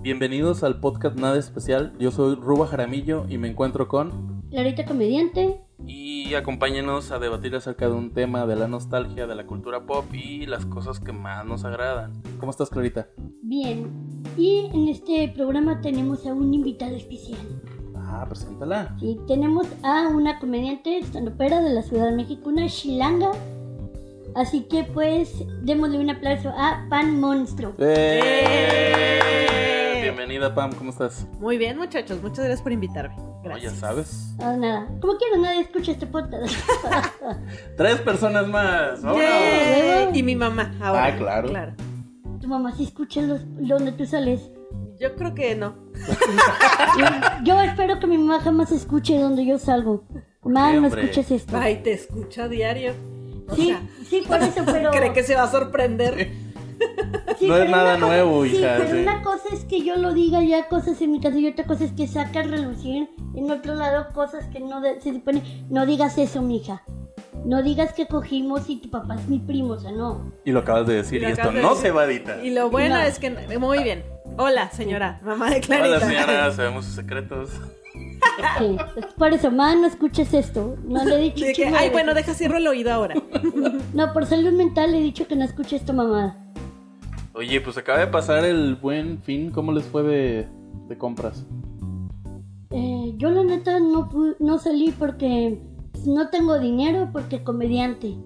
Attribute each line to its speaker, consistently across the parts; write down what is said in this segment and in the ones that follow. Speaker 1: Bienvenidos al podcast Nada Especial. Yo soy Ruba Jaramillo y me encuentro con...
Speaker 2: Larita Comediante.
Speaker 1: Y acompáñenos a debatir acerca de un tema de la nostalgia, de la cultura pop y las cosas que más nos agradan. ¿Cómo estás, Clarita?
Speaker 2: Bien. Y en este programa tenemos a un invitado especial.
Speaker 1: Ah, preséntala.
Speaker 2: Sí, tenemos a una comediante estandopera de la Ciudad de México, una chilanga. Así que pues démosle un aplauso a Pan Monstruo.
Speaker 1: ¡Eh! Bienvenida, Pam. ¿Cómo estás?
Speaker 3: Muy bien, muchachos. Muchas gracias por invitarme.
Speaker 1: No,
Speaker 3: Gracias.
Speaker 1: ya sabes.
Speaker 2: Ah, nada. Como quiero, nadie escucha este podcast.
Speaker 1: Tres personas más. ¡Vámonos!
Speaker 3: Yay. Y mi mamá ahora.
Speaker 1: Ah, claro.
Speaker 2: tu mamá sí escucha los, donde tú sales.
Speaker 3: Yo creo que no.
Speaker 2: Yo espero que mi mamá jamás escuche donde yo salgo. Mamá, no
Speaker 1: hombre?
Speaker 2: escuches esto.
Speaker 3: Ay, te escucha a diario. O
Speaker 2: Sí,
Speaker 3: sea,
Speaker 2: sí, por eso, pero...
Speaker 3: cree que se va a sorprender.
Speaker 2: Sí,
Speaker 1: No es
Speaker 2: pero
Speaker 1: nada
Speaker 2: una cosa-
Speaker 1: nuevo,
Speaker 2: sí,
Speaker 1: hija,
Speaker 2: Pero
Speaker 1: sí.
Speaker 2: una cosa es que yo lo diga ya cosas en mi casa y otra cosa es que saca a relucir en otro lado cosas que no de- se supone. No digas eso, mija. No digas que cogimos y tu papá es mi primo, o sea, no.
Speaker 1: Y lo acabas de decir.
Speaker 3: Y
Speaker 1: Y,
Speaker 3: lo
Speaker 1: esto
Speaker 3: acabas de
Speaker 1: no
Speaker 3: decir.
Speaker 1: se va a editar.
Speaker 3: Y lo bueno
Speaker 2: No.
Speaker 3: es que muy bien. Hola, señora, mamá de Clarita.
Speaker 1: Hola, señora. Sabemos sus secretos.
Speaker 2: Sí, es por eso, mamá, no escuches esto. No le he dicho
Speaker 3: De que,
Speaker 2: chingo de
Speaker 3: ay, bueno,
Speaker 2: veces.
Speaker 3: deja cierro el oído ahora.
Speaker 2: No, por salud mental le he dicho que no escuches tu mamá.
Speaker 1: Oye, pues acaba de pasar el buen fin. ¿Cómo les fue de, de compras?
Speaker 2: Eh, yo, la neta, no, pu- no salí porque no tengo dinero, porque comediante.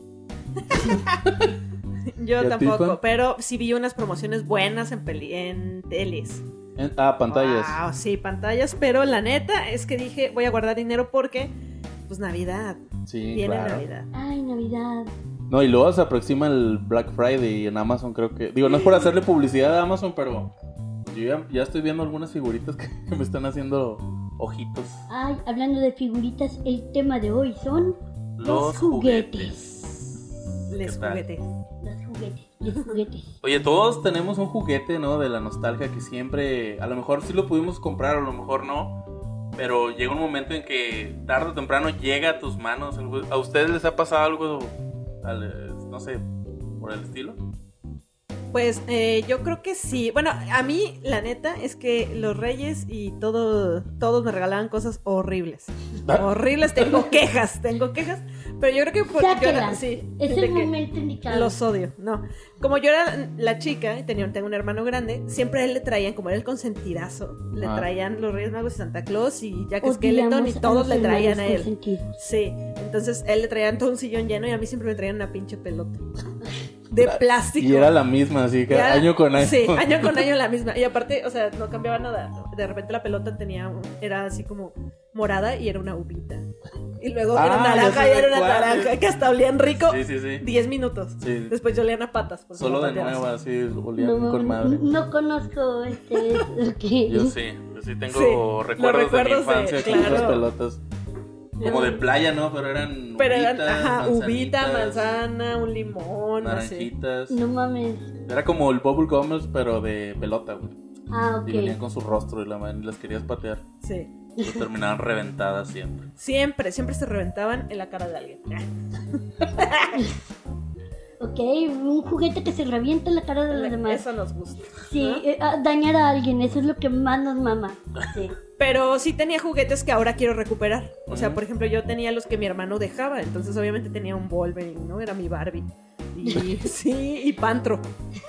Speaker 1: ¿Y a ti,
Speaker 3: Yo
Speaker 1: Juan?
Speaker 3: tampoco, pero sí vi unas promociones buenas en, peli en teles.
Speaker 1: En- ah, pantallas.
Speaker 3: Wow, sí, pantallas, pero la neta es que dije, voy a guardar dinero porque, pues Navidad,
Speaker 1: Sí,
Speaker 3: viene
Speaker 1: claro.
Speaker 3: Navidad.
Speaker 2: Ay, Navidad.
Speaker 1: No, y luego se aproxima el Black Friday y en Amazon creo que... Digo, no es por hacerle publicidad a Amazon, pero yo ya, ya estoy viendo algunas figuritas que me están haciendo ojitos.
Speaker 2: Ay, hablando de figuritas, el tema de hoy son Los
Speaker 1: juguetes. ¿Qué
Speaker 3: Les
Speaker 1: tal?
Speaker 3: juguete.
Speaker 2: los juguetes, los juguetes.
Speaker 1: Oye, todos tenemos un juguete, ¿no? De la nostalgia que siempre, a lo mejor sí lo pudimos comprar, a lo mejor no. Pero llega un momento en que tarde o temprano llega a tus manos. algo- ¿A ustedes les ha pasado algo, al, eh, no sé, por el estilo?
Speaker 3: Pues eh, yo creo que sí. Bueno, a mí la neta es que los reyes y todo, todos me regalaban cosas horribles.
Speaker 1: Ah.
Speaker 3: Horribles, tengo quejas, tengo quejas. Pero yo creo que porque yo era-
Speaker 2: Sáquenlas.
Speaker 3: sí,
Speaker 2: Es
Speaker 3: de
Speaker 2: el
Speaker 3: que
Speaker 2: momento indicado.
Speaker 3: los odio, no. Como yo era la chica y tenía, tengo un hermano grande, siempre a él le traían, como era el consentidazo, le
Speaker 1: Ah.
Speaker 3: traían los Reyes Magos y Santa Claus y Jack
Speaker 2: Odiamos
Speaker 3: Skeleton
Speaker 2: a
Speaker 3: y
Speaker 2: los
Speaker 3: todos le traían a
Speaker 2: hermanos
Speaker 3: él.
Speaker 2: consentidos.
Speaker 3: Sí, entonces él le traían todo un sillón lleno y a mí siempre me traían una pinche pelota. De plástico.
Speaker 1: Y era la misma, así que
Speaker 3: Ya-
Speaker 1: año con año.
Speaker 3: Sí, año con año la misma. Y aparte, o sea, no cambiaba nada. De repente la pelota tenía, un- era así como morada y era una uvita. Y luego era
Speaker 1: Ah, ya
Speaker 3: naranja
Speaker 1: sé
Speaker 3: y era una
Speaker 1: cuál es.
Speaker 3: naranja que hasta olían rico.
Speaker 1: Sí, sí, sí.
Speaker 3: 10 minutos.
Speaker 1: Sí.
Speaker 3: Después yo olían a patas. porque
Speaker 1: Solo
Speaker 3: no
Speaker 1: de
Speaker 3: pateabas.
Speaker 1: nuevo, así, olían
Speaker 2: No,
Speaker 1: con madre.
Speaker 2: no conozco este. lo que-
Speaker 1: Yo sí, yo sí tengo
Speaker 3: Sí,
Speaker 1: recuerdos,
Speaker 3: los
Speaker 1: de mi
Speaker 3: recuerdos de-
Speaker 1: infancia con esas
Speaker 3: claro.
Speaker 1: pelotas. Como de playa, ¿no? Pero eran
Speaker 3: Pero eran,
Speaker 1: uvitas,
Speaker 3: ajá, uvita,
Speaker 1: manzanitas,
Speaker 3: manzana, un limón, así.
Speaker 1: naranjitas.
Speaker 2: No mames.
Speaker 1: Era como el Bubble Gummers, pero de pelota, güey.
Speaker 2: Ah,
Speaker 1: Y venían
Speaker 2: ok.
Speaker 1: con su rostro y la man- las querías patear.
Speaker 3: Sí.
Speaker 1: Pero terminaban reventadas siempre.
Speaker 3: Siempre, siempre se reventaban en la cara de alguien.
Speaker 2: Ok, un juguete que se revienta en la cara de los demás.
Speaker 3: Eso nos gusta.
Speaker 2: Sí,
Speaker 3: ¿no?
Speaker 2: eh, ah, dañar a alguien, eso es lo que más nos mama. Sí.
Speaker 3: Pero sí tenía juguetes que ahora quiero recuperar. O sea,
Speaker 1: Ujú.
Speaker 3: por ejemplo, yo tenía los que mi hermano dejaba. Entonces, obviamente tenía un Wolverine, ¿no? Era mi Barbie. Y sí, y Pantro.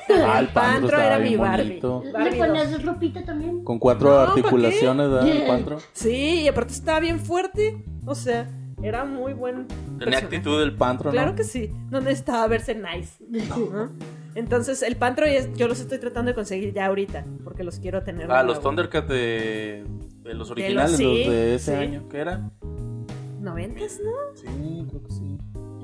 Speaker 1: Ah, el
Speaker 3: Pantro
Speaker 1: Pantro estaba
Speaker 3: era
Speaker 1: bien
Speaker 3: mi Barbie.
Speaker 1: bonito.
Speaker 2: ¿Le
Speaker 3: Barbie
Speaker 2: ponías ropita también?
Speaker 1: Con cuatro
Speaker 3: No, ¿para qué?
Speaker 1: articulaciones, ¿verdad? El
Speaker 2: Yeah.
Speaker 1: Pantro.
Speaker 3: Sí, y aparte estaba bien fuerte. O sea, era muy buen.
Speaker 1: Tenía
Speaker 3: personaje.
Speaker 1: actitud del Pantro, ¿no?
Speaker 3: Claro que sí. No necesitaba verse nice. ¿no? Entonces, el Pantro es- yo los estoy tratando de conseguir ya ahorita. Porque los quiero tener.
Speaker 1: Ah,
Speaker 3: de
Speaker 1: los
Speaker 3: nuevo.
Speaker 1: Thundercats de, de los originales,
Speaker 3: sí,
Speaker 1: los de ese
Speaker 3: sí.
Speaker 1: año. ¿Qué era?
Speaker 3: ¿Noventas, no?
Speaker 1: Sí, creo que sí.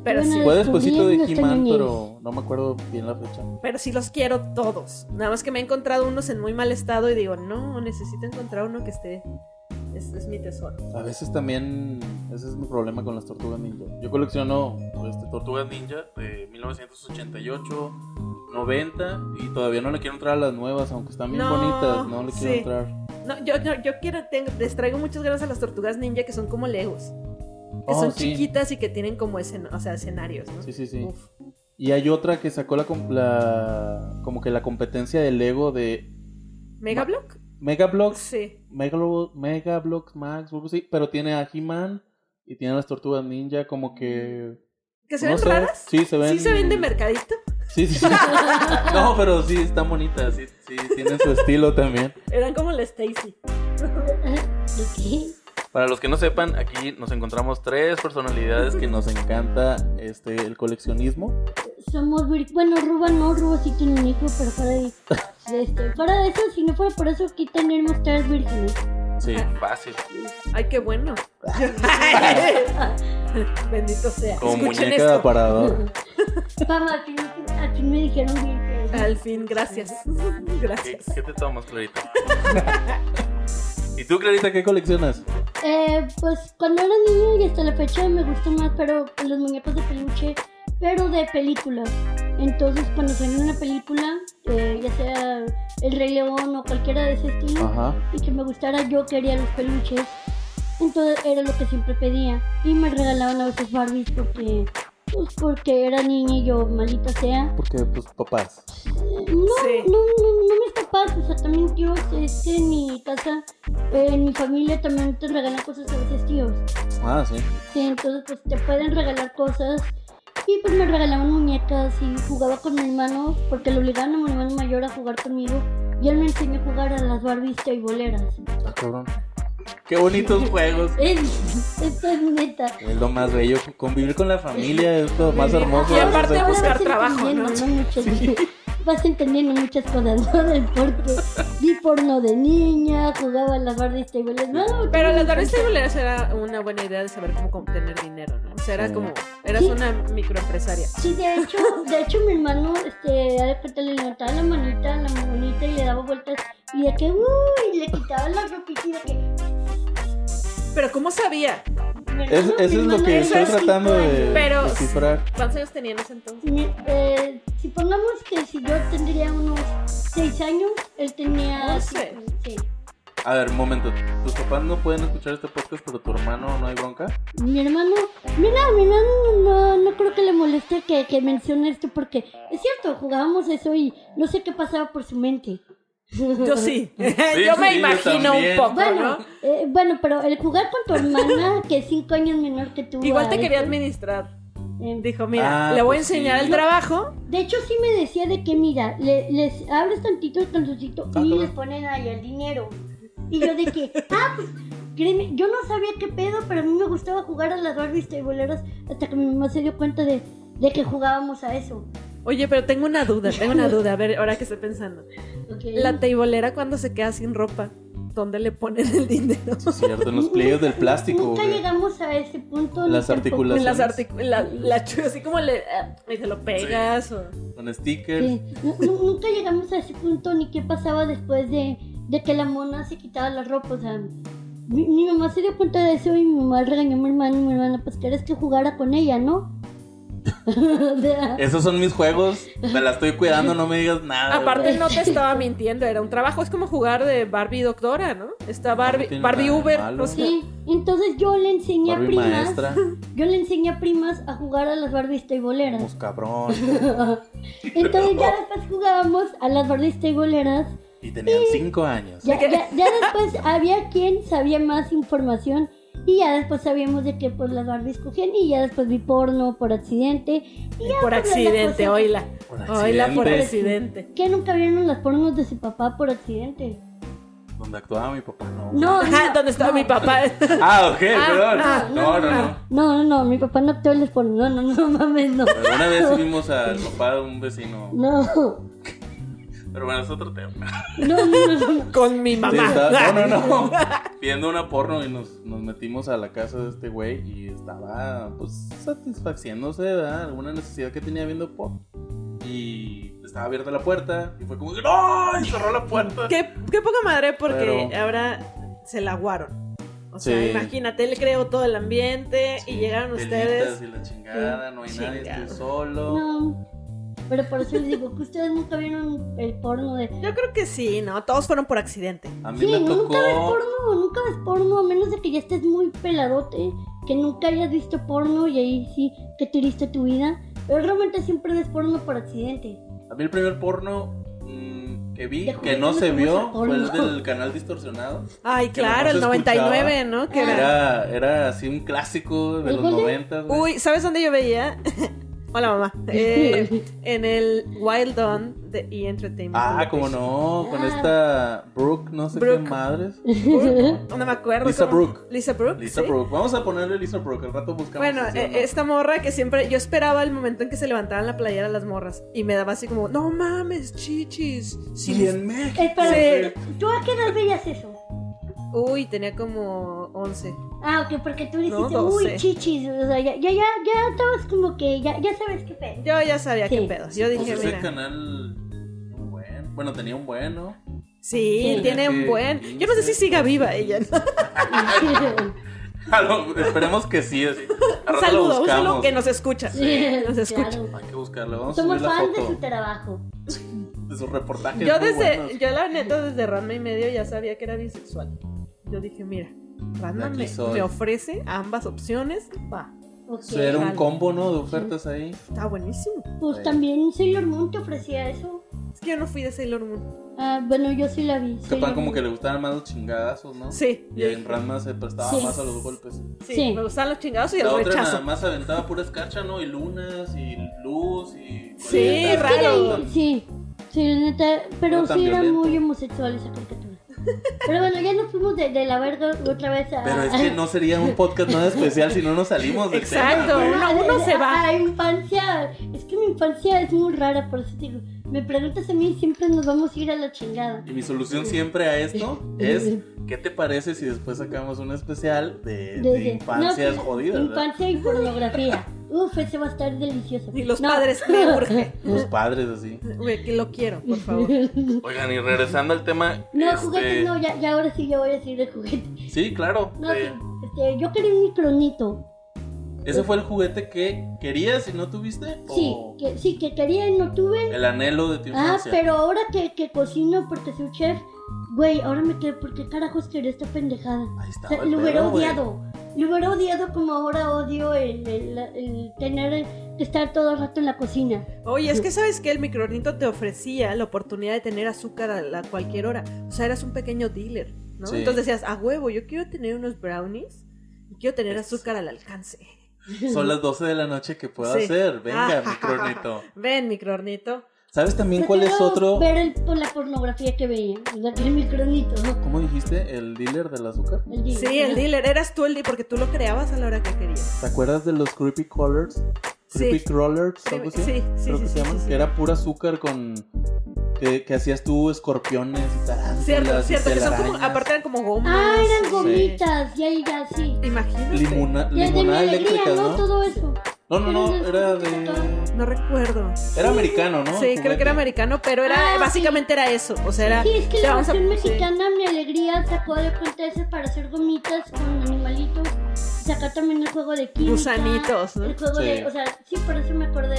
Speaker 3: Pero
Speaker 2: Bueno,
Speaker 3: sí.
Speaker 1: Fue despuesito pues, de
Speaker 2: descubriendo esta
Speaker 1: He-Man,
Speaker 2: niñez.
Speaker 1: pero no me acuerdo bien la fecha.
Speaker 3: Pero sí los quiero todos. Nada más que me he encontrado unos en muy mal estado y digo, no, necesito encontrar uno que esté. Es, es mi tesoro.
Speaker 1: A veces también, ese es mi problema con las tortugas ninja. Yo colecciono este, tortugas ninja de 1988, 90 y todavía no le quiero entrar a las nuevas, aunque están bien
Speaker 3: No,
Speaker 1: bonitas, no le quiero
Speaker 3: sí.
Speaker 1: entrar.
Speaker 3: No, yo, yo, yo quiero, tengo, les traigo muchas gracias a las tortugas ninja que son como Legos. Que
Speaker 1: Oh,
Speaker 3: son
Speaker 1: sí.
Speaker 3: chiquitas y que tienen como escen- o sea, escenarios, ¿no?
Speaker 1: Sí, sí, sí.
Speaker 3: Uf.
Speaker 1: Y hay otra que sacó la, com- la- como que la competencia del Lego de
Speaker 3: ¿Megablock?
Speaker 1: Megablox,
Speaker 3: Sí.
Speaker 1: Megablox, Megablox Max, algo así, pero tiene a He-Man y tiene a las tortugas ninja, como que.
Speaker 3: ¿Que se
Speaker 1: no
Speaker 3: ven
Speaker 1: sé,
Speaker 3: raras?
Speaker 1: Sí, se ven.
Speaker 3: Sí se ven de mercadito.
Speaker 1: Sí, sí, sí. No, pero sí, están bonitas, sí, sí, tienen su estilo también.
Speaker 3: Eran como la Stacy.
Speaker 2: Ah, ¿De
Speaker 1: Para los que no sepan, aquí nos encontramos tres personalidades que nos encanta este el coleccionismo.
Speaker 2: qué? Somos vir- Bueno, Ruba no, Ruba sí tiene un hijo, pero fuera de, de este. Fuera de eso, si no fuera por eso, aquí tenemos tres vírgenes.
Speaker 1: Sí, fácil.
Speaker 3: Ay, qué bueno. Bendito sea.
Speaker 1: Como
Speaker 3: Escuchen
Speaker 1: muñeca de
Speaker 3: esto.
Speaker 1: aparador.
Speaker 2: Pama, al fin, al fin me dijeron vírgenes.
Speaker 3: Al fin, gracias.
Speaker 1: ¿Qué,
Speaker 3: Gracias.
Speaker 1: qué te tomas, Clarita? ¿Y tú, Clarita, qué coleccionas?
Speaker 2: Eh, pues cuando era niño y hasta la fecha me gustan más, pero los muñecos de peluche, pero de película. Entonces cuando salió una película, eh, ya sea El Rey León o cualquiera de ese estilo,
Speaker 1: Ajá.
Speaker 2: y que me gustara, yo quería los peluches. Entonces era lo que siempre pedía. Y me regalaban a veces Barbies porque, pues, porque era niña y yo, maldita sea.
Speaker 1: Porque, pues, papás.
Speaker 2: Eh, No,
Speaker 3: Sí.
Speaker 2: no, no, no mis papás, o sea, también yo, este, en mi casa, eh, en mi familia también te regalan cosas a veces tíos.
Speaker 1: Ah, sí.
Speaker 2: Sí, entonces pues te pueden regalar cosas. Y pues me regalaban muñecas y jugaba con mi hermano porque lo obligaban a mi hermano mayor a jugar conmigo. Y él me enseñó a jugar a las Barbies boleras.
Speaker 1: Ah, cabrón. Qué bonitos juegos.
Speaker 2: Es, esto es neta.
Speaker 1: Es lo más bello. Convivir con la familia es lo más hermoso.
Speaker 3: Y aparte
Speaker 1: Eso-
Speaker 2: Ahora
Speaker 3: buscar
Speaker 2: vas
Speaker 3: trabajo,
Speaker 2: entendiendo,
Speaker 3: ¿no?
Speaker 2: Muchas- Vas entendiendo muchas cosas, ¿no? Del porqué. Vi porno de niña, jugaba a las Barbies boleras. No,
Speaker 3: Pero
Speaker 2: no me
Speaker 3: las Barbies
Speaker 2: encanta.
Speaker 3: tableras era una buena idea de saber cómo obtener dinero, ¿no? O sea, era
Speaker 1: Sí.
Speaker 3: como. Eras
Speaker 2: Sí.
Speaker 3: una microempresaria.
Speaker 2: Sí, de hecho, de hecho mi hermano, este, a que te le levantaba la manita, la manita y le daba vueltas y de que, uy, le quitaba la ropita y de que...
Speaker 3: Pero ¿cómo sabía?
Speaker 2: mi
Speaker 1: es-
Speaker 2: hermano-
Speaker 1: Eso es
Speaker 2: mi
Speaker 1: lo
Speaker 2: hermano
Speaker 1: que
Speaker 2: era
Speaker 1: estoy
Speaker 2: cinco
Speaker 1: tratando de
Speaker 2: años.
Speaker 3: Pero-
Speaker 1: descifrar.
Speaker 3: ¿Cuántos años tenía en ese entonces?
Speaker 2: Mi- eh, si pongamos que si yo tendría unos 6 años, él tenía...
Speaker 3: Once.
Speaker 2: cinco, sí.
Speaker 1: A ver, un momento. Tus papás no pueden escuchar este podcast, pero tu hermano no hay bronca.
Speaker 2: Mi hermano, mira, mi hermano no, no creo que le moleste que, que mencione esto porque es cierto, jugábamos eso y no sé qué pasaba por su mente.
Speaker 3: Yo sí.
Speaker 1: sí,
Speaker 3: yo me
Speaker 1: yo
Speaker 3: imagino un
Speaker 1: también.
Speaker 3: poco,
Speaker 2: Bueno,
Speaker 3: ¿no?
Speaker 2: eh, bueno, pero el jugar con tu hermana, que es cinco años menor que tú.
Speaker 3: Igual
Speaker 2: a
Speaker 3: te quería
Speaker 2: veces,
Speaker 3: administrar.
Speaker 2: eh,
Speaker 3: Dijo, mira,
Speaker 1: Ah,
Speaker 3: le voy a
Speaker 1: pues
Speaker 3: enseñar
Speaker 1: sí.
Speaker 3: el trabajo.
Speaker 2: de hecho, sí me decía de que, mira, le- les abres tantito el calzoncito
Speaker 1: Ah,
Speaker 2: y
Speaker 1: cabrón.
Speaker 2: les ponen ahí el dinero. Y yo de que, ah, pues, créeme, yo no sabía qué pedo, pero a mí me gustaba jugar a las Barbies boleras hasta que mi mamá se dio cuenta de, de que jugábamos a eso.
Speaker 3: Oye, pero tengo una duda, tengo una duda. A ver, ahora que estoy pensando. La teibolera cuando se queda sin ropa, ¿dónde le ponen el dinero?
Speaker 1: Sí, es cierto, en los pliegos del plástico.
Speaker 2: Nunca
Speaker 1: güey.
Speaker 2: llegamos a ese punto.
Speaker 1: Las
Speaker 2: ni tampoco-
Speaker 1: articulaciones.
Speaker 3: Las articulaciones, la, la chu- así como le, ah, y se lo pegas o...
Speaker 1: Con stickers.
Speaker 2: Sí, nu- nu- nunca llegamos a ese punto ni qué pasaba después de, de que la mona se quitaba la ropa. O sea, mi, mi mamá se dio cuenta de eso y mi mamá regañó a mi hermano y mi hermana, pues querés que jugara con ella, ¿no? O sea,
Speaker 1: Esos son mis juegos. Te la estoy cuidando, no me digas nada.
Speaker 2: Ah,
Speaker 3: Aparte
Speaker 1: güey.
Speaker 3: no te estaba mintiendo, era un trabajo, es como jugar de Barbie doctora, ¿no? Está
Speaker 1: Ah, No
Speaker 3: Barbie,
Speaker 1: tiene
Speaker 3: Barbie
Speaker 1: nada de
Speaker 3: Uber,
Speaker 1: malo.
Speaker 3: no sé.
Speaker 2: sí, entonces yo le enseñé a
Speaker 1: Barbie
Speaker 2: primas.
Speaker 1: maestra.
Speaker 2: Yo le enseñé a primas a jugar a las Barbies boleras
Speaker 1: Pues cabrón.
Speaker 2: Entonces ya después jugábamos a las Barbies boleras
Speaker 1: Y tenían cinco años.
Speaker 2: Ya, ya- ya después había quien sabía más información y ya después sabíamos de que pues las Barbies cogían y ya después vi porno por accidente. Y ya,
Speaker 3: Por
Speaker 2: pues,
Speaker 3: accidente,
Speaker 2: la cosa-
Speaker 3: oíla.
Speaker 1: Por
Speaker 3: Oíla por
Speaker 1: accidente.
Speaker 3: accidente.
Speaker 2: ¿Qué nunca vieron las pornos de su papá por accidente?
Speaker 1: Donde actuaba mi papá, no.
Speaker 2: No,
Speaker 3: Ajá,
Speaker 2: no,
Speaker 3: ¿dónde estaba mi papá?
Speaker 1: Ah, ok, perdón.
Speaker 3: ah,
Speaker 1: no, no, no.
Speaker 2: no, no, no, mi papá no actuó en las pornos, no, no, no, mames, no.
Speaker 1: Pero una vez vimos al papá de un vecino.
Speaker 2: No,
Speaker 1: Pero bueno, es otro tema.
Speaker 2: no, no, no, no.
Speaker 3: Con mi
Speaker 1: Sí,
Speaker 3: mamá.
Speaker 1: estaba- no, no, no. Viendo una porno y nos, nos metimos a la casa de este güey y estaba, pues, satisfaciéndose, ¿verdad? Alguna necesidad que tenía viendo pop. Y estaba abierta la puerta y fue como, ¡No! Y cerró la puerta.
Speaker 3: Qué, qué poca madre porque
Speaker 1: Pero-
Speaker 3: ahora se la aguaron. O sea,
Speaker 1: Sí.
Speaker 3: imagínate, él creó todo el ambiente y llegaron
Speaker 1: Velitas
Speaker 3: ustedes.
Speaker 1: y la chingada, no hay nadie,
Speaker 3: Chingado.
Speaker 1: estoy solo.
Speaker 2: No. Pero por eso les digo que ustedes nunca vieron el porno de...
Speaker 3: Yo creo que sí, ¿no? Todos fueron por accidente.
Speaker 1: A mí
Speaker 2: Sí,
Speaker 1: me
Speaker 2: nunca ves
Speaker 1: tocó.
Speaker 2: porno, nunca ves porno, a menos de que ya estés muy peladote, que nunca hayas visto porno y ahí sí que tuviste tu vida. Pero realmente siempre ves porno por accidente.
Speaker 1: A mí el primer porno mm, que vi,
Speaker 2: De
Speaker 1: que no
Speaker 2: juguete
Speaker 1: se
Speaker 2: nos
Speaker 1: vio,
Speaker 2: fuimos al
Speaker 1: fue el
Speaker 2: polvo.
Speaker 1: del canal distorsionado.
Speaker 3: Ay,
Speaker 1: Que
Speaker 3: claro, el
Speaker 1: nomás se
Speaker 3: 99,
Speaker 1: escuchaba.
Speaker 3: ¿no?
Speaker 2: Ah.
Speaker 3: Que era-
Speaker 1: Era, era así un clásico de
Speaker 2: ¿El
Speaker 1: los
Speaker 2: Golden?
Speaker 1: 90. güey.
Speaker 3: Uy, ¿sabes dónde yo veía? Hola, mamá. Eh, en el Wild Dawn de E! Entertainment.
Speaker 1: Ah, como no, con
Speaker 2: Ah.
Speaker 1: esta Brooke, no sé
Speaker 3: Brooke.
Speaker 1: qué madres.
Speaker 3: Brooke, No me acuerdo.
Speaker 1: Lisa
Speaker 3: cómo-
Speaker 1: Brooke.
Speaker 3: Lisa Brooke.
Speaker 1: Lisa
Speaker 3: sí.
Speaker 1: Brooke, vamos a ponerle Lisa Brooke, al rato buscamos.
Speaker 3: Bueno,
Speaker 1: si sí o
Speaker 3: eh,
Speaker 1: no.
Speaker 3: esta morra que siempre. Yo esperaba el momento en que se levantaban la playera las morras. Y me daba así como, no mames, chichis.
Speaker 1: Sí, en México.
Speaker 2: Espera,
Speaker 1: Sí.
Speaker 2: ¿tú a qué edad veías eso?
Speaker 3: Uy, tenía como 11.
Speaker 2: Ah, ok, porque tú dijiste,
Speaker 3: No,
Speaker 2: uy,
Speaker 3: doce.
Speaker 2: chichis. O sea, ya, ya, ya, ya estabas como que, ya, ya sabes qué pedo.
Speaker 3: Yo ya sabía
Speaker 2: Sí.
Speaker 3: qué pedos. Yo dije,
Speaker 1: Pues ese
Speaker 3: mira.
Speaker 1: canal. un buen- Bueno, tenía un bueno.
Speaker 3: Sí,
Speaker 1: Sí.
Speaker 3: tiene un
Speaker 1: Sí.
Speaker 3: buen. Yo no sé si siga viva ella. ¿no?
Speaker 1: Ah, esperemos que sí. Así. Al rato lo
Speaker 3: Un saludo, un
Speaker 1: buscamos.
Speaker 3: saludo que nos escucha. Nos escucha.
Speaker 2: Claro.
Speaker 1: Hay que buscarlo. Vamos
Speaker 2: Somos
Speaker 1: a subir
Speaker 2: fans
Speaker 1: la
Speaker 2: de
Speaker 1: foto
Speaker 2: su trabajo.
Speaker 1: de sus reportajes.
Speaker 3: Yo
Speaker 1: muy
Speaker 3: desde,
Speaker 1: buenos.
Speaker 3: yo la neta desde Ranma y medio ya sabía que era bisexual. Yo dije, mira, Ranma
Speaker 1: Aquí
Speaker 3: me,
Speaker 1: soy.
Speaker 3: me ofrece ambas opciones, va,
Speaker 2: Ok.
Speaker 1: Sí, Era un
Speaker 3: Jalo.
Speaker 1: combo, ¿no? De ofertas ahí.
Speaker 3: está buenísimo.
Speaker 1: eh.
Speaker 2: Pues también Sailor Moon te ofrecía eso.
Speaker 3: Es que yo no fui de Sailor Moon.
Speaker 2: Ah, bueno, yo sí la vi. Sailor
Speaker 1: Capaz como
Speaker 2: Moon.
Speaker 1: que le gustaban más los chingadazos, ¿no?
Speaker 3: Sí,
Speaker 1: Y en Ranma se prestaba
Speaker 2: Sí.
Speaker 1: más a los golpes.
Speaker 3: sí,
Speaker 2: Sí.
Speaker 3: me gustan los chingados y el
Speaker 1: La otra nada
Speaker 3: rechazo.
Speaker 1: más aventaba pura escarcha, ¿no? Y lunas, y luz, y...
Speaker 3: Sí,
Speaker 1: colillas.
Speaker 2: Sí,
Speaker 3: raro.
Speaker 2: la vi, Sí, sí, la neta. Pero
Speaker 1: No tan
Speaker 2: sí era
Speaker 1: violento.
Speaker 2: muy homosexual esa caricatura. Pero bueno, ya nos fuimos de, de la verga otra vez a.
Speaker 1: Pero es que no sería un podcast nada especial si no nos salimos del
Speaker 3: Exacto,
Speaker 1: tema, güey.
Speaker 3: uno- uno se va.
Speaker 2: A la infancia. Es que mi infancia es muy rara, por eso te digo. Me preguntas a mí, siempre nos vamos a ir a la chingada.
Speaker 1: Y mi solución siempre a esto es, ¿qué te parece si después sacamos un especial de, de
Speaker 2: Desde-
Speaker 1: infancias
Speaker 2: no, pues,
Speaker 1: jodidas? ¿verdad?
Speaker 2: Infancia y pornografía. Uf, ese va a estar delicioso.
Speaker 3: Y los
Speaker 2: No.
Speaker 3: padres me urge.
Speaker 1: Los padres así.
Speaker 3: Güey, que lo quiero, por favor.
Speaker 1: Oigan, y regresando al tema...
Speaker 2: No,
Speaker 1: este,
Speaker 2: juguetes no, ya, ya ahora sí ya voy a decir de juguete.
Speaker 1: Sí, claro.
Speaker 2: No,
Speaker 1: de-
Speaker 2: sí, este, yo quería un micronito.
Speaker 1: ¿Ese fue el juguete que querías y no tuviste?
Speaker 2: Sí,
Speaker 1: ¿O
Speaker 2: que, sí, que quería y no tuve.
Speaker 1: el anhelo de tu
Speaker 2: Ah,
Speaker 1: infancia?
Speaker 2: pero ahora que, que cocino porque soy chef, güey, ahora me quedé, ¿por qué carajos quería esta pendejada?
Speaker 1: Ahí
Speaker 2: O
Speaker 1: estaba
Speaker 2: sea,
Speaker 1: el
Speaker 2: lo hubiera
Speaker 1: pedo, güey.
Speaker 2: odiado. Lo hubiera odiado como ahora odio el, el- el tener que estar todo el rato en la cocina.
Speaker 3: Oye, es que sabes que el microornito te ofrecía la oportunidad de tener azúcar a la- cualquier hora. O sea, eras un pequeño dealer, ¿no?
Speaker 1: Sí.
Speaker 3: Entonces decías, a huevo, yo quiero tener unos brownies y quiero tener azúcar al alcance.
Speaker 1: Son las 12 de la noche que puedo
Speaker 3: Sí.
Speaker 1: hacer. Venga,
Speaker 3: Ah,
Speaker 1: mi cronito.
Speaker 3: Ven, microornito.
Speaker 1: ¿Sabes también cuál es
Speaker 2: Prefiero
Speaker 1: otro?
Speaker 2: Ver el- por la pornografía que veía, la que el micronito, ¿no?
Speaker 1: ¿Cómo dijiste? ¿El dealer del azúcar?
Speaker 2: El día.
Speaker 3: Sí, el dealer. Eras tú el dealer porque tú lo creabas a la hora que querías.
Speaker 1: ¿Te acuerdas de los creepy crawlers? Creepy
Speaker 3: Sí.
Speaker 1: crawlers, algo así.
Speaker 3: Sí, sí,
Speaker 1: Creo
Speaker 3: sí,
Speaker 1: que
Speaker 3: sí,
Speaker 1: se llaman.
Speaker 3: sí, sí.
Speaker 1: Que era pura azúcar con. Que, que hacías tú escorpiones y tal.
Speaker 3: Cierto, cierto, que son como, aparte eran como gomas.
Speaker 2: Ah,
Speaker 3: sí.
Speaker 2: eran gomitas, ya, ya, sí.
Speaker 3: Imagínate.
Speaker 1: Limona,
Speaker 2: Ya de mi
Speaker 1: limonada
Speaker 2: alegría,
Speaker 1: eléctrica,
Speaker 2: ¿no?
Speaker 1: ¿no?
Speaker 2: Todo eso.
Speaker 1: No, no, no,
Speaker 2: Pero
Speaker 1: era
Speaker 2: de-
Speaker 1: de.
Speaker 3: No recuerdo.
Speaker 1: Era americano, ¿no?
Speaker 3: sí, creo que era
Speaker 1: Juguete.
Speaker 3: americano, pero era
Speaker 2: Ah,
Speaker 3: básicamente era eso. O sea, era.
Speaker 2: Sí, es que
Speaker 3: te
Speaker 2: la
Speaker 3: vamos a-
Speaker 2: versión
Speaker 3: sí.
Speaker 2: mexicana, mi alegría, sacó de cuenta ese para hacer gomitas con animalitos. Sacó también el juego de química.
Speaker 3: Gusanitos, ¿no?
Speaker 2: El juego
Speaker 1: Sí.
Speaker 2: de, o sea, sí, por eso me acordé.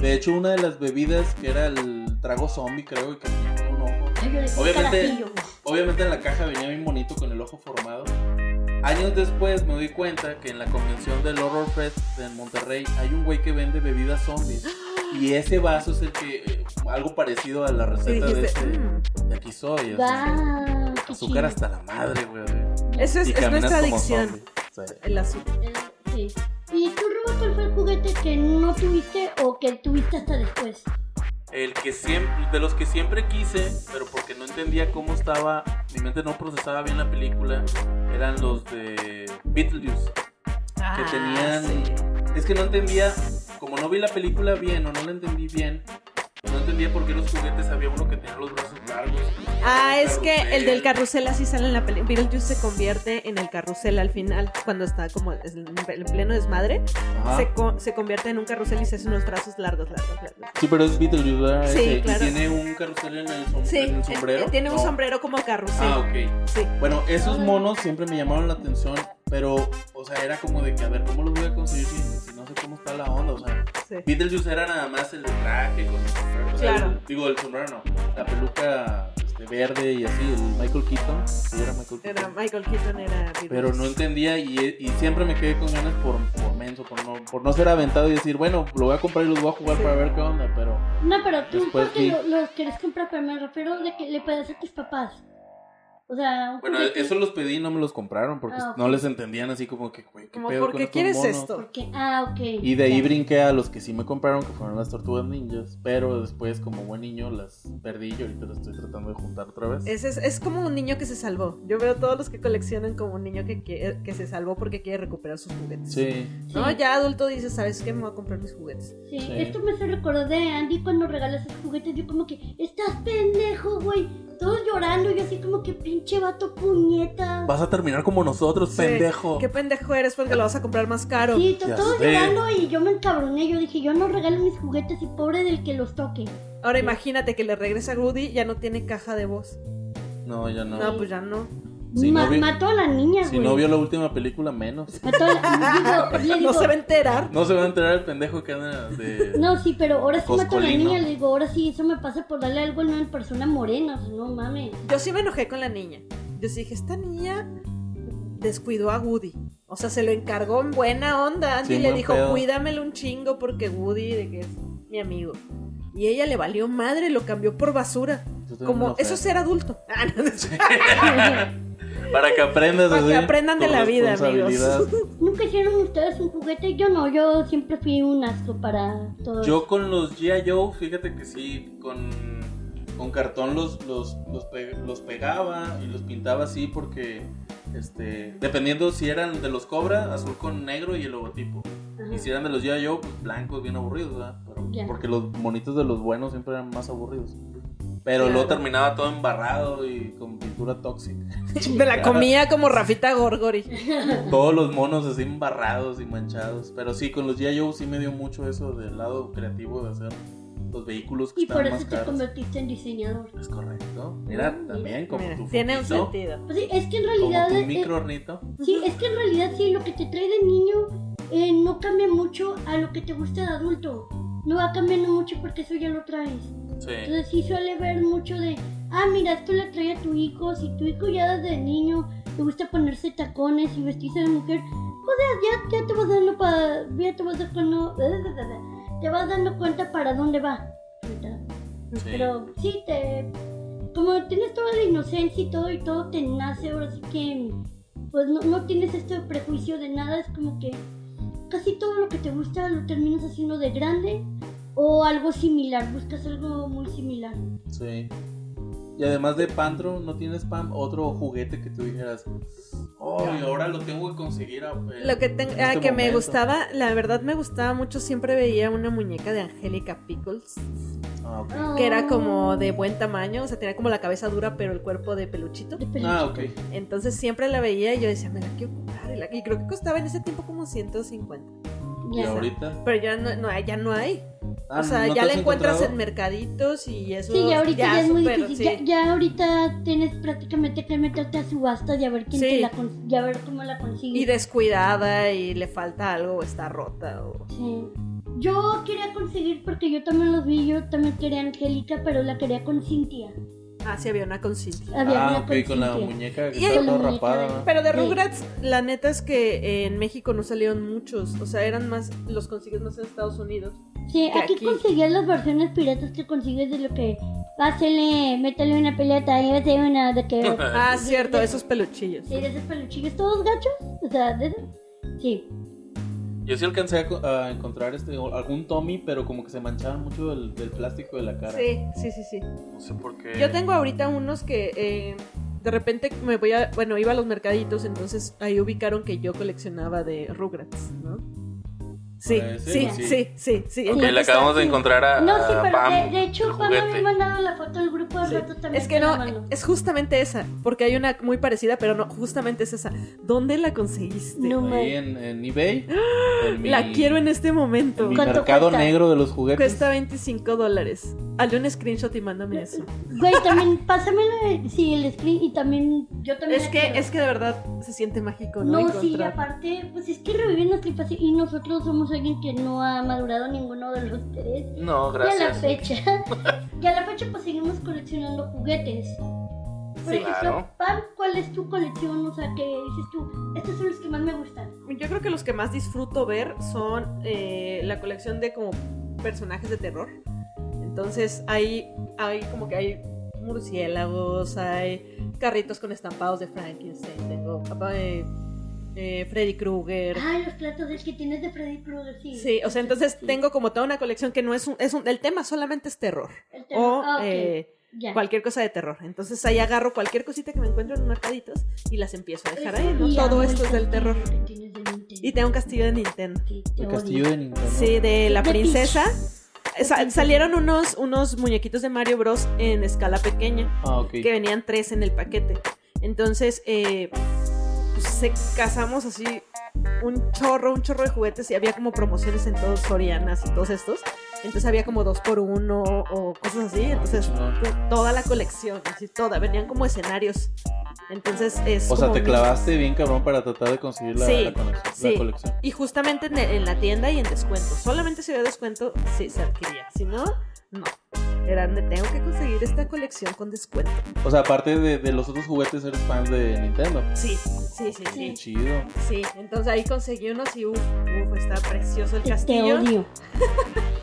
Speaker 1: De hecho, una de las bebidas que era el trago zombie, creo, y que tenía como un ojo.
Speaker 2: Ay, yo le decía
Speaker 1: Obviamente,
Speaker 2: carajillo.
Speaker 1: obviamente en la caja venía bien bonito con el ojo formado. Años después me doy cuenta que en la convención del Horror Fest en Monterrey hay un güey que vende bebidas zombies. Y ese vaso es el que. eh, algo parecido a la
Speaker 3: Y
Speaker 1: receta de
Speaker 3: dijiste,
Speaker 1: este.
Speaker 3: "Mm,
Speaker 1: De aquí soy. o sea,
Speaker 2: Guau, qué
Speaker 1: azúcar
Speaker 2: chido.
Speaker 1: hasta la madre, güey.
Speaker 3: eso es,
Speaker 1: Y
Speaker 3: es
Speaker 1: caminas
Speaker 3: nuestra
Speaker 1: como
Speaker 3: adicción.
Speaker 1: zombie. Sí.
Speaker 3: El azúcar.
Speaker 2: Eh, Sí. ¿Y tú, Rubo, cuál fue el juguete que no tuviste o que tuviste hasta después?
Speaker 1: El que siempre, de los que siempre quise, pero porque no entendía cómo estaba, mi mente no procesaba bien la película, eran los de Beetlejuice.
Speaker 3: Ah,
Speaker 1: tenían-
Speaker 3: sí.
Speaker 1: Es que no entendía, como no vi la película bien o no la entendí bien, no entendía por qué los juguetes había uno que tenía los brazos largos.
Speaker 3: Ah,
Speaker 1: el
Speaker 3: es que el del
Speaker 1: carrusel.
Speaker 3: carrusel así sale en la película. Beetlejuice se convierte en el carrusel al final, cuando está como en pleno desmadre.
Speaker 1: Ajá.
Speaker 3: Se, co- se convierte en un carrusel y se hace unos brazos largos, largos, largos.
Speaker 1: Sí, pero es Beetlejuice, ¿verdad?
Speaker 3: Sí,
Speaker 1: Ese.
Speaker 3: claro.
Speaker 1: Y tiene un carrusel en el, som-
Speaker 3: Sí,
Speaker 1: en el sombrero.
Speaker 3: eh, tiene un
Speaker 1: No.
Speaker 3: sombrero como carrusel.
Speaker 1: Oh. Ah, ok.
Speaker 3: Sí.
Speaker 1: Bueno, esos monos siempre me llamaron la atención, pero, o sea, era como de que, a ver, ¿cómo los voy a conseguir si, si no sé cómo está la onda? O sea,
Speaker 3: sí.
Speaker 1: Beetlejuice era nada más el traje con el sombrero. o sea,
Speaker 3: Claro.
Speaker 1: el- digo, el sombrero no. La peluca. este, verde y así, el Michael Keaton. Sí, era Michael Keaton.
Speaker 3: Era Michael Keaton era Beatles.
Speaker 1: Pero no entendía y, y siempre me quedé con ganas por, por menso, por no, por no ser aventado y decir, bueno, lo voy a comprar y los voy a jugar
Speaker 3: Sí.
Speaker 1: para ver qué onda, pero
Speaker 2: No, pero tú
Speaker 1: Después
Speaker 2: porque
Speaker 1: sí.
Speaker 2: lo, los querés comprar, pero me refiero de que le puedes a tus papás. O sea, un
Speaker 1: bueno,
Speaker 2: juguete-
Speaker 1: eso los pedí y no me los compraron porque
Speaker 2: Ah, ok.
Speaker 1: no les entendían así como que, güey, qué
Speaker 3: Como,
Speaker 1: pedo
Speaker 3: ¿por
Speaker 1: con
Speaker 3: qué
Speaker 1: estos
Speaker 3: quieres
Speaker 1: monos?
Speaker 3: esto?
Speaker 2: Porque, ah, ok.
Speaker 1: Y de ahí
Speaker 2: ya.
Speaker 1: brinqué a los que sí me compraron, que fueron las tortugas ninjas, pero después como buen niño las perdí y ahorita las estoy tratando de juntar otra vez.
Speaker 3: Ese es, es como un niño que se salvó. Yo veo todos los que coleccionan como un niño que, quiere- que se salvó porque quiere recuperar sus juguetes.
Speaker 1: Sí,
Speaker 2: Sí,
Speaker 3: ¿No? Ya adulto dice, ¿sabes qué? Me voy a comprar mis juguetes.
Speaker 2: sí.
Speaker 1: Sí.
Speaker 2: Esto me hace recordar de Andy cuando regalas sus juguetes. Yo, como que, estás pendejo, güey. Todos llorando. Yo, así como que, pinche vato puñeta.
Speaker 1: vas a terminar como nosotros,
Speaker 3: Sí.
Speaker 1: pendejo.
Speaker 3: ¿Qué pendejo eres porque lo vas a comprar más caro?
Speaker 2: Sí, to-
Speaker 1: Ya
Speaker 2: todos
Speaker 1: sé.
Speaker 2: llorando. Y yo me encabroné. Yo dije, yo no regalo mis juguetes y pobre del que los toque.
Speaker 3: Ahora imagínate que le regresa a Woody, ya no tiene caja de voz.
Speaker 1: No, ya no.
Speaker 3: No, pues ya no.
Speaker 1: Si
Speaker 2: Ma-
Speaker 1: no vi-
Speaker 2: mató a la niña,
Speaker 1: si
Speaker 2: güey.
Speaker 1: no vio la última película, menos.
Speaker 2: Mató a la digo, le digo,
Speaker 3: No se va a enterar.
Speaker 1: No se va a enterar el pendejo que anda de...
Speaker 2: No, sí, pero ahora sí mato a la
Speaker 1: Coscolino.
Speaker 2: niña, le digo, ahora sí, eso me pasa por darle algo a una persona morena, o sea, no mames.
Speaker 3: Yo sí me enojé con la niña. Yo sí dije, esta niña descuidó a Woody. O sea, se lo encargó en buena onda. Andy
Speaker 1: Sí,
Speaker 3: le
Speaker 1: buen
Speaker 3: dijo,
Speaker 1: pedo.
Speaker 3: cuídamelo un chingo porque Woody, de que es mi amigo. Y ella le valió madre, lo cambió por basura.
Speaker 1: Yo también me
Speaker 3: Como,
Speaker 1: enojé.
Speaker 3: eso es ser adulto. Ah, no, no sé.
Speaker 1: Para que aprendas
Speaker 3: Para que
Speaker 1: así,
Speaker 3: aprendan de
Speaker 1: tu
Speaker 3: la vida,
Speaker 1: responsabilidad.
Speaker 2: ¿Nunca hicieron ustedes un juguete? Yo no, yo siempre fui un asco para todo.
Speaker 1: Yo con los G.I. Joe, fíjate que sí, con, con cartón los, los, los, pe- los pegaba y los pintaba así porque, este, dependiendo si eran de los Cobra, azul con negro y el logotipo.
Speaker 2: Ajá.
Speaker 1: Y si eran de los G.I. Joe, pues blancos, bien aburridos, ¿verdad? Pero-
Speaker 2: Ya.
Speaker 1: Porque los monitos de los buenos siempre eran más aburridos. Pero luego
Speaker 3: Claro.
Speaker 1: terminaba todo embarrado y con pintura tóxica.
Speaker 3: Me la comía como Rafita Gorgori.
Speaker 1: Todos los monos así embarrados y manchados. Pero sí, con los G.I. Joe sí me dio mucho eso del lado creativo de hacer los vehículos que
Speaker 2: Y por
Speaker 1: estaban más
Speaker 2: eso te
Speaker 1: caros.
Speaker 2: convertiste en diseñador.
Speaker 1: Es correcto. Mira,
Speaker 2: Mm,
Speaker 1: también como
Speaker 3: Mira,
Speaker 1: tu
Speaker 3: tiene un
Speaker 1: foquito,
Speaker 3: sentido.
Speaker 2: Pues sí, es que en
Speaker 1: como
Speaker 2: realidad...
Speaker 1: tu
Speaker 2: eh,
Speaker 1: micro hornito.
Speaker 2: sí, es que en realidad sí, lo que te trae de niño eh, no cambia mucho a lo que te gusta de adulto. No va cambiando mucho porque eso ya lo traes.
Speaker 1: Sí.
Speaker 2: Entonces sí suele ver mucho de, ah, mira, esto le trae a tu hijo, si tu hijo ya desde niño te gusta ponerse tacones y vestirse de mujer, pues ya, ya, ya te vas dando para, ya te vas dando, eh, te vas dando cuenta para dónde va. ¿verdad?
Speaker 1: Sí.
Speaker 2: Pero sí, te, como tienes toda la inocencia y todo y todo te nace, ahora sí que, pues no, no tienes este prejuicio de nada, es como que casi todo lo que te gusta lo terminas haciendo de grande o algo similar, buscas algo muy similar.
Speaker 1: sí. Y además de Pantro, ¿no tienes Pam otro juguete que tú dijeras? Oh, y ahora lo tengo que conseguir. a- eh,
Speaker 3: Lo que, ten-
Speaker 1: en
Speaker 3: ah,
Speaker 1: este
Speaker 3: que me
Speaker 1: momento".
Speaker 3: gustaba, la verdad me gustaba mucho, siempre veía una muñeca de Angélica Pickles.
Speaker 1: Ah, ok.
Speaker 3: que era
Speaker 2: Ah,
Speaker 3: como de buen tamaño, o sea, tenía como la cabeza dura pero el cuerpo de peluchito.
Speaker 2: De peluche.
Speaker 1: Ah, ok.
Speaker 3: Entonces siempre la veía y yo decía, me la quiero comprar. Y, la- y creo que costaba en ese tiempo como 150.
Speaker 1: ¿Y
Speaker 2: Ya.
Speaker 1: ahorita?
Speaker 3: Pero ya no, no hay- ya no hay.
Speaker 1: Ah,
Speaker 3: o sea,
Speaker 1: ¿no
Speaker 3: ya
Speaker 1: te
Speaker 3: la
Speaker 1: has
Speaker 3: encuentras
Speaker 1: encontrado?
Speaker 3: en mercaditos y eso.
Speaker 2: Sí, ya ahorita ya, es muy
Speaker 3: súper,
Speaker 2: difícil.
Speaker 3: sí.
Speaker 2: Ya, ya ahorita tienes prácticamente que meterte a subasta y a ver quién
Speaker 3: Sí.
Speaker 2: te la con- y a ver cómo la consigues.
Speaker 3: Y descuidada y le falta algo o está rota. O...
Speaker 2: Sí. Yo quería conseguir, porque yo también los vi, yo también quería Angélica, pero la quería con Cintia.
Speaker 3: Ah, sí, había una con Cintia.
Speaker 2: Había
Speaker 1: Ah,
Speaker 2: una
Speaker 1: ok, con la
Speaker 2: Cintia.
Speaker 1: muñeca que
Speaker 3: Y
Speaker 1: estaba
Speaker 2: el-
Speaker 1: toda
Speaker 2: la muñeca
Speaker 1: rapada.
Speaker 2: de-
Speaker 1: ¿no?
Speaker 3: Pero de
Speaker 2: Ah, Sí.
Speaker 3: Rugrats, la neta es que en México no salieron muchos. O sea, eran más, los consigues más en Estados Unidos.
Speaker 2: Sí,
Speaker 3: que
Speaker 2: aquí,
Speaker 3: aquí.
Speaker 2: conseguías las versiones piratas que consigues de lo que... Pásele, métale una pelota, llévate una de que...
Speaker 3: Ah, cierto, esos peluchillos.
Speaker 2: Sí, de esos peluchillos todos gachos, o sea, de esos. Sí,
Speaker 1: Yo sí alcancé a, co- a encontrar este, algún Tommy, pero como que se manchaban mucho del, del plástico de la cara.
Speaker 3: Sí, sí, sí, sí.
Speaker 1: No sé por qué.
Speaker 3: Yo tengo ahorita unos que eh, de repente me voy a. Bueno, iba a los mercaditos, entonces ahí ubicaron que yo coleccionaba de Rugrats, ¿no? Sí,
Speaker 1: Eh, sí,
Speaker 3: sí,
Speaker 1: sí.
Speaker 3: sí, sí, sí.
Speaker 1: Ok,
Speaker 2: Sí,
Speaker 1: le acabamos de
Speaker 2: sí.
Speaker 1: encontrar a,
Speaker 2: No, sí,
Speaker 1: a
Speaker 2: pero
Speaker 1: Pam.
Speaker 2: de, de hecho
Speaker 1: Ah, el
Speaker 2: Juan me había
Speaker 1: juguete.
Speaker 2: mandado la foto del grupo de
Speaker 3: Sí.
Speaker 2: rato también.
Speaker 3: Es que no, eh,
Speaker 2: grabando.
Speaker 3: es justamente esa, porque hay una muy parecida, pero no, justamente es esa. ¿Dónde la conseguiste?
Speaker 2: No
Speaker 1: Ahí
Speaker 2: manches.
Speaker 1: en, en eBay. en mi-
Speaker 3: ¡Ah! La quiero en este
Speaker 1: en
Speaker 3: momento.
Speaker 1: mi
Speaker 2: ¿Cuánto
Speaker 1: mercado
Speaker 2: cuesta?
Speaker 1: negro de los juguetes.
Speaker 3: Cuesta 25 dólares. Hazle un screenshot y mándame eso.
Speaker 2: Güey, también pásamela, sí, el screen y también yo también.
Speaker 3: Es
Speaker 2: la
Speaker 3: que,
Speaker 2: quiero.
Speaker 3: es que de verdad se siente mágico, ¿no?
Speaker 2: No, sí, y
Speaker 3: Encontrar-
Speaker 2: aparte, pues es que reviven las tripas y nosotros somos alguien que no ha madurado ninguno de los tres.
Speaker 4: No,
Speaker 2: Y a la
Speaker 4: gracias.
Speaker 2: fecha, y a la fecha pues seguimos coleccionando juguetes. Por
Speaker 4: Sí,
Speaker 2: ejemplo,
Speaker 4: claro.
Speaker 2: Pam, ¿cuál es tu colección? O sea, que dices tú, estos son los que más me gustan.
Speaker 3: Yo creo que los que más disfruto ver son eh, la colección de como personajes de terror. Entonces hay, hay como que hay murciélagos, hay carritos con estampados de Frankenstein, tengo eh, eh, Freddy Krueger.
Speaker 2: Ah, los platos del que tienes de Freddy Krueger, sí.
Speaker 3: Sí, o sea, entonces
Speaker 2: Sí.
Speaker 3: tengo como toda una colección que no es un, es un, el tema solamente es terror
Speaker 2: El tema-
Speaker 3: o
Speaker 2: ah, ok,
Speaker 3: eh,
Speaker 2: ya.
Speaker 3: cualquier cosa de terror. Entonces ahí agarro cualquier cosita que me encuentro en los mercaditos y las empiezo a dejar
Speaker 2: Eso,
Speaker 3: ahí. ¿no?
Speaker 2: y amo
Speaker 3: Todo
Speaker 2: el
Speaker 3: esto es del
Speaker 2: castillo
Speaker 3: terror.
Speaker 2: que tienes de Nintendo.
Speaker 3: Y tengo un castillo de Nintendo.
Speaker 2: Sí, te
Speaker 1: El
Speaker 2: odio.
Speaker 1: castillo de Nintendo.
Speaker 3: Sí, de la
Speaker 2: De Peach.
Speaker 3: princesa. Sa- salieron unos, unos muñequitos de Mario Bros en escala pequeña,
Speaker 1: Ah, ok.
Speaker 3: que venían tres en el paquete. Entonces, eh, pues, se casamos así un chorro, un chorro de juguetes y había como promociones en todos Sorianas y todos estos. Entonces había como dos por uno o cosas así. Entonces,
Speaker 1: chingón.
Speaker 3: to- toda la colección, así toda, venían como escenarios. Entonces, es...
Speaker 1: O sea,
Speaker 3: como
Speaker 1: te
Speaker 3: un-
Speaker 1: clavaste bien cabrón para tratar de conseguir la,
Speaker 3: Sí,
Speaker 1: la conexión- la
Speaker 3: sí.
Speaker 1: colección.
Speaker 3: Y justamente en, en la tienda y en descuento. Solamente si había descuento, sí se adquiría. Si no, no. Era, me tengo que conseguir esta colección con descuento.
Speaker 1: O sea, aparte de, de los otros juguetes, eres fan de Nintendo.
Speaker 3: Sí, sí, sí,
Speaker 1: Qué
Speaker 3: sí.
Speaker 1: chido.
Speaker 3: Sí, entonces ahí conseguí unos y uff, uff, está precioso el
Speaker 2: Te-
Speaker 3: castillo.
Speaker 2: Te odio.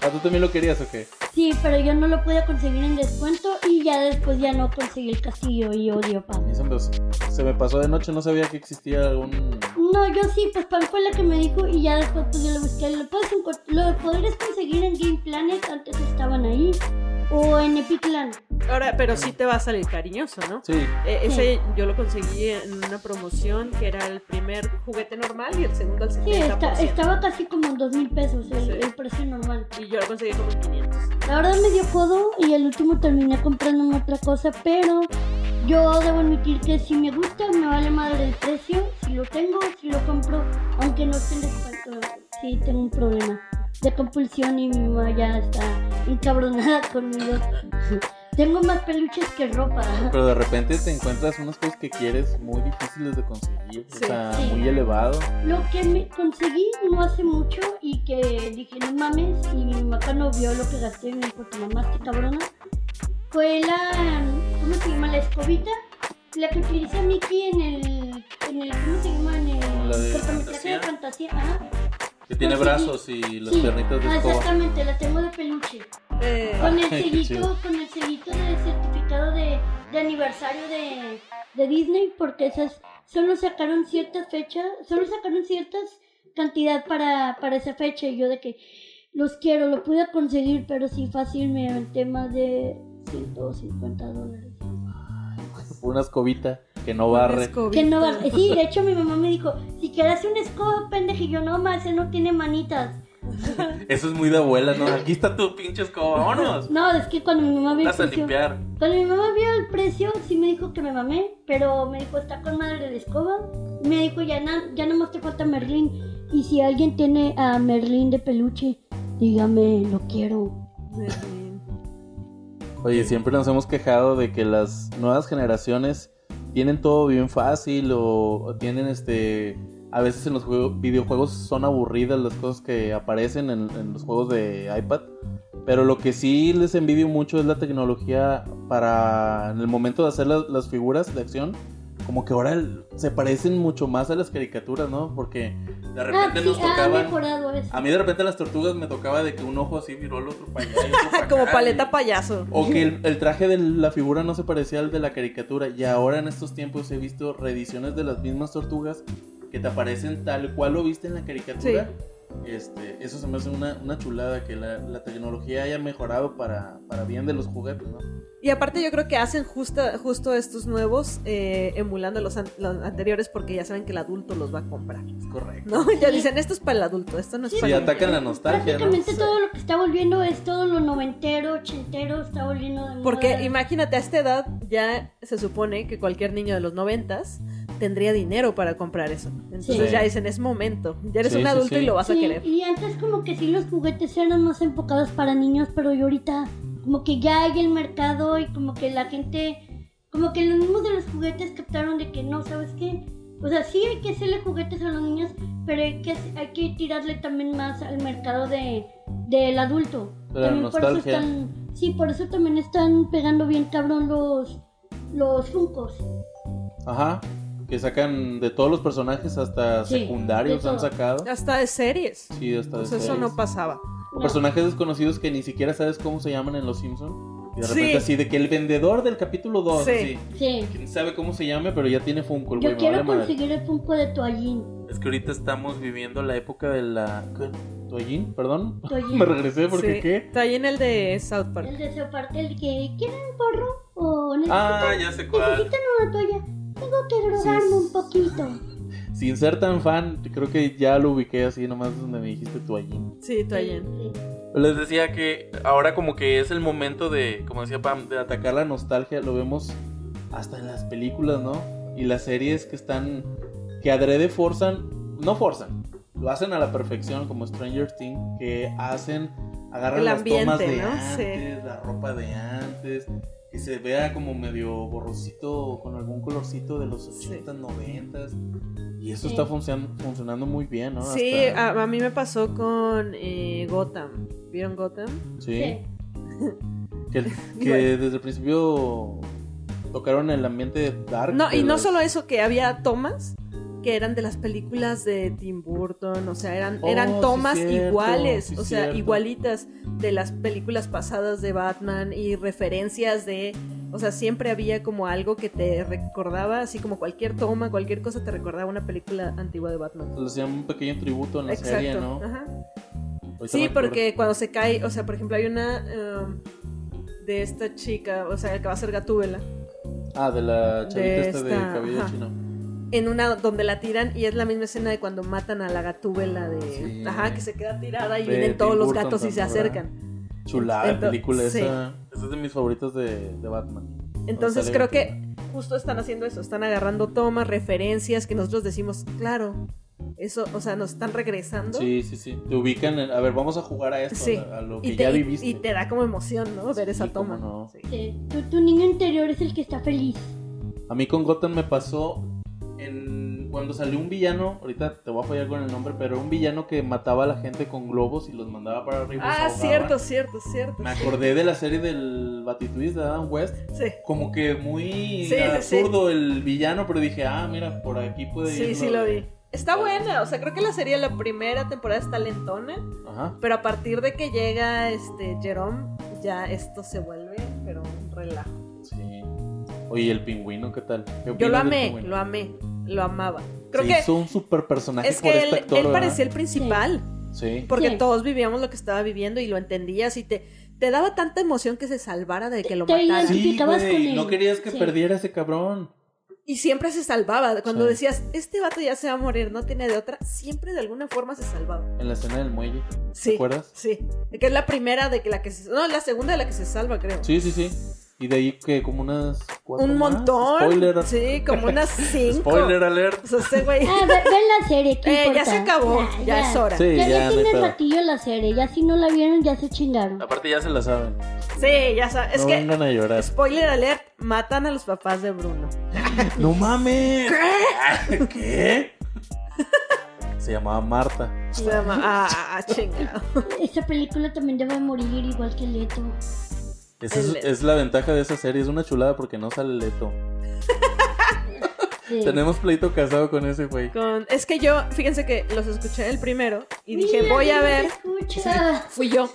Speaker 1: Ah, ¿tú también lo querías o qué?
Speaker 2: Sí, pero yo no lo pude conseguir en descuento y ya después ya no conseguí el castillo y odio a
Speaker 1: A
Speaker 2: Pam.
Speaker 1: mí se me, se me pasó de noche, no sabía que existía algún...
Speaker 2: No, yo sí, pues Pam fue la que me dijo y ya después pues yo lo busqué. Lo, puedes encont- lo podrías conseguir en Game Planet, antes estaban ahí, o en Epic Land.
Speaker 3: Ahora, pero sí te va a salir cariñoso, ¿no?
Speaker 1: Sí,
Speaker 3: Eh,
Speaker 2: Sí.
Speaker 3: ese yo lo conseguí en una promoción que era el primer juguete normal y el segundo al 70%.
Speaker 2: Sí, esta- estaba casi como en dos mil pesos el,
Speaker 3: Sí.
Speaker 2: el precio normal.
Speaker 3: Y yo lo conseguí como en 500.
Speaker 2: La verdad me dio codo y el último terminé comprándome otra cosa, pero yo debo admitir que si me gusta me vale madre el precio, si lo tengo, si lo compro, aunque no esté en descuento, sí tengo un problema de compulsión y mi mamá ya está encabronada conmigo. Tengo más peluches que ropa.
Speaker 1: pero de repente te encuentras unas cosas que quieres muy difíciles de conseguir.
Speaker 3: Sí.
Speaker 1: o sea,
Speaker 2: Sí.
Speaker 1: muy elevado.
Speaker 2: Lo que me conseguí no hace mucho y que dije no mames y mi mamá no vio lo que gasté y me dijo tu mamá qué cabrona fue la ¿cómo se llama? la escobita la que utiliza Mickey en el en el ¿cómo se llama? en
Speaker 4: La de
Speaker 2: el cortometraje de
Speaker 4: fantasía.
Speaker 2: fantasía ajá
Speaker 4: Que tiene
Speaker 2: Porque-
Speaker 4: brazos y las
Speaker 2: sí,
Speaker 4: piernitas de
Speaker 2: ah,
Speaker 4: escoba.
Speaker 2: exactamente la tengo de peluche
Speaker 3: Eh,
Speaker 2: con el
Speaker 1: Ay, qué
Speaker 2: sellito
Speaker 1: chido.
Speaker 2: con el sellito de certificado de, de aniversario de, de Disney porque esas solo sacaron ciertas fechas solo sacaron ciertas cantidad para, para esa fecha y yo de que los quiero lo pude conseguir pero sí fácil me aventé más de 150 dólares
Speaker 1: Una escobita que no
Speaker 3: una
Speaker 1: barre.
Speaker 3: escobita.
Speaker 2: que no va- eh, sí de hecho mi mamá me dijo si quieres una escoba pendejo y yo no más ese no tiene manitas
Speaker 4: Eso es muy de abuela, ¿no? Aquí está tu pinche escoba, vámonos.
Speaker 2: no es que cuando mi mamá me
Speaker 4: Vas a limpiar.
Speaker 2: Cuando mi mamá vio el precio, sí me dijo que me mamé, pero me dijo, está con madre de escoba. Y me dijo, ya, na- ya nomás te falta Merlín. Y si alguien tiene a Merlín de peluche, dígame, lo quiero.
Speaker 1: Oye, siempre nos hemos quejado de que las nuevas generaciones tienen todo bien fácil o, o tienen este... A veces en los juego- videojuegos son aburridas las cosas que aparecen en, en los juegos de iPad. Pero lo que sí les envidio mucho es la tecnología para en el momento de hacer las, las figuras de acción. Como que ahora el- se parecen mucho más a las caricaturas, ¿no? Porque
Speaker 4: De repente
Speaker 2: ah, sí,
Speaker 4: nos
Speaker 2: ha
Speaker 4: tocaban.
Speaker 2: mejorado eso.
Speaker 4: A mí de repente las tortugas me tocaba de que un ojo así viró el otro para allá. y otro para
Speaker 3: Como
Speaker 4: acá,
Speaker 3: paleta
Speaker 4: y-
Speaker 3: payaso.
Speaker 1: O que el, el traje de la figura no se parecía al de la caricatura. Y ahora en estos tiempos he visto reediciones de las mismas tortugas que te aparecen tal cual lo viste en la caricatura. Este, eso se me hace una, una chulada que la, la tecnología haya mejorado para, para bien de los juguetes, ¿no?
Speaker 3: Y aparte yo creo que hacen justa, justo estos nuevos eh, emulando los, an- los anteriores porque ya saben que el adulto los va a comprar.
Speaker 1: Es correcto.
Speaker 3: ¿No? Ya
Speaker 2: Sí.
Speaker 3: dicen, esto es para el adulto, esto no es
Speaker 2: Sí,
Speaker 3: para
Speaker 1: Sí,
Speaker 3: el niño".
Speaker 1: atacan la nostalgia, ¿no?
Speaker 2: Prácticamente todo lo que está volviendo es todo lo noventero, ochentero, está volviendo de moda.
Speaker 3: Porque imagínate, a esta edad ya se supone que cualquier niño de los noventas tendría dinero para comprar eso. Entonces
Speaker 1: Sí.
Speaker 3: ya dicen, es momento. Ya eres
Speaker 1: Sí,
Speaker 3: un
Speaker 1: sí,
Speaker 3: adulto
Speaker 1: sí.
Speaker 3: y lo vas a
Speaker 2: Sí,
Speaker 3: querer.
Speaker 2: Y antes como que sí los juguetes eran más enfocados para niños, pero yo ahorita como que ya hay el mercado y como que la gente, como que los mismos de los juguetes captaron de que no, ¿sabes qué? O sea, sí hay que hacerle juguetes a los niños, pero hay que, hay que tirarle también más al mercado de, del adulto.
Speaker 1: De la
Speaker 2: también por eso
Speaker 1: nostalgia.
Speaker 2: están, sí, por eso también están pegando bien cabrón los, los funcos.
Speaker 1: Ajá. Que sacan de todos los personajes hasta
Speaker 2: Sí,
Speaker 1: secundarios
Speaker 2: de
Speaker 1: han
Speaker 2: todo.
Speaker 1: sacado.
Speaker 3: Hasta de series.
Speaker 1: Sí, hasta de
Speaker 3: Pues eso
Speaker 1: series.
Speaker 3: no pasaba.
Speaker 1: O personajes desconocidos que ni siquiera sabes cómo se llaman en Los Simpsons. Y de
Speaker 3: Sí.
Speaker 1: repente así, de que el vendedor del capítulo 2,
Speaker 3: Sí.
Speaker 1: así,
Speaker 2: Sí.
Speaker 1: quién sabe cómo se llame, pero ya tiene Funko, el güey,
Speaker 2: Yo
Speaker 1: me
Speaker 2: quiero
Speaker 1: vale madre.
Speaker 2: conseguir el funko de toallín.
Speaker 4: Es que ahorita estamos viviendo la época de la. ¿qué?
Speaker 1: ¿Toallín? ¿Perdón?
Speaker 2: Toallín.
Speaker 1: Me regresé porque
Speaker 3: Sí.
Speaker 1: ¿qué?
Speaker 3: Está ahí en el de South Park.
Speaker 2: El de esa parte, el que quieren un porro o necesitan,
Speaker 4: Ah, ya sé cuál.
Speaker 2: necesitan una toalla. Tengo que drogarme
Speaker 1: Sí,
Speaker 2: un poquito.
Speaker 1: Sin ser tan fan, creo que ya lo ubiqué así nomás donde me dijiste toallín.
Speaker 3: Sí, Toyen.
Speaker 2: Sí.
Speaker 4: Les decía que ahora como que es el momento de, como decía Pam, de
Speaker 1: De
Speaker 4: atacar.
Speaker 1: atacar la nostalgia lo vemos hasta en las películas, ¿no? Y las series que están, que adrede forzan, no forzan, lo hacen a la perfección como Stranger Things, que hacen, agarran
Speaker 3: El
Speaker 1: las
Speaker 3: ambiente,
Speaker 1: tomas de
Speaker 3: ¿no? Sí.
Speaker 1: antes, la ropa de antes, que se vea como medio borrosito, con algún colorcito de los
Speaker 3: Sí.
Speaker 1: 80s, 90s. Y eso
Speaker 2: Sí.
Speaker 1: está funcionando, funcionando muy bien, ¿no?
Speaker 3: Sí, ah,
Speaker 1: Hasta-
Speaker 3: a, a mí me pasó con eh, Gotham. ¿Vieron Gotham?
Speaker 1: sí.
Speaker 2: Sí.
Speaker 1: Que, que
Speaker 3: eh.
Speaker 1: desde el principio tocaron el ambiente dark.
Speaker 3: No, y
Speaker 1: pero
Speaker 3: no solo eso, que había tomas que eran de las películas de Tim Burton, o sea, eran,
Speaker 1: Oh,
Speaker 3: eran
Speaker 1: sí,
Speaker 3: tomas
Speaker 1: cierto,
Speaker 3: iguales,
Speaker 1: sí,
Speaker 3: o sea,
Speaker 1: cierto.
Speaker 3: igualitas de las películas pasadas de Batman y referencias de, o sea, siempre había como algo que te recordaba, así como cualquier toma, cualquier cosa te recordaba una película antigua de Batman.
Speaker 1: Le hacían un pequeño tributo en la serie, ¿no?
Speaker 3: ajá.
Speaker 1: Ahorita me
Speaker 3: Sí,
Speaker 1: acuerdo.
Speaker 3: porque cuando se cae, o sea, por ejemplo, hay una um, de esta chica, o sea, que va a ser Gatúbela,
Speaker 1: Ah, de la chavita
Speaker 3: de
Speaker 1: esta de
Speaker 3: esta,
Speaker 1: cabello
Speaker 3: ajá.
Speaker 1: chino.
Speaker 3: en una donde la tiran y es la misma escena de cuando matan a la Gatúbela de,
Speaker 1: Ah, Sí.
Speaker 3: ajá, que se queda tirada y
Speaker 1: De
Speaker 3: vienen
Speaker 1: Tim
Speaker 3: todos los
Speaker 1: Burton
Speaker 3: gatos y se
Speaker 1: también, ¿verdad?
Speaker 3: acercan.
Speaker 1: Chulada de
Speaker 3: Ento-
Speaker 1: película
Speaker 3: sí.
Speaker 1: esa. Esa es de mis favoritas de, de Batman.
Speaker 3: Entonces
Speaker 1: sale
Speaker 3: creo que
Speaker 1: Gatúbela.
Speaker 3: justo están haciendo eso, están agarrando tomas, referencias que nosotros decimos, claro, eso, o sea, nos están regresando.
Speaker 1: Sí, sí, sí. Te ubican en- A ver, vamos a jugar a esto,
Speaker 3: Sí.
Speaker 1: a, a lo que
Speaker 3: Y
Speaker 1: ya
Speaker 3: te, y-
Speaker 1: viviste.
Speaker 3: y te da como emoción, ¿no? Ver
Speaker 1: Sí,
Speaker 3: esa
Speaker 1: cómo
Speaker 3: toma.
Speaker 1: no.
Speaker 3: Sí.
Speaker 2: Sí. Tu, tu niño interior es el que está feliz.
Speaker 1: A mí con Gotham me pasó en cuando salió un villano, ahorita te voy a fallar con el nombre, pero era un villano que mataba a la gente con globos y los mandaba para arriba. y los
Speaker 3: Ah,
Speaker 1: ahogaba.
Speaker 3: cierto, cierto, cierto.
Speaker 1: Me acordé de la serie del Batituis de Adam West,
Speaker 3: Sí.
Speaker 1: como que muy
Speaker 3: Sí, sí,
Speaker 1: absurdo el villano, pero dije, ah, mira, por aquí puede
Speaker 3: Sí,
Speaker 1: ir.
Speaker 3: sí lo vi. Está buena, o sea, creo que la serie la primera temporada está lentona,
Speaker 1: Ajá.
Speaker 3: pero a partir de que llega este Jerome, ya esto se vuelve, pero un relajo.
Speaker 1: Sí. Oye, ¿y el pingüino, ¿qué tal? ¿Qué
Speaker 3: Yo lo
Speaker 1: opinas del
Speaker 3: amé,
Speaker 1: pingüino?
Speaker 3: lo amé, lo amaba. Creo
Speaker 1: Se
Speaker 3: que
Speaker 1: hizo un super personaje
Speaker 3: es
Speaker 1: por
Speaker 3: que él,
Speaker 1: este actor,
Speaker 3: él
Speaker 1: ¿verdad?
Speaker 3: parecía el principal,
Speaker 1: Sí.
Speaker 3: porque
Speaker 2: Sí.
Speaker 3: todos vivíamos lo que estaba viviendo y lo entendías y te, te daba tanta emoción que se salvara de que lo
Speaker 2: Te
Speaker 3: mataran.
Speaker 2: identificas.
Speaker 1: Sí,
Speaker 2: Identificabas
Speaker 1: güey,
Speaker 2: con él.
Speaker 1: no querías que
Speaker 2: Sí.
Speaker 1: perdiera ese cabrón.
Speaker 3: Y siempre se salvaba. Cuando
Speaker 1: Sí.
Speaker 3: decías, este vato ya se va a morir, no tiene de otra, siempre de alguna forma se salvaba.
Speaker 1: En la escena del muelle, ¿te
Speaker 3: Sí.
Speaker 1: acuerdas?
Speaker 3: Sí, que es la primera de que la que se... No, la segunda de la que se salva, creo.
Speaker 1: Sí, sí, sí. Y de ahí que como unas cuatro
Speaker 3: Un
Speaker 1: más.
Speaker 3: montón.
Speaker 1: Spoiler.
Speaker 3: Sí, como unas cinco.
Speaker 4: Spoiler alert.
Speaker 3: O sea, ese güey...
Speaker 2: Ah, ve, ve la serie, ¿qué
Speaker 3: Eh, ya
Speaker 2: importa?
Speaker 3: se acabó,
Speaker 2: Ah,
Speaker 3: ya es hora. Sí,
Speaker 1: Sí,
Speaker 2: Ya, ya
Speaker 1: ya, Ah, no hay
Speaker 2: tiene
Speaker 1: pedo.
Speaker 2: ratillo la serie, ya si no la vieron ya se chingaron.
Speaker 4: Aparte ya se la saben.
Speaker 3: ya sabes. Es
Speaker 1: no
Speaker 3: que,
Speaker 1: vengan a llorar.
Speaker 3: spoiler alert, matan a los papás de Bruno.
Speaker 1: ¡No mames! ¿Qué? Se llamaba Marta.
Speaker 3: Se llama... Ah, chingado.
Speaker 1: pues.
Speaker 2: Esta película también debe morir igual que Leto.
Speaker 1: Esa es,
Speaker 3: El-
Speaker 1: es la ventaja de esa serie. Es una chulada porque no sale Leto.
Speaker 2: Sí.
Speaker 1: Tenemos pleito casado con ese güey.
Speaker 3: Con... Es que yo, fíjense que los escuché el primero y dije,
Speaker 2: Mira,
Speaker 3: voy a
Speaker 2: mira,
Speaker 3: ver...
Speaker 2: se Escucha.
Speaker 3: Fui yo.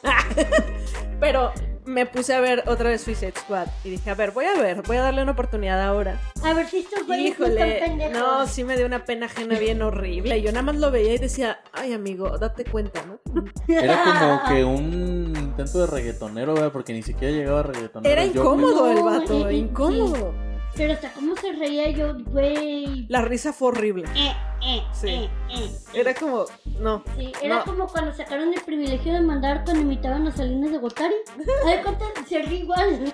Speaker 3: Pero me puse a ver otra vez Suicide Squad y dije, a ver, voy a ver, voy a darle una oportunidad ahora.
Speaker 2: A ver si estos güeyes Pues no están
Speaker 3: Híjole,
Speaker 2: pendejos.
Speaker 3: no, sí me dio una pena ajena bien horrible. Yo nada más lo veía y decía, ay amigo, date cuenta, ¿no?
Speaker 1: Era como que un intento de reggaetonero, ¿verdad? Porque ni siquiera llegaba a reggaetonero.
Speaker 3: Era
Speaker 1: Yo creo-
Speaker 3: incómodo el
Speaker 2: No,
Speaker 3: vato,
Speaker 2: eh, eh,
Speaker 3: incómodo.
Speaker 2: Pero hasta cómo se reía yo, güey.
Speaker 3: La risa fue horrible.
Speaker 2: Eh, eh,
Speaker 3: Sí.
Speaker 2: eh, eh.
Speaker 3: Era como, no.
Speaker 2: Sí, era
Speaker 3: No.
Speaker 2: como cuando sacaron el privilegio de mandar cuando imitaban a Salinas de Gotari. A ver cuánto se ríe igual.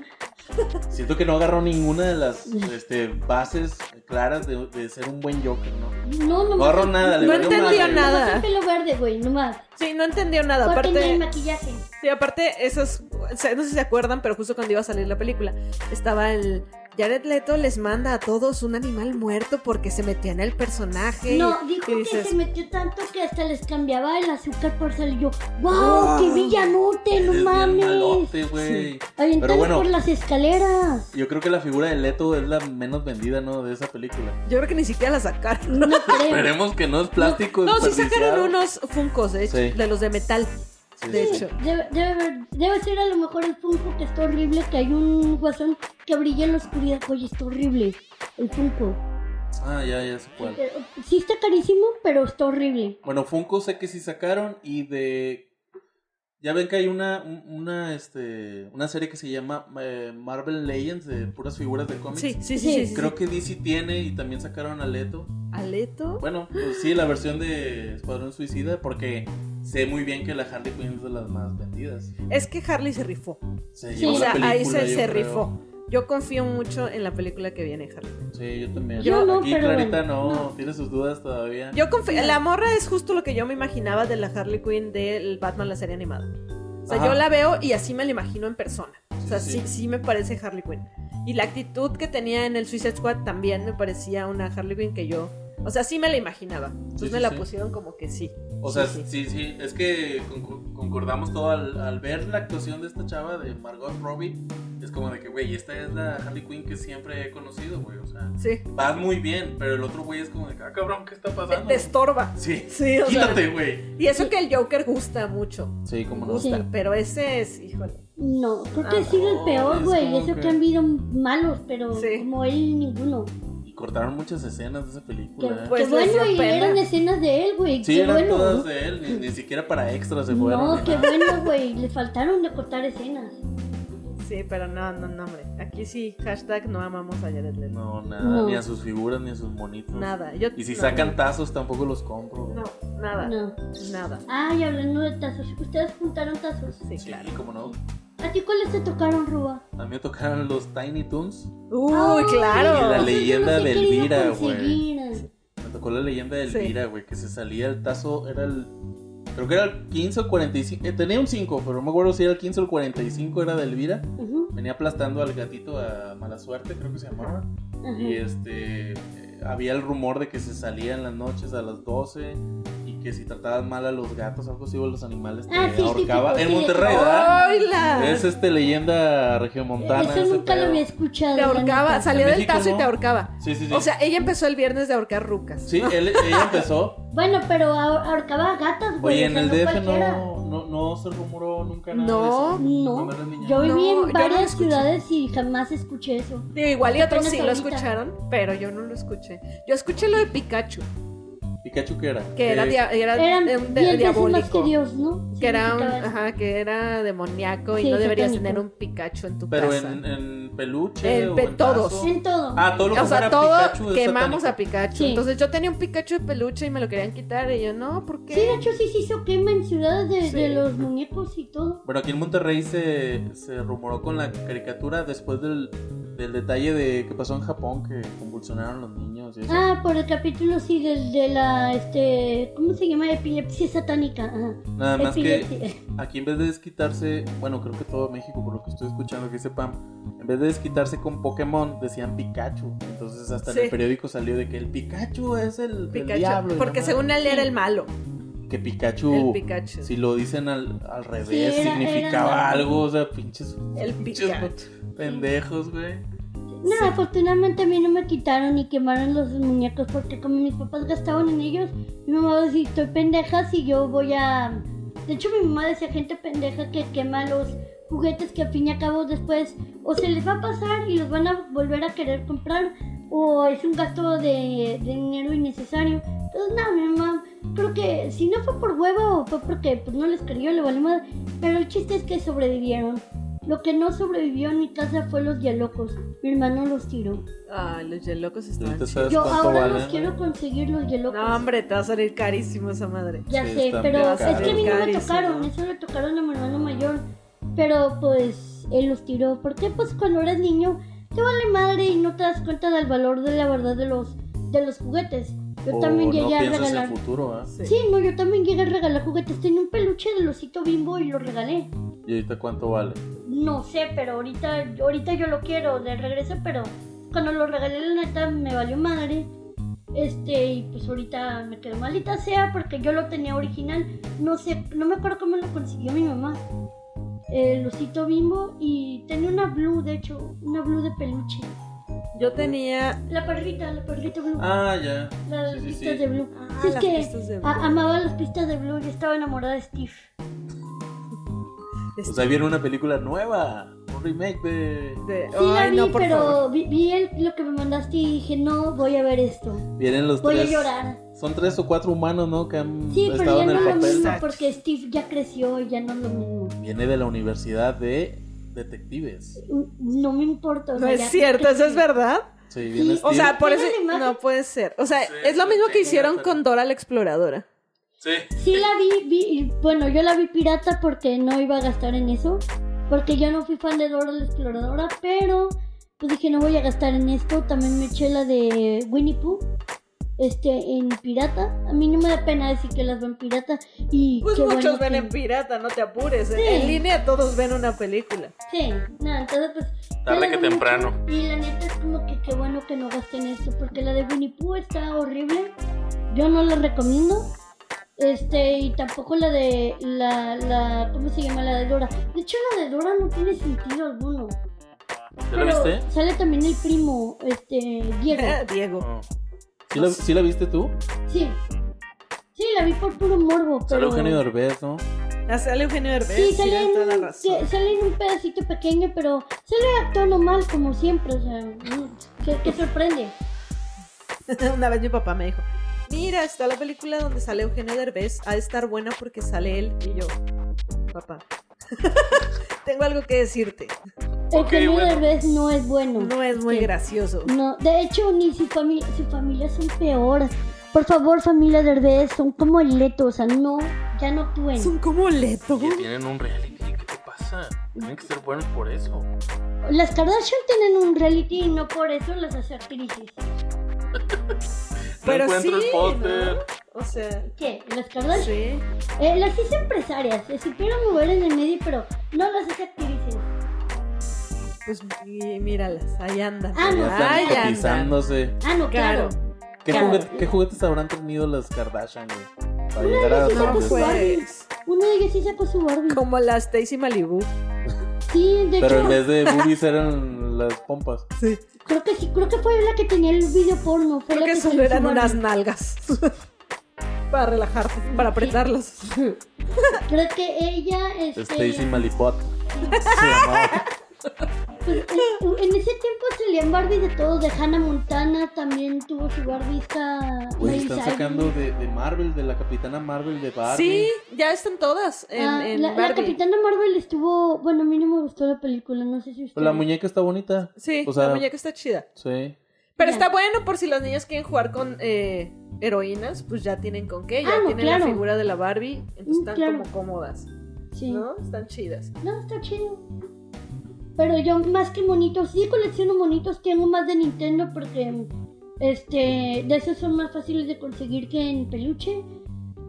Speaker 1: Siento que no agarró ninguna de las este, bases claras de, de ser un buen Joker, ¿no?
Speaker 2: No, no
Speaker 1: No agarró nada. Le
Speaker 3: No
Speaker 1: valió
Speaker 3: entendió
Speaker 1: madre.
Speaker 3: nada.
Speaker 2: pelo verde, güey, nomás.
Speaker 3: Sí, no entendió nada.
Speaker 2: Porque ni el
Speaker 3: Aparte,
Speaker 2: maquillaje.
Speaker 3: sí, aparte esas, se- no sé si se acuerdan, pero justo cuando iba a salir la película, estaba el. Jared Leto les manda a todos un animal muerto porque se metía en el personaje.
Speaker 2: No,
Speaker 3: y-
Speaker 2: dijo
Speaker 3: y
Speaker 2: que
Speaker 3: dices,
Speaker 2: se metió tanto que hasta les cambiaba el azúcar por sal. Y yo, wow,
Speaker 4: Wow.
Speaker 2: qué villanute, no
Speaker 4: Eres bien
Speaker 2: mames.
Speaker 4: malote, güey.
Speaker 2: Aventado
Speaker 4: Pero bueno.
Speaker 2: por las escaleras.
Speaker 1: Yo creo que la figura de Leto es la menos vendida, ¿no? De esa película.
Speaker 3: Yo creo que ni siquiera la sacaron.
Speaker 2: No creo.
Speaker 4: Esperemos que no es plástico.
Speaker 3: No, sí
Speaker 4: desperdiciado.
Speaker 3: sacaron unos funcos, de hecho,
Speaker 1: Sí.
Speaker 3: de los de metal.
Speaker 1: Sí,
Speaker 3: de
Speaker 1: sí, sí.
Speaker 3: hecho.
Speaker 2: Debe, debe- debe ser a lo mejor el Funko que está horrible, que hay un guasón que brilla en la oscuridad. Oye, está horrible. El Funko.
Speaker 1: Ah, ya, ya sé cuál.
Speaker 2: Pero, sí está carísimo, pero está horrible.
Speaker 1: Bueno, Funko sé que sí sacaron y de... Ya ven que hay una, un- una, este, una serie que se llama eh, Marvel Legends de puras figuras de cómics.
Speaker 3: Sí, sí, sí, sí. sí,
Speaker 1: Creo
Speaker 3: sí.
Speaker 1: que DC tiene y también sacaron a Leto.
Speaker 3: Aleto.
Speaker 1: Bueno, pues sí, la versión de Escuadrón Suicida porque sé muy bien que la Harley Quinn es de las más vendidas.
Speaker 3: Es que Harley se rifó.
Speaker 1: Se
Speaker 2: Sí,
Speaker 1: llevó
Speaker 3: o
Speaker 1: la
Speaker 3: sea, ahí
Speaker 1: película,
Speaker 3: se,
Speaker 1: yo
Speaker 3: se
Speaker 1: creo.
Speaker 3: rifó. Yo confío mucho en la película que viene, Harley.
Speaker 1: Sí, yo también.
Speaker 2: Yo no,
Speaker 1: Aquí
Speaker 2: pero
Speaker 1: Clarita
Speaker 2: bueno,
Speaker 1: no, tiene sus dudas todavía.
Speaker 3: Yo confío. La morra es justo lo que yo me imaginaba de la Harley Quinn del Batman, la serie animada. O sea,
Speaker 1: Ajá.
Speaker 3: yo la veo y así me la imagino en persona. O sea,
Speaker 1: Sí,
Speaker 3: sí, sí, me parece Harley Quinn. Y la actitud que tenía en el Suicide Squad también me parecía una Harley Quinn que yo. O sea, sí me la imaginaba. Entonces
Speaker 1: sí,
Speaker 3: me la
Speaker 1: sí.
Speaker 3: pusieron como que sí.
Speaker 1: O sea,
Speaker 3: Sí,
Speaker 1: sí, sí, es que concu- concordamos todo al, al ver la actuación de esta chava de Margot Robbie. Es como de que, güey, esta es la Harley Quinn que siempre he conocido, güey. O sea,
Speaker 3: Sí.
Speaker 1: vas muy bien, pero el otro güey es como de que, ah, cabrón, ¿qué está
Speaker 3: Te,
Speaker 1: pasando?
Speaker 3: te estorba.
Speaker 1: Sí,
Speaker 3: Sí, o sea.
Speaker 1: quítate, güey.
Speaker 3: Y eso que el Joker gusta mucho.
Speaker 1: Sí, como
Speaker 2: no.
Speaker 3: Gusta,
Speaker 2: Sí.
Speaker 3: pero ese es, híjole.
Speaker 2: No, creo que
Speaker 3: Ah,
Speaker 2: ha sido el
Speaker 1: no,
Speaker 2: peor,
Speaker 1: es
Speaker 2: güey.
Speaker 1: como
Speaker 2: Eso que
Speaker 1: que-
Speaker 2: han habido malos, pero
Speaker 3: Sí.
Speaker 2: como él, ninguno.
Speaker 1: Y cortaron muchas escenas de esa película. ¿eh?
Speaker 3: Pues
Speaker 2: Qué
Speaker 3: les
Speaker 2: bueno,
Speaker 3: dio
Speaker 2: y
Speaker 3: pena.
Speaker 2: eran escenas de él, güey.
Speaker 1: Sí,
Speaker 2: qué
Speaker 1: eran
Speaker 2: bueno.
Speaker 1: todas de él, ni, ni siquiera para extras se fueron.
Speaker 2: no,
Speaker 1: ni
Speaker 2: qué
Speaker 1: nada.
Speaker 2: bueno, güey. Le faltaron de cortar escenas.
Speaker 3: Sí, pero no, no, no, hombre. Aquí sí, hashtag no amamos a Jared Leto.
Speaker 1: No, nada,
Speaker 2: No.
Speaker 1: ni a sus figuras, ni a sus monitos.
Speaker 3: Nada. Yo,
Speaker 1: Y si
Speaker 3: no.
Speaker 1: sacan tazos, tampoco los compro.
Speaker 3: No, nada,
Speaker 2: No.
Speaker 3: nada.
Speaker 2: Ay, hablando de tazos. Ustedes juntaron tazos.
Speaker 3: Sí,
Speaker 1: Sí,
Speaker 3: claro.
Speaker 1: como no.
Speaker 2: ¿A ti cuáles te tocaron, Ruba?
Speaker 1: A mí me tocaron los Tiny Toons. Y
Speaker 3: Uy,
Speaker 1: la
Speaker 3: claro.
Speaker 1: leyenda
Speaker 2: de
Speaker 1: de Elvira, güey.
Speaker 2: güey.
Speaker 1: Me tocó la leyenda de
Speaker 3: Sí.
Speaker 1: Elvira, güey, que se salía el tazo, era el... Creo que era el 15 o 45, eh, tenía un 5, pero no me acuerdo si era el 15 o el 45, era de Elvira. Venía aplastando al gatito a mala suerte, creo que se llamaba. Y este, eh, había el rumor de que se salía en las noches a las 12 y que si tratabas mal a los gatos, algo así, o a los animales te
Speaker 2: Ah, sí, sí,
Speaker 1: ahorcaba.
Speaker 2: tipo, sí,
Speaker 1: en
Speaker 2: de-
Speaker 1: Monterrey, ¿verdad?
Speaker 3: Ay, la.
Speaker 1: Es este leyenda regiomontana.
Speaker 2: Eso
Speaker 1: ese
Speaker 2: nunca lo
Speaker 1: pedo.
Speaker 2: había escuchado.
Speaker 3: Te
Speaker 2: la
Speaker 3: ahorcaba,
Speaker 2: neta.
Speaker 3: salía
Speaker 1: En
Speaker 3: del
Speaker 1: México,
Speaker 3: tazo y
Speaker 1: ¿no?
Speaker 3: te ahorcaba.
Speaker 1: Sí, sí, sí.
Speaker 3: O sea, ella empezó el viernes de ahorcar rucas.
Speaker 1: sí, él- ella empezó.
Speaker 2: Bueno, pero ahor- ahorcaba a gatas, güey.
Speaker 1: Oye,
Speaker 2: o
Speaker 1: en
Speaker 2: sea,
Speaker 1: el
Speaker 2: no
Speaker 1: DF
Speaker 2: cualquiera.
Speaker 1: no, no, no se rumoró nunca nada
Speaker 3: No.
Speaker 1: de eso.
Speaker 2: No,
Speaker 1: me lo niña.
Speaker 2: yo viví
Speaker 3: No, yo
Speaker 2: en
Speaker 3: no
Speaker 2: varias
Speaker 3: escuché.
Speaker 2: ciudades y jamás escuché eso.
Speaker 3: Digo, igual y otros
Speaker 2: Apenas
Speaker 3: sí lo
Speaker 2: ahorita.
Speaker 3: escucharon, pero yo no lo escuché. Yo escuché lo de Pikachu,
Speaker 1: ¿Pikachu qué era?
Speaker 3: que era,
Speaker 1: Eh,
Speaker 3: dia- era
Speaker 2: Eran
Speaker 3: de-
Speaker 2: 10
Speaker 3: un de-
Speaker 2: veces más que
Speaker 3: diabólico.
Speaker 2: Dios, ¿no?
Speaker 3: que era un,
Speaker 2: Significaba eso.
Speaker 3: ajá, que era demoníaco y
Speaker 2: Sí,
Speaker 3: no deberías
Speaker 2: satánico.
Speaker 3: tener un Pikachu en tu
Speaker 1: Pero
Speaker 3: casa.
Speaker 1: en, en peluche.
Speaker 3: En
Speaker 1: o
Speaker 3: pe-
Speaker 1: en
Speaker 3: todos.
Speaker 1: tazo.
Speaker 2: En todo.
Speaker 1: Ah, todo lo que
Speaker 3: O sea,
Speaker 1: fuera
Speaker 3: todo
Speaker 1: Pikachu es
Speaker 3: quemamos a
Speaker 1: satánico.
Speaker 3: Pikachu.
Speaker 2: Sí.
Speaker 3: Entonces yo tenía un Pikachu de peluche y me lo querían quitar y yo no, ¿por
Speaker 2: Sí, de
Speaker 3: qué?
Speaker 2: hecho sí se hizo quema en ciudades de,
Speaker 3: Sí.
Speaker 2: de los muñecos y todo.
Speaker 1: Bueno, aquí en Monterrey se, se rumoró con la caricatura después del, del detalle de que pasó en Japón, que convulsionaron los niños y eso.
Speaker 2: Ah, por el capítulo sí del de la, este, ¿cómo se llama? Epilepsia satánica. Ajá.
Speaker 1: Nada más que
Speaker 2: Epilepsia.
Speaker 1: aquí en vez de desquitarse, bueno, creo que todo México, por lo que estoy escuchando que dice Pam, en vez de desquitarse con Pokémon, decían Pikachu. Entonces hasta en
Speaker 3: Sí.
Speaker 1: el periódico salió de que el Pikachu es el, el
Speaker 3: Pikachu.
Speaker 1: diablo. y la
Speaker 3: Porque
Speaker 1: madre.
Speaker 3: según él era el malo,
Speaker 1: Que Pikachu,
Speaker 3: el Pikachu.
Speaker 1: si lo dicen al, al revés,
Speaker 2: era- era
Speaker 1: significaba
Speaker 2: la-
Speaker 1: algo, o sea, pinches
Speaker 3: El
Speaker 1: Pinches
Speaker 3: Pikachu.
Speaker 1: pendejos, güey.
Speaker 2: No, afortunadamente a mí no me quitaron ni quemaron los muñecos porque como mis papás gastaban en ellos, mi mamá va a decir, estoy pendeja si yo voy a... De hecho mi mamá decía gente pendeja que quema los juguetes que al fin y al cabo después o se les va a pasar y los van a volver a querer comprar o es un gasto de, de dinero innecesario. Entonces nada, mi mamá creo que si no fue por huevo o fue porque pues, no les creyó, le valió madre, pero el chiste es que sobrevivieron. Lo que no sobrevivió en mi casa fue los dialocos. Mi hermano los tiró.
Speaker 3: Ah, los yelocos
Speaker 1: ¿Tú
Speaker 3: están
Speaker 1: ahorita
Speaker 3: chidos.
Speaker 1: sabes
Speaker 2: Yo
Speaker 1: cuánto
Speaker 2: ahora
Speaker 1: valen?
Speaker 2: los quiero conseguir los dialocos.
Speaker 3: No, hombre, te va a salir carísimo esa madre.
Speaker 2: ya
Speaker 1: Sí,
Speaker 2: sé,
Speaker 1: están
Speaker 2: pero
Speaker 1: bien
Speaker 2: es que a mí no me
Speaker 3: caros.
Speaker 2: tocaron.
Speaker 3: Carísimo.
Speaker 2: Eso le tocaron a mi hermano mayor. Pero pues él los tiró. Porque pues cuando eres niño te vale madre y no te das cuenta del valor de la verdad de los, de los juguetes. Yo
Speaker 1: O
Speaker 2: también
Speaker 1: Oh, no
Speaker 2: llegué a
Speaker 1: piensas
Speaker 2: regalar.
Speaker 1: en futuro, ¿ah?
Speaker 3: Sí.
Speaker 2: Sí, no, yo también llegué a regalar juguetes. Tenía un peluche del osito bimbo y lo regalé.
Speaker 1: ¿Y ahorita cuánto vale?
Speaker 2: No sé, pero ahorita, ahorita yo lo quiero de regreso, pero cuando lo regalé la neta me valió madre. Este, y pues ahorita me quedó malita sea porque yo lo tenía original. No sé, no me acuerdo cómo lo consiguió mi mamá. El osito bimbo y tenía una blue, de hecho, una blue de peluche.
Speaker 3: Yo tenía.
Speaker 2: La perrita, la perrita blue.
Speaker 4: Ah, ya.
Speaker 2: las
Speaker 4: sí, sí,
Speaker 2: pistas
Speaker 4: sí.
Speaker 2: de blue.
Speaker 3: Ah,
Speaker 2: Sí, es
Speaker 3: las
Speaker 2: que ah.
Speaker 3: pistas de
Speaker 2: A- amaba las pistas de blue, yo estaba enamorada de Steve.
Speaker 3: de- este,
Speaker 1: Pues ahí viene una película nueva. Un remake de.
Speaker 3: de-
Speaker 2: Sí, la
Speaker 3: Ay,
Speaker 2: vi,
Speaker 3: no, por favor.
Speaker 2: pero vi, vi el- lo que me mandaste y dije, no, voy a ver esto.
Speaker 1: Vienen los
Speaker 2: Voy
Speaker 1: tres.
Speaker 2: a llorar.
Speaker 1: Son tres o cuatro humanos, ¿no? Que han
Speaker 2: Sí, pero
Speaker 1: estado
Speaker 2: ya
Speaker 1: en
Speaker 2: no
Speaker 1: el
Speaker 2: es lo
Speaker 1: papel.
Speaker 2: mismo porque Steve ya creció y ya no es lo mismo.
Speaker 1: Viene de la universidad de detectives.
Speaker 2: No me importa. o
Speaker 3: No
Speaker 2: sea,
Speaker 3: es
Speaker 2: ya
Speaker 3: cierto,
Speaker 2: crecí.
Speaker 3: eso es verdad.
Speaker 1: Sí, viene
Speaker 3: O
Speaker 1: Steve-
Speaker 3: sea, por eso
Speaker 2: ¿Tiene la imagen?
Speaker 3: no puede ser. O sea,
Speaker 4: Sí,
Speaker 3: es lo mismo
Speaker 4: sí,
Speaker 3: que
Speaker 4: sí,
Speaker 3: hicieron
Speaker 4: pero-
Speaker 3: con Dora la exploradora.
Speaker 4: Sí.
Speaker 2: Sí la vi, vi, y bueno, yo la vi pirata porque no iba a gastar en eso. Porque yo no fui fan de Dora la Exploradora, pero pues dije, no voy a gastar en esto. También me eché la de Winnie Pooh. Este, en pirata. A mí no me da pena decir que las ven pirata. Y
Speaker 3: Pues
Speaker 2: qué
Speaker 3: muchos
Speaker 2: bueno
Speaker 3: ven
Speaker 2: que-
Speaker 3: en pirata, no te apures. ¿eh? En línea todos ven una película.
Speaker 2: Sí, no, entonces pues. yo
Speaker 4: Tarde
Speaker 2: la
Speaker 4: que
Speaker 2: vi mucho,
Speaker 4: temprano.
Speaker 2: Y la neta es como que qué bueno que no gasten esto, porque la de Winnie Pooh está horrible. Yo no la recomiendo. Este, y tampoco la de. La, la, ¿Cómo se llama? La de Dora. De hecho, la de Dora no tiene sentido alguno.
Speaker 4: ¿Ya lo viste?
Speaker 2: Sale también el primo, este, Diego.
Speaker 3: Ah, Diego.
Speaker 4: Oh.
Speaker 1: ¿Sí la, sí la viste tú?
Speaker 2: Sí. Sí, la vi por puro morbo, pero.
Speaker 1: Sale Eugenio Derbez, ¿no?
Speaker 3: Ah, Sale Eugenio Derbez.
Speaker 2: Sí,
Speaker 3: sí,
Speaker 2: sale en,
Speaker 3: tienes toda la
Speaker 2: un,
Speaker 3: razón.
Speaker 2: sí, sale en un pedacito pequeño, pero sale actuando mal, como siempre. O sea, mm, qué, qué sorprende.
Speaker 3: Una vez mi papá me dijo, mira, está la película donde sale Eugenio Derbez, ha de estar buena porque sale él y yo. Papá, tengo algo que decirte.
Speaker 2: El
Speaker 4: Ok,
Speaker 2: Eugenio
Speaker 4: bueno.
Speaker 2: Derbez no es bueno.
Speaker 3: No es muy
Speaker 2: Sí.
Speaker 3: gracioso.
Speaker 2: No, de hecho, ni su familia, su familia son peor. Por favor, familia Derbez, son como el Leto, o sea, no, ya no actúen.
Speaker 3: Son como leto.
Speaker 4: Oye, tienen un reality. ¿Qué te pasa? Tienen que ser buenos por eso.
Speaker 2: Las Kardashian tienen un reality y no por eso las hace actrices.
Speaker 4: No
Speaker 3: Pero
Speaker 4: encuentro
Speaker 3: sí,
Speaker 4: el póster.
Speaker 3: ¿no? O sea,
Speaker 2: ¿Qué? ¿Las Kardashian?
Speaker 3: sí.
Speaker 2: Eh, las hice empresarias, se supieron mover en el medio, pero no las hace actrices.
Speaker 3: Pues y míralas, ahí andan.
Speaker 2: Ah, no,
Speaker 1: Ya
Speaker 2: Ay,
Speaker 3: ahí
Speaker 1: están
Speaker 2: anda.
Speaker 3: andan.
Speaker 1: cotizándose.
Speaker 2: Ah, no,
Speaker 3: Claro.
Speaker 2: claro.
Speaker 1: ¿Qué,
Speaker 2: Claro.
Speaker 1: juguete- qué juguetes habrán tenido las Kardashian, güey? Para llegar
Speaker 2: de
Speaker 1: a
Speaker 2: esas
Speaker 1: donde
Speaker 3: No,
Speaker 2: Pues,
Speaker 1: están.
Speaker 3: pues,
Speaker 2: Uno de ellos sí sacó su Barbie.
Speaker 3: como la Stacy Malibu.
Speaker 2: Sí, de
Speaker 1: Pero en
Speaker 2: hecho,
Speaker 1: vez de boobies eran las pompas.
Speaker 3: Sí.
Speaker 2: creo que sí, creo que fue la que tenía el video porno. Fue
Speaker 3: Creo
Speaker 2: la
Speaker 3: que
Speaker 2: que
Speaker 3: solo
Speaker 2: sacó su
Speaker 3: eran
Speaker 2: Barbie.
Speaker 3: unas nalgas. para relajarte, para apretarlas.
Speaker 2: Creo que ella, este,
Speaker 1: Stacy Malipot. Se llamaba.
Speaker 2: Pues, en, en ese tiempo salían Barbies de todos, de Hannah Montana también tuvo su Barbie esta
Speaker 1: Güey,
Speaker 2: Miley
Speaker 1: están
Speaker 2: Cyrus.
Speaker 1: sacando de, de Marvel, de la Capitana Marvel de Barbie.
Speaker 3: Sí, ya están todas en,
Speaker 2: Ah,
Speaker 3: en
Speaker 2: la, la
Speaker 3: Barbie.
Speaker 2: Capitana Marvel estuvo, bueno, a mí no me gustó la película, no sé si usted.
Speaker 1: Pero Pues la muñeca está bonita.
Speaker 3: Sí,
Speaker 1: O sea-
Speaker 3: la muñeca está chida.
Speaker 1: Sí.
Speaker 3: Pero
Speaker 2: Ya.
Speaker 3: está bueno por si los niños quieren jugar con eh, heroínas, pues ya tienen con qué, ya
Speaker 2: Ah, no,
Speaker 3: tienen la
Speaker 2: claro.
Speaker 3: figura de la Barbie, entonces
Speaker 2: Mm,
Speaker 3: están
Speaker 2: claro.
Speaker 3: como cómodas,
Speaker 2: Sí. ¿No?
Speaker 3: ¿no? Están chidas.
Speaker 2: está chido. Pero yo más que monitos, sí colecciono monitos, tengo más de Nintendo porque este de esos son más fáciles de conseguir que en peluche.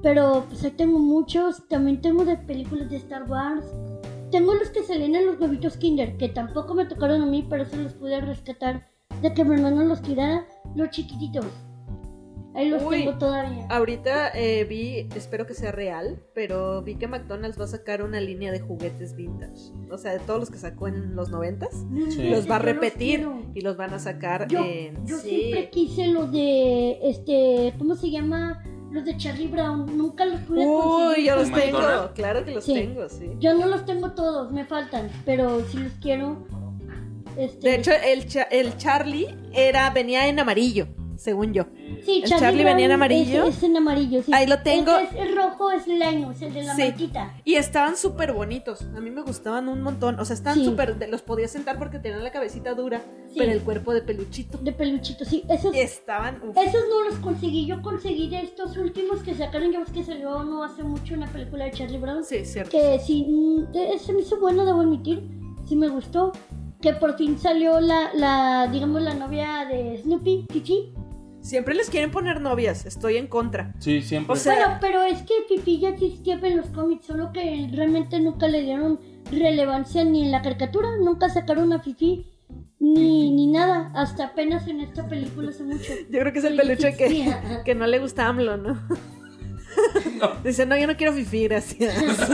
Speaker 2: Pero pues ahí tengo muchos, también tengo de películas de Star Wars. Tengo los que salían en los huevitos Kinder, que tampoco me tocaron a mí, pero se los pude rescatar de que mi hermano los tirara, los chiquititos. Ahí los
Speaker 3: Uy.
Speaker 2: tengo todavía.
Speaker 3: Ahorita eh, vi, espero que sea real, pero vi que McDonald's va a sacar una línea de juguetes vintage. O sea, de todos los que sacó en los noventas,
Speaker 2: No
Speaker 1: Sí.
Speaker 2: inventes,
Speaker 3: los va a
Speaker 2: yo
Speaker 3: repetir
Speaker 2: quiero.
Speaker 3: y los van a sacar
Speaker 2: Yo-
Speaker 3: en...
Speaker 2: Yo
Speaker 3: sí.
Speaker 2: siempre quise los de, este, ¿cómo se llama? Los de Charlie Brown. Nunca los pude
Speaker 3: Uy,
Speaker 2: conseguir.
Speaker 3: yo los
Speaker 4: ¿De
Speaker 3: tengo,
Speaker 4: McDonald's?
Speaker 3: claro que los
Speaker 2: Sí.
Speaker 3: tengo, sí.
Speaker 2: Yo no los tengo todos, me faltan, pero sí los quiero. Este,
Speaker 3: De hecho, el, cha- el Charlie era, venía en amarillo, según yo.
Speaker 2: sí,
Speaker 3: el Charlie venía en
Speaker 2: Brown
Speaker 3: amarillo.
Speaker 2: Es, es en amarillo, sí.
Speaker 3: Ahí lo tengo.
Speaker 2: El, que es el rojo es Linus, el de la
Speaker 3: Sí.
Speaker 2: mantita.
Speaker 3: Y estaban súper bonitos. A mí me gustaban un montón. O sea, estaban
Speaker 2: Sí.
Speaker 3: súper. de- Los podía sentar porque tenían la cabecita dura,
Speaker 2: Sí.
Speaker 3: pero el cuerpo de peluchito.
Speaker 2: De peluchito, sí. Esos,
Speaker 3: Y estaban. uf.
Speaker 2: esos no los conseguí. Yo conseguí de estos últimos que sacaron. Ya ves que salió no hace mucho una película de Charlie Brown.
Speaker 3: Sí, cierto.
Speaker 2: que sí, mm, de- se me hizo bueno, debo admitir, sí me gustó, que por fin salió la, la digamos, la novia de Snoopy, Fifi.
Speaker 3: Siempre les quieren poner novias. Estoy en contra.
Speaker 1: Sí, siempre.
Speaker 3: O sea-
Speaker 2: Bueno, pero es que Fifi ya existía en los cómics, solo que realmente nunca le dieron relevancia ni en la caricatura, nunca sacaron a Fifi ni, ni nada, hasta apenas en esta película hace mucho.
Speaker 3: Yo creo que es el
Speaker 2: Sí,
Speaker 3: peluche
Speaker 2: sí,
Speaker 3: que,
Speaker 2: sí, ajá.
Speaker 3: que no le gusta AMLO, ¿no? Dice, no, yo no quiero fifi, gracias.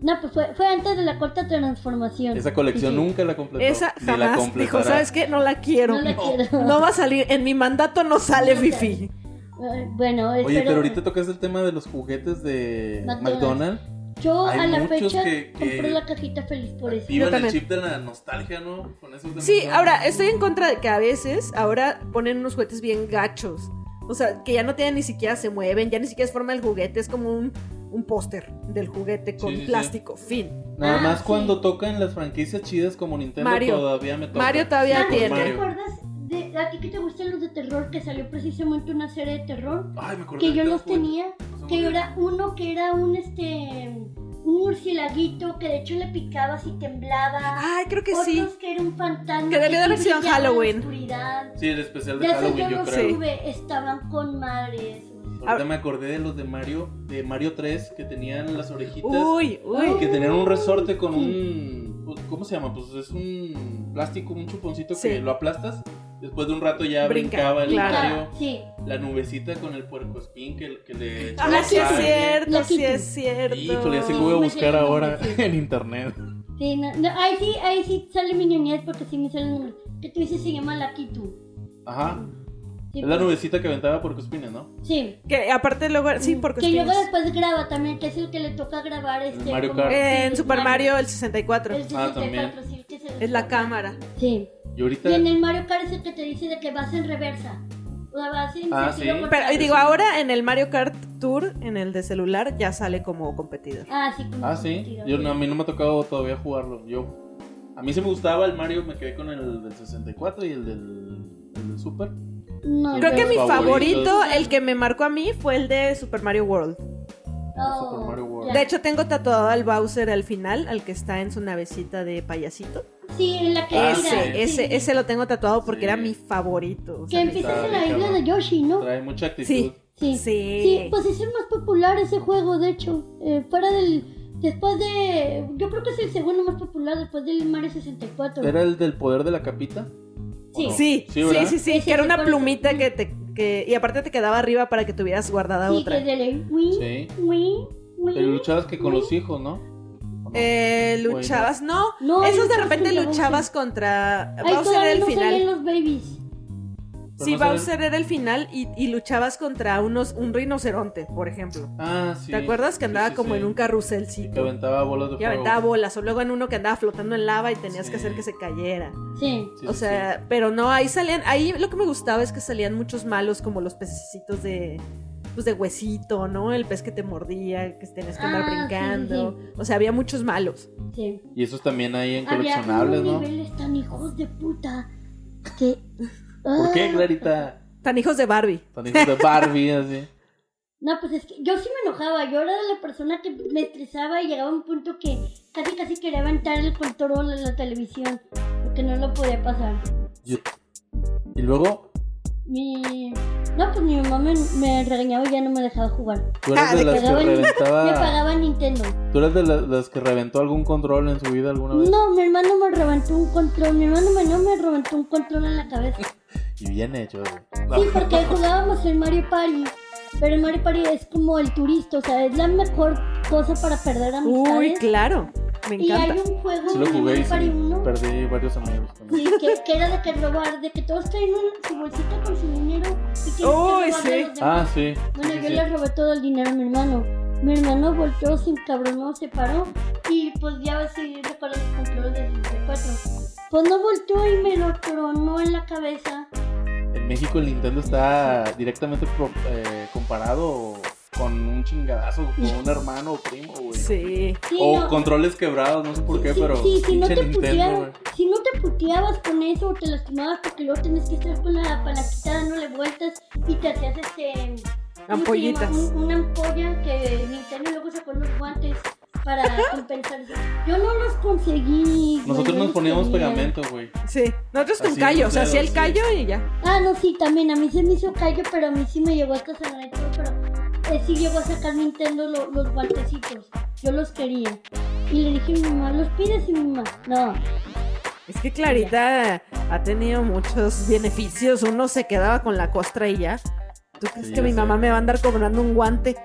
Speaker 2: No, pues fue, fue antes de la cuarta transformación.
Speaker 1: Esa colección
Speaker 2: Fifi.
Speaker 1: nunca la completó.
Speaker 3: Esa
Speaker 1: ni la
Speaker 3: jamás dijo,
Speaker 1: completará.
Speaker 3: ¿sabes qué? No la quiero.
Speaker 2: No la quiero.
Speaker 3: No va a salir, en mi mandato no sale
Speaker 2: Eh,
Speaker 3: Fifi.
Speaker 2: Bueno,
Speaker 1: Oye,
Speaker 2: espero-
Speaker 1: pero ahorita tocas el tema de los juguetes de
Speaker 2: McDonald's.
Speaker 1: McDonald's.
Speaker 2: yo
Speaker 4: hay
Speaker 2: a la
Speaker 4: muchos
Speaker 2: fecha
Speaker 4: que- que-
Speaker 2: compré la cajita feliz por eso.
Speaker 4: Activan el
Speaker 3: también.
Speaker 4: chip de la nostalgia, ¿no? Con esos de
Speaker 3: Sí,
Speaker 4: McDonald's.
Speaker 3: ahora, estoy en contra de que a veces ahora ponen unos juguetes bien gachos. O sea, que ya no tienen ni siquiera, se mueven, ya ni siquiera es forma del juguete, es como un, un póster del juguete con
Speaker 4: Sí, sí, sí.
Speaker 3: plástico, fin.
Speaker 1: Nada
Speaker 2: Ah,
Speaker 1: más
Speaker 2: sí.
Speaker 1: cuando tocan las franquicias chidas como Nintendo
Speaker 3: Mario.
Speaker 1: todavía me toca.
Speaker 3: Mario todavía
Speaker 1: con
Speaker 3: tiene.
Speaker 2: ¿Te
Speaker 1: Mario.
Speaker 2: acuerdas de a ti que te gustan los de terror que salió precisamente una serie de terror
Speaker 4: Ay, me acordé
Speaker 2: que
Speaker 4: de
Speaker 2: yo
Speaker 4: este
Speaker 2: los
Speaker 4: juguete.
Speaker 2: tenía
Speaker 4: No se me
Speaker 2: que
Speaker 4: olvida.
Speaker 2: era uno que era un este un murcielaguito que de hecho le picabas y temblaba
Speaker 3: Ay, creo Ah, que
Speaker 2: otros
Speaker 3: sí.
Speaker 2: que era un fantasma
Speaker 3: Que debió de haber
Speaker 2: sí
Speaker 3: sido en
Speaker 2: brillaba en la
Speaker 3: Halloween.
Speaker 2: oscuridad.
Speaker 4: Sí, el especial de
Speaker 2: Ya sé yo
Speaker 4: Halloween, yo
Speaker 2: los
Speaker 4: creo.
Speaker 2: tuve, estaban con madres.
Speaker 1: Ahorita me acordé de los de Mario, de Mario 3, que tenían las orejitas
Speaker 3: Uy, uy.
Speaker 1: y que tenían un resorte con un pues, ¿cómo se llama? Pues es un plástico, un chuponcito
Speaker 3: Sí.
Speaker 1: que lo aplastas, después de un rato ya
Speaker 3: Brinca,
Speaker 1: brincaba el
Speaker 3: claro.
Speaker 1: Mario,
Speaker 2: Sí,
Speaker 1: la nubecita con el puerco espín que, que le
Speaker 3: Ah, sí es
Speaker 1: echaba sal.
Speaker 3: cierto,
Speaker 2: La
Speaker 3: sí
Speaker 2: Kitty.
Speaker 3: es cierto.
Speaker 1: Híjole, así que voy a
Speaker 2: Me
Speaker 1: buscar
Speaker 2: llegó,
Speaker 1: ahora
Speaker 2: sí.
Speaker 1: en internet.
Speaker 2: sí, no- no, ahí sí, ahí sí sale mi niñez porque sí me sale el nombre. Que tú dices se llama Lakitu.
Speaker 1: Ajá.
Speaker 2: Sí,
Speaker 1: Es la
Speaker 2: pues,
Speaker 1: nubecita que aventaba puerco espines, ¿no?
Speaker 2: Sí.
Speaker 3: Que aparte luego, sí,
Speaker 2: Mm,
Speaker 3: porque
Speaker 2: Que luego después graba también, que es el que le toca grabar este.
Speaker 1: Mario
Speaker 2: como-
Speaker 1: Kart.
Speaker 3: en
Speaker 2: sí,
Speaker 3: Super Mario el 64
Speaker 2: El
Speaker 1: Ah,
Speaker 2: 64, sí, que se-
Speaker 3: es la cámara.
Speaker 2: Sí.
Speaker 1: Y ahorita
Speaker 2: Y en el Mario Kart es el que te dice de que vas en reversa. O sea, vas en
Speaker 1: Ah,
Speaker 2: sentido
Speaker 1: sí.
Speaker 2: contrario.
Speaker 3: Pero y digo, ahora en el Mario Kart Tour, en el de celular, ya sale como competidor.
Speaker 2: Ah, sí. como
Speaker 1: Ah, sí.
Speaker 2: sentido,
Speaker 1: Yo,
Speaker 2: sí.
Speaker 1: no, a mí no me ha tocado todavía jugarlo. Yo, a mí sí me gustaba el Mario, me quedé con el del 64 y el del, el del Super.
Speaker 2: No,
Speaker 3: Creo que
Speaker 2: pero-
Speaker 3: mi
Speaker 1: Favoritos.
Speaker 3: favorito, el que me marcó a mí, fue el de Super Mario World.
Speaker 2: Oh,
Speaker 1: Super Mario World.
Speaker 3: De hecho, tengo tatuado al Bowser al final, al que está en su navecita de payasito.
Speaker 2: Sí, en la que
Speaker 1: Ah,
Speaker 2: mira,
Speaker 3: ese,
Speaker 2: sí, sí.
Speaker 3: ese, ese lo tengo tatuado porque
Speaker 1: Sí.
Speaker 3: era mi favorito. o
Speaker 2: Que
Speaker 3: sea, mi-
Speaker 2: empiezas en la
Speaker 1: Está bien,
Speaker 2: isla de Yoshi, ¿no?
Speaker 1: Trae mucha actitud.
Speaker 3: Sí.
Speaker 2: Sí. Sí,
Speaker 3: Sí.
Speaker 2: pues es el más popular ese juego, de hecho. Eh, fuera del. Después de. Yo creo que es el segundo más popular después del Mario 64.
Speaker 1: ¿Era el del poder de la capita?
Speaker 2: Sí.
Speaker 1: ¿O no?
Speaker 3: Sí, sí,
Speaker 1: ¿verdad?
Speaker 3: sí, sí,
Speaker 2: Ese
Speaker 3: que era
Speaker 2: sí
Speaker 3: una
Speaker 2: parece-
Speaker 3: plumita que te... Que, y aparte te quedaba arriba para que tuvieras guardada
Speaker 2: Sí,
Speaker 3: otra.
Speaker 2: que de Wii,
Speaker 1: Sí.
Speaker 2: Wii, Wii.
Speaker 1: Pero luchabas que con los hijos, ¿no? ¿O no?
Speaker 3: Eh, luchabas, no.
Speaker 2: No,
Speaker 3: Esos de
Speaker 2: luchabas
Speaker 3: repente
Speaker 2: contra
Speaker 3: luchabas contra
Speaker 2: Ahí
Speaker 3: Bowser era
Speaker 2: todavía
Speaker 3: el
Speaker 2: no salían
Speaker 3: final.
Speaker 2: los babies.
Speaker 1: Pero
Speaker 3: Sí,
Speaker 1: no sabes-
Speaker 3: Bowser era el final y, y luchabas contra unos un rinoceronte, por ejemplo.
Speaker 1: Ah, sí.
Speaker 3: ¿Te acuerdas que
Speaker 1: Sí,
Speaker 3: andaba
Speaker 1: sí,
Speaker 3: como
Speaker 1: sí.
Speaker 3: en un
Speaker 1: Y que
Speaker 3: carruselcito?
Speaker 1: aventaba bolas de
Speaker 3: Y
Speaker 1: fuego.
Speaker 3: aventaba bolas, o luego en uno que andaba flotando en lava y tenías que
Speaker 1: Sí.
Speaker 3: hacer que se cayera.
Speaker 2: Sí.
Speaker 1: Sí,
Speaker 3: o
Speaker 1: sí,
Speaker 3: sea,
Speaker 1: sí.
Speaker 3: pero no, ahí salían, ahí lo que me gustaba es que salían muchos malos como los pececitos de pues de huesito, ¿no? El pez que te mordía, que tenías que andar
Speaker 2: Ah, sí,
Speaker 3: brincando. O sea, había muchos malos.
Speaker 2: Sí.
Speaker 1: Y esos también hay en
Speaker 2: Había unos
Speaker 1: coleccionables, ¿no?
Speaker 2: niveles tan hijos de puta que.
Speaker 1: ¿Por qué,
Speaker 2: Ah.
Speaker 1: Clarita?
Speaker 3: Tan hijos de Barbie.
Speaker 1: Tan hijos de Barbie, así.
Speaker 2: No, pues es que yo sí me enojaba. Yo era la persona que me estresaba y llegaba a un punto que casi casi quería aventar el control en la televisión porque no lo podía pasar.
Speaker 1: Yo- Y luego,
Speaker 2: Mi... No, pues mi mamá me, me regañaba y ya no me dejaba jugar.
Speaker 1: tú eras
Speaker 3: Ah,
Speaker 1: de
Speaker 3: de
Speaker 1: las
Speaker 2: que
Speaker 1: que
Speaker 2: daban- Me
Speaker 1: reventaba.
Speaker 2: pagaba Nintendo.
Speaker 1: ¿Tú eres de la- las que reventó algún control en su vida alguna vez?
Speaker 2: No, mi hermano me reventó un control. Mi hermano menor me reventó un control en la cabeza.
Speaker 1: Y bien hecho.
Speaker 2: Sí, porque jugábamos en Mario Party. Pero el Mario Party es como el turista, o sea, es la mejor cosa para perder
Speaker 3: Uy,
Speaker 2: amistades.
Speaker 3: claro. Me
Speaker 2: Ah, y hay
Speaker 3: encanta.
Speaker 2: un juego
Speaker 1: Sí lo
Speaker 2: en
Speaker 1: jugué
Speaker 2: el
Speaker 1: y
Speaker 2: Mario
Speaker 1: sí,
Speaker 2: Party 1
Speaker 1: perdí varios amigos. también.
Speaker 2: sí, que, que era de que robar, de que todos traen un- su bolsita con su dinero y que
Speaker 3: Uy,
Speaker 2: robarle a
Speaker 3: sí.
Speaker 2: los demás.
Speaker 1: Ah, sí.
Speaker 2: Bueno,
Speaker 1: sí,
Speaker 2: yo
Speaker 1: sí.
Speaker 2: le robé todo el dinero a mi hermano. Mi hermano volteó, se encabronó, se paró y pues ya va a seguir con los controles del 64. Pues no volteó y me lo tronó en la cabeza.
Speaker 1: En México el Nintendo está directamente pro- eh, comparado con un chingadazo, con un hermano o primo, güey.
Speaker 3: Sí.
Speaker 2: Sí,
Speaker 1: O
Speaker 2: no.
Speaker 1: controles quebrados, no sé Oh, por qué,
Speaker 2: Sí,
Speaker 1: pero.
Speaker 2: sí, si no
Speaker 1: pinche
Speaker 2: te
Speaker 1: Nintendo,
Speaker 2: puteaban, si no te puteabas con eso o te lastimabas porque luego tenías que estar con la palanquita dándole vueltas y te hacías este ¿cómo se llama?
Speaker 3: Ampollitas.
Speaker 2: Un- una ampolla que Nintendo luego sacó los guantes para compensar eso. Yo no los conseguí. güey,
Speaker 1: Nosotros
Speaker 2: no
Speaker 1: nos
Speaker 2: los
Speaker 1: poníamos
Speaker 2: tenía.
Speaker 1: pegamento, güey.
Speaker 3: Sí. Nosotros con
Speaker 1: Así,
Speaker 3: callo, o sea,
Speaker 1: dedos,
Speaker 3: hacía el
Speaker 1: sí.
Speaker 3: callo y ya.
Speaker 2: Ah, no, sí, también a mí se me hizo callo, pero a mí sí me llegó hasta sangrar y todo, pero eh, sí llegó a sacar Nintendo lo- los guantecitos. Yo los quería. Y le dije a mi mamá, ¿los pides? Y mi mamá, no.
Speaker 3: Es que Clarita ha tenido muchos beneficios. Uno se quedaba con la costra y ya. ¿Tú crees
Speaker 1: Sí,
Speaker 3: que mi
Speaker 1: ya
Speaker 3: mamá
Speaker 1: sé.
Speaker 3: me va a andar cobrando un guante?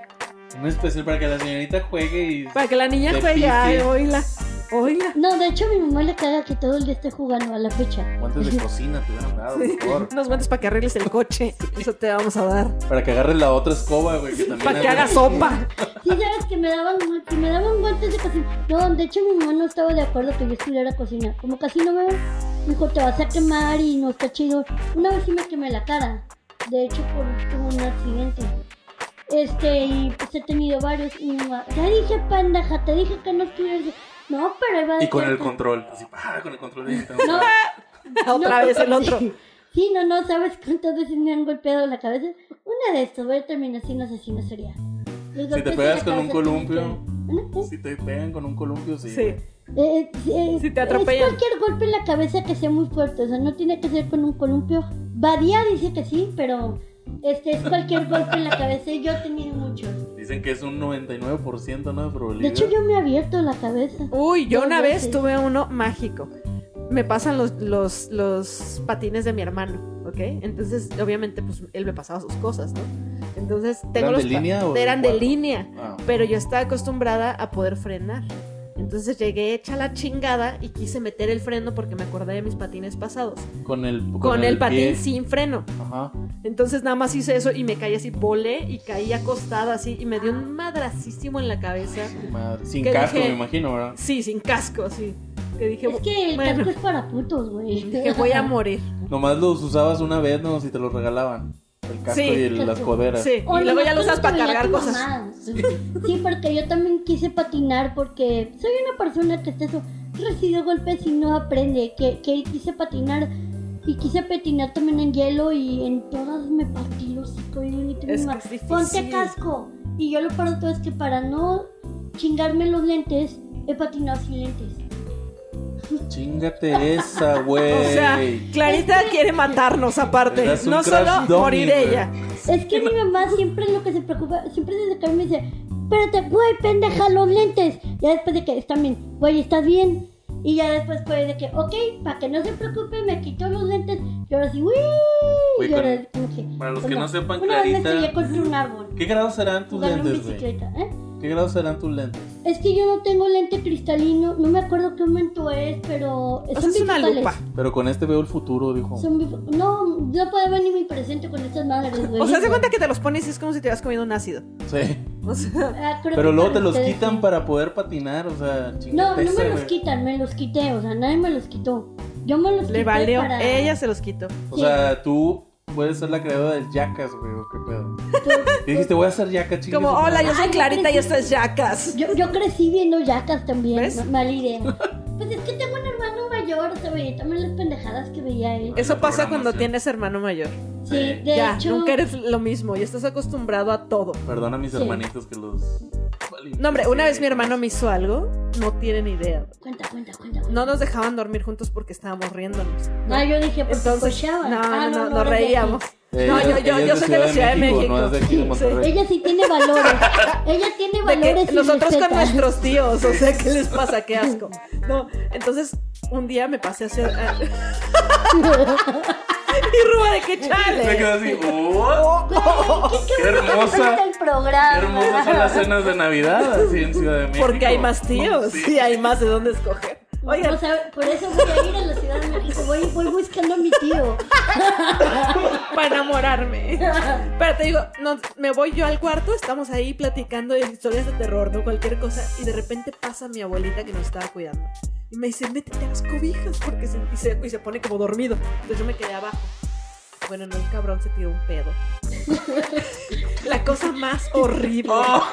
Speaker 1: Un especial para que la señorita juegue y.
Speaker 3: Para que la niña
Speaker 1: De
Speaker 3: juegue.
Speaker 1: pique.
Speaker 3: Ay, oíla. Oíla.
Speaker 2: No, de hecho a mi mamá le caga que todo el día esté jugando a la fecha.
Speaker 1: Guantes de cocina te hubieran dado, por favor.
Speaker 3: Unos guantes para que arregles el coche. Eso te vamos a dar.
Speaker 1: Para que agarres la otra escoba, güey. Que también
Speaker 3: Para que
Speaker 1: hay-
Speaker 3: hagas sopa.
Speaker 2: Sí, sabes que me daban, que me daban guantes de cocina. No, de hecho mi mamá no estaba de acuerdo que yo estudiara cocina. Como casi no me dijo, te vas a quemar y no está chido. Una vez sí me quemé la cara. De hecho, por tuve un accidente. Este, y pues he tenido varios. Y mi mamá, ya dije pandaja, te dije que no estudias. No, pero ahí va a
Speaker 4: Y con
Speaker 2: ser
Speaker 4: el
Speaker 2: que-".
Speaker 4: control. Así, ah, con el control de
Speaker 2: No,
Speaker 3: Otra
Speaker 2: No.
Speaker 3: vez el otro.
Speaker 2: Sí, no, no, ¿sabes cuántas veces me han golpeado la cabeza? Una de estas, voy a terminar siendo asesina serial. Los
Speaker 4: Si te
Speaker 2: golpes en
Speaker 4: pegas
Speaker 2: la
Speaker 4: con un
Speaker 2: cabeza
Speaker 4: columpio.
Speaker 2: tienen que- ¿Eh?
Speaker 4: Si te pegan con un columpio, sí.
Speaker 3: Sí.
Speaker 2: Eh, eh,
Speaker 3: Si te
Speaker 2: es
Speaker 3: atropellan.
Speaker 2: cualquier golpe en la cabeza que sea muy fuerte, o sea, no tiene que ser con un columpio. Badía dice que sí, pero este es cualquier golpe en la cabeza y yo he tenido muchos.
Speaker 4: Dicen que es un 99%, ¿no? De
Speaker 2: De
Speaker 4: probabilidad.
Speaker 2: hecho, yo me he abierto la cabeza.
Speaker 3: Uy, yo
Speaker 2: Dos
Speaker 3: una vez
Speaker 2: veces.
Speaker 3: tuve uno mágico. Me pasan los, los, los patines de mi hermano, ¿ok? Entonces, obviamente, pues él me pasaba sus cosas, ¿no? Entonces, tengo
Speaker 1: ¿Eran
Speaker 3: los
Speaker 1: de
Speaker 3: pa-
Speaker 1: línea o de
Speaker 3: eran de
Speaker 1: cuatro?
Speaker 3: línea,
Speaker 1: Ah,
Speaker 3: pero yo estaba acostumbrada a poder frenar. Entonces llegué hecha la chingada y quise meter el freno porque me acordé de mis patines pasados.
Speaker 1: con el.
Speaker 3: Con, el, patín
Speaker 1: pie.
Speaker 3: sin freno.
Speaker 1: Ajá.
Speaker 3: Entonces nada más hice eso y me caí así, volé y caí acostada así y me dio un madracísimo en la cabeza.
Speaker 1: Madre. Sin
Speaker 3: Que
Speaker 1: casco,
Speaker 3: dije-
Speaker 1: me imagino, ¿verdad?
Speaker 3: Sí, sin casco, sí. Que dije,
Speaker 2: Es que el
Speaker 3: bueno,
Speaker 2: casco es para putos, güey.
Speaker 3: dije, voy a morir.
Speaker 1: Nomás los usabas una vez, ¿no? Si te los regalaban. El casco
Speaker 3: Sí.
Speaker 1: y el- las coderas.
Speaker 3: Sí,
Speaker 2: O
Speaker 3: y luego
Speaker 2: nomás
Speaker 3: ya lo usas
Speaker 2: cuando
Speaker 3: para
Speaker 2: te veía
Speaker 3: cargar
Speaker 2: tu
Speaker 3: cosas.
Speaker 2: mamá. Sí, porque yo también quise patinar porque soy una persona que está eso, recibe golpes y no aprende, que, que quise patinar y quise patinar también en hielo y en todas me partí los hocico y le dije a mi
Speaker 3: Es que
Speaker 2: mamá,
Speaker 3: es difícil.
Speaker 2: ponte casco. Y yo lo paro todo es que para no chingarme los lentes, he patinado sin lentes.
Speaker 1: Chingate esa, güey.
Speaker 3: O sea, Clarita quiere matarnos aparte,
Speaker 1: Le das un
Speaker 3: no
Speaker 1: crash
Speaker 3: solo
Speaker 1: dummy,
Speaker 3: morir
Speaker 1: güey.
Speaker 3: ella.
Speaker 2: Es que mi mamá siempre lo que se preocupa, siempre desde que me dice, espérate, güey, pendeja, los lentes. Ya después de que están bien, güey, estás bien. Y ya después fue de que, ok, para que no se preocupe, me quitó los lentes. Y ahora sí, "Uy",
Speaker 4: Güey,
Speaker 2: Y ahora
Speaker 4: con-
Speaker 2: como que.
Speaker 4: para los
Speaker 2: pues
Speaker 4: que no sepan,
Speaker 2: Una vez me
Speaker 4: Clarita-
Speaker 2: estrellé contra un árbol,
Speaker 1: ¿Qué grados serán tus
Speaker 2: jugando en
Speaker 1: lentes, güey?
Speaker 2: bicicleta, ¿eh?
Speaker 1: ¿Qué grados serán tus lentes?
Speaker 2: Es que yo no tengo lente cristalino, no me acuerdo qué momento es, pero.
Speaker 3: O sea,
Speaker 2: son
Speaker 3: es una
Speaker 2: bifocales.
Speaker 3: lupa.
Speaker 1: Pero con este veo el futuro, dijo.
Speaker 2: Son bifo- No, no puedo ver ni mi presente con estas madres, güey.
Speaker 3: O sea, se cuenta que te los pones y es como si te hubieras comido un ácido.
Speaker 1: Sí.
Speaker 3: O sea,
Speaker 2: Ah, creo
Speaker 1: Pero
Speaker 2: que
Speaker 1: luego
Speaker 2: para
Speaker 1: te los
Speaker 2: ustedes
Speaker 1: quitan
Speaker 2: sí.
Speaker 1: para poder patinar, o sea, chingate
Speaker 2: No, no
Speaker 1: esa,
Speaker 2: me los
Speaker 1: güey.
Speaker 2: quitan, me los quité, o sea, nadie me los quitó. Yo me los
Speaker 3: le
Speaker 2: quité
Speaker 3: valió,
Speaker 2: para...
Speaker 3: ella se los quitó.
Speaker 1: O
Speaker 2: Sí.
Speaker 1: sea, tú puedes ser la creadora del Jackass, güey, o qué pedo. Y dijiste, voy a hacer Jackass, chingue
Speaker 3: Como,
Speaker 1: su madre.
Speaker 3: hola, yo soy
Speaker 2: Ay,
Speaker 3: Clarita y
Speaker 2: pobrecita.
Speaker 3: esto es Jackas.
Speaker 2: Yo, yo crecí viendo yacas también,
Speaker 3: ¿Ves?
Speaker 2: ma- mala idea. Pues es que tengo un hermano mayor, o sea, veía también las pendejadas que veía él.
Speaker 3: Eso
Speaker 4: La
Speaker 3: pasa
Speaker 4: programación.
Speaker 3: cuando tienes hermano mayor.
Speaker 2: Sí, de
Speaker 3: Eh, ya,
Speaker 2: hecho...
Speaker 3: nunca eres lo mismo y estás acostumbrado a todo.
Speaker 1: Perdona a mis
Speaker 2: Sí.
Speaker 1: hermanitos que los...
Speaker 3: No, hombre, una vez mi hermano me hizo algo, no tienen idea.
Speaker 2: Cuenta, cuenta, cuenta. cuenta.
Speaker 3: No nos dejaban dormir juntos porque estábamos riéndonos. ¿no?
Speaker 2: Ah, yo dije, porque
Speaker 3: Entonces,
Speaker 2: cochaba.
Speaker 3: no, no,
Speaker 2: Ah, no,
Speaker 3: no, nos
Speaker 2: eres de aquí.
Speaker 3: reíamos. No, yo- yo- yo
Speaker 1: es
Speaker 3: soy de la Ciudad de
Speaker 1: No
Speaker 3: México.
Speaker 1: es de aquí de
Speaker 3: Sí,
Speaker 1: Monterrey.
Speaker 2: Ella sí tiene valores. Ella tiene
Speaker 3: De que
Speaker 2: valores y
Speaker 3: nosotros
Speaker 2: respeta.
Speaker 3: con nuestros tíos, o sea, ¿qué les pasa? Qué asco. No, entonces un día me pasé a hacer. a- y Ruba de que
Speaker 4: Me quedo
Speaker 3: chale.
Speaker 4: así, ¡oh! Qué
Speaker 2: Qué, bonito que
Speaker 4: hermosa.
Speaker 2: cuenta el programa.
Speaker 4: Hermosas son las cenas de Navidad, así en Ciudad de México.
Speaker 3: Porque hay más tíos
Speaker 4: Sí.
Speaker 3: y hay más de dónde escoger.
Speaker 2: O
Speaker 3: Oigan,
Speaker 2: sea, por eso voy a ir a la Ciudad de México. Voy, voy buscando a mi tío.
Speaker 3: para enamorarme. Pero te digo, no, me voy yo al cuarto, estamos ahí platicando de historias de terror, ¿no? Cualquier cosa. Y de repente pasa mi abuelita que nos estaba cuidando. Y me dice, métete a las cobijas, porque se, y, se, y se pone como dormido. Entonces yo me quedé abajo. Bueno, no, el cabrón se tiró un pedo. La cosa más horrible
Speaker 4: Oh,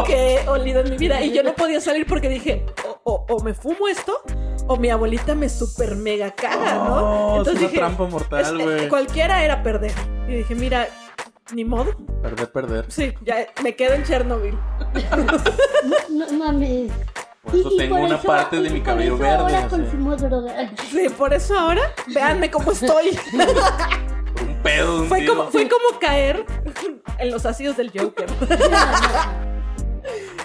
Speaker 4: oh.
Speaker 3: que he olido en mi vida. Y yo no podía salir porque dije, o, o- o me fumo esto, o mi abuelita me super mega caga,
Speaker 4: Oh,
Speaker 3: ¿no?
Speaker 4: es
Speaker 3: Entonces
Speaker 4: una
Speaker 3: dije,
Speaker 4: trampa mortal,
Speaker 3: es- eh,
Speaker 4: güey.
Speaker 3: cualquiera era perder. Y dije, mira, ni modo.
Speaker 1: Perder, perder.
Speaker 3: Sí, ya me quedo en Chernobyl.
Speaker 2: No, no mames.
Speaker 1: Por eso
Speaker 2: Y- y
Speaker 1: tengo
Speaker 2: por
Speaker 1: una
Speaker 2: eso-
Speaker 1: parte de
Speaker 2: y
Speaker 1: mi
Speaker 2: por
Speaker 1: cabello
Speaker 2: eso
Speaker 1: verde.
Speaker 2: Ahora
Speaker 1: así.
Speaker 2: consumo droga.
Speaker 3: Sí, por eso ahora, véanme cómo estoy.
Speaker 4: Un pedo, de un
Speaker 3: fue,
Speaker 4: tiro.
Speaker 3: como, fue como caer en los ácidos del Joker,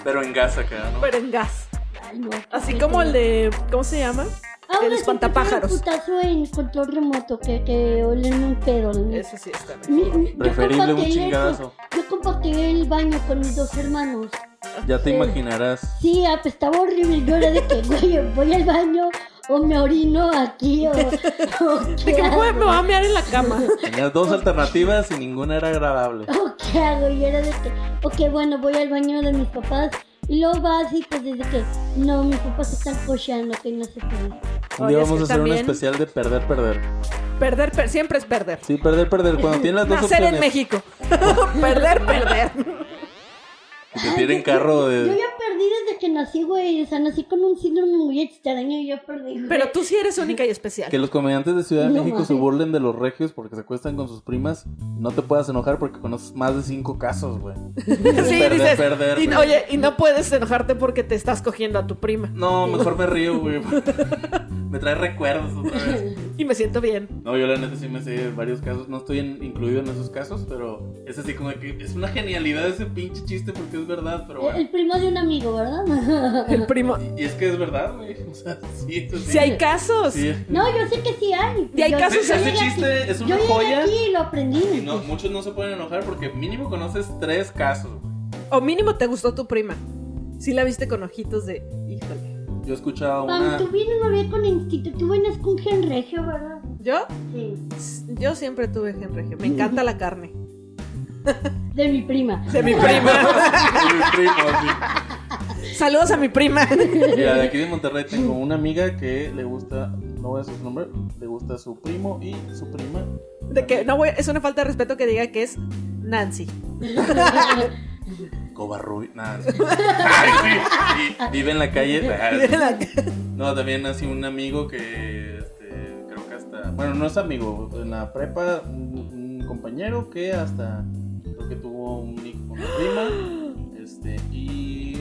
Speaker 4: Pero en gas acá, ¿no?
Speaker 3: pero en gas.
Speaker 2: algo.
Speaker 3: Así como el de. ¿Cómo se llama?
Speaker 2: Ah,
Speaker 3: el
Speaker 2: una que
Speaker 3: espantapájaros.
Speaker 2: te pega Un putazo en control remoto que, que olen un pedo. ¿no?
Speaker 3: Eso sí está
Speaker 2: Mi-
Speaker 3: mejor.
Speaker 2: mi- yo
Speaker 1: Preferible un
Speaker 2: compartí el-
Speaker 1: chingadazo.
Speaker 2: Yo compartí el baño con mis dos hermanos.
Speaker 1: Ya te
Speaker 2: Sí.
Speaker 1: imaginarás.
Speaker 2: Sí, ah, pues, estaba horrible. Yo era de que, güey, voy al baño o me orino aquí o. o qué
Speaker 3: De que me
Speaker 2: hago.
Speaker 3: voy- me voy a mear en la cama.
Speaker 1: Tenías dos alternativas y ninguna era agradable.
Speaker 2: ¿O qué hago? Y era de que, ok, bueno, voy al baño de mis papás. Y luego vas y pues desde que, no, mis papás están cocheando, que no se puede.
Speaker 1: Un día
Speaker 3: Oye, es
Speaker 1: vamos
Speaker 3: que
Speaker 1: a hacer un
Speaker 3: también-
Speaker 1: especial de perder, perder.
Speaker 3: Perder, per- siempre es perder.
Speaker 1: Sí, perder, perder. Cuando tienes las dos
Speaker 3: Nacer en
Speaker 1: opciones.
Speaker 3: México. perder, perder.
Speaker 1: y te tienen carro
Speaker 2: Yo
Speaker 1: de.
Speaker 2: ya perdí desde que nací, güey. O sea, nací con un síndrome muy extraño y yo perdí. güey.
Speaker 3: Pero tú sí eres única y especial.
Speaker 1: Que los comediantes de Ciudad de
Speaker 2: No
Speaker 1: México se
Speaker 2: mames.
Speaker 1: burlen de los regios porque se acuestan con sus primas. No te puedas enojar porque conoces más de cinco casos, güey.
Speaker 3: Sí,
Speaker 1: perder,
Speaker 3: dices,
Speaker 1: perder,
Speaker 3: y-
Speaker 1: perder.
Speaker 3: oye, y no puedes enojarte porque te estás cogiendo a tu prima.
Speaker 4: No, mejor me río, güey. me trae recuerdos otra vez.
Speaker 3: Y me siento bien.
Speaker 4: No, yo la neta sí me sé varios casos. No estoy en- incluido en esos casos, pero es así como que es una genialidad ese pinche chiste porque es verdad, pero
Speaker 2: El
Speaker 4: bueno.
Speaker 2: Eh, el primo de un amigo, ¿verdad?
Speaker 3: El primo.
Speaker 4: Y, y es que es verdad, güey. O sea, sí, eso sí.
Speaker 3: Si hay casos.
Speaker 4: Sí.
Speaker 2: No, yo sé que sí hay.
Speaker 3: Y hay
Speaker 2: Yo-
Speaker 3: casos-
Speaker 2: yo
Speaker 3: ese
Speaker 2: llegué
Speaker 4: chiste es una
Speaker 2: yo llegué
Speaker 4: joya.
Speaker 2: aquí y lo aprendí.
Speaker 4: Y no, muchos no se pueden enojar porque mínimo conoces tres casos, güey.
Speaker 3: O mínimo te gustó tu prima. Si la viste con ojitos de. Híjole.
Speaker 4: Yo escuchaba
Speaker 2: Pam,
Speaker 4: una.
Speaker 2: tú vienes a ver con instituto, tú venías con Gen Regio, ¿verdad?
Speaker 3: Yo,
Speaker 2: Sí.
Speaker 3: yo siempre tuve genregio. Me encanta la carne.
Speaker 2: De mi prima.
Speaker 3: De mi prima.
Speaker 4: de mis primos, sí.
Speaker 3: Saludos a mi prima.
Speaker 1: Mira, de aquí de Monterrey tengo una amiga que le gusta, no voy a decir su nombre, le gusta su primo y su prima.
Speaker 3: De que no voy, es una falta de respeto que diga que es Nancy.
Speaker 4: Covarrubi. Nada. sí. Ay, sí. Y vive en la calle. Ah, sí. No, también así un amigo que este, creo que hasta.
Speaker 1: Bueno, no es amigo, en la prepa un, un compañero que hasta creo que tuvo un, hijo con una prima. Este, y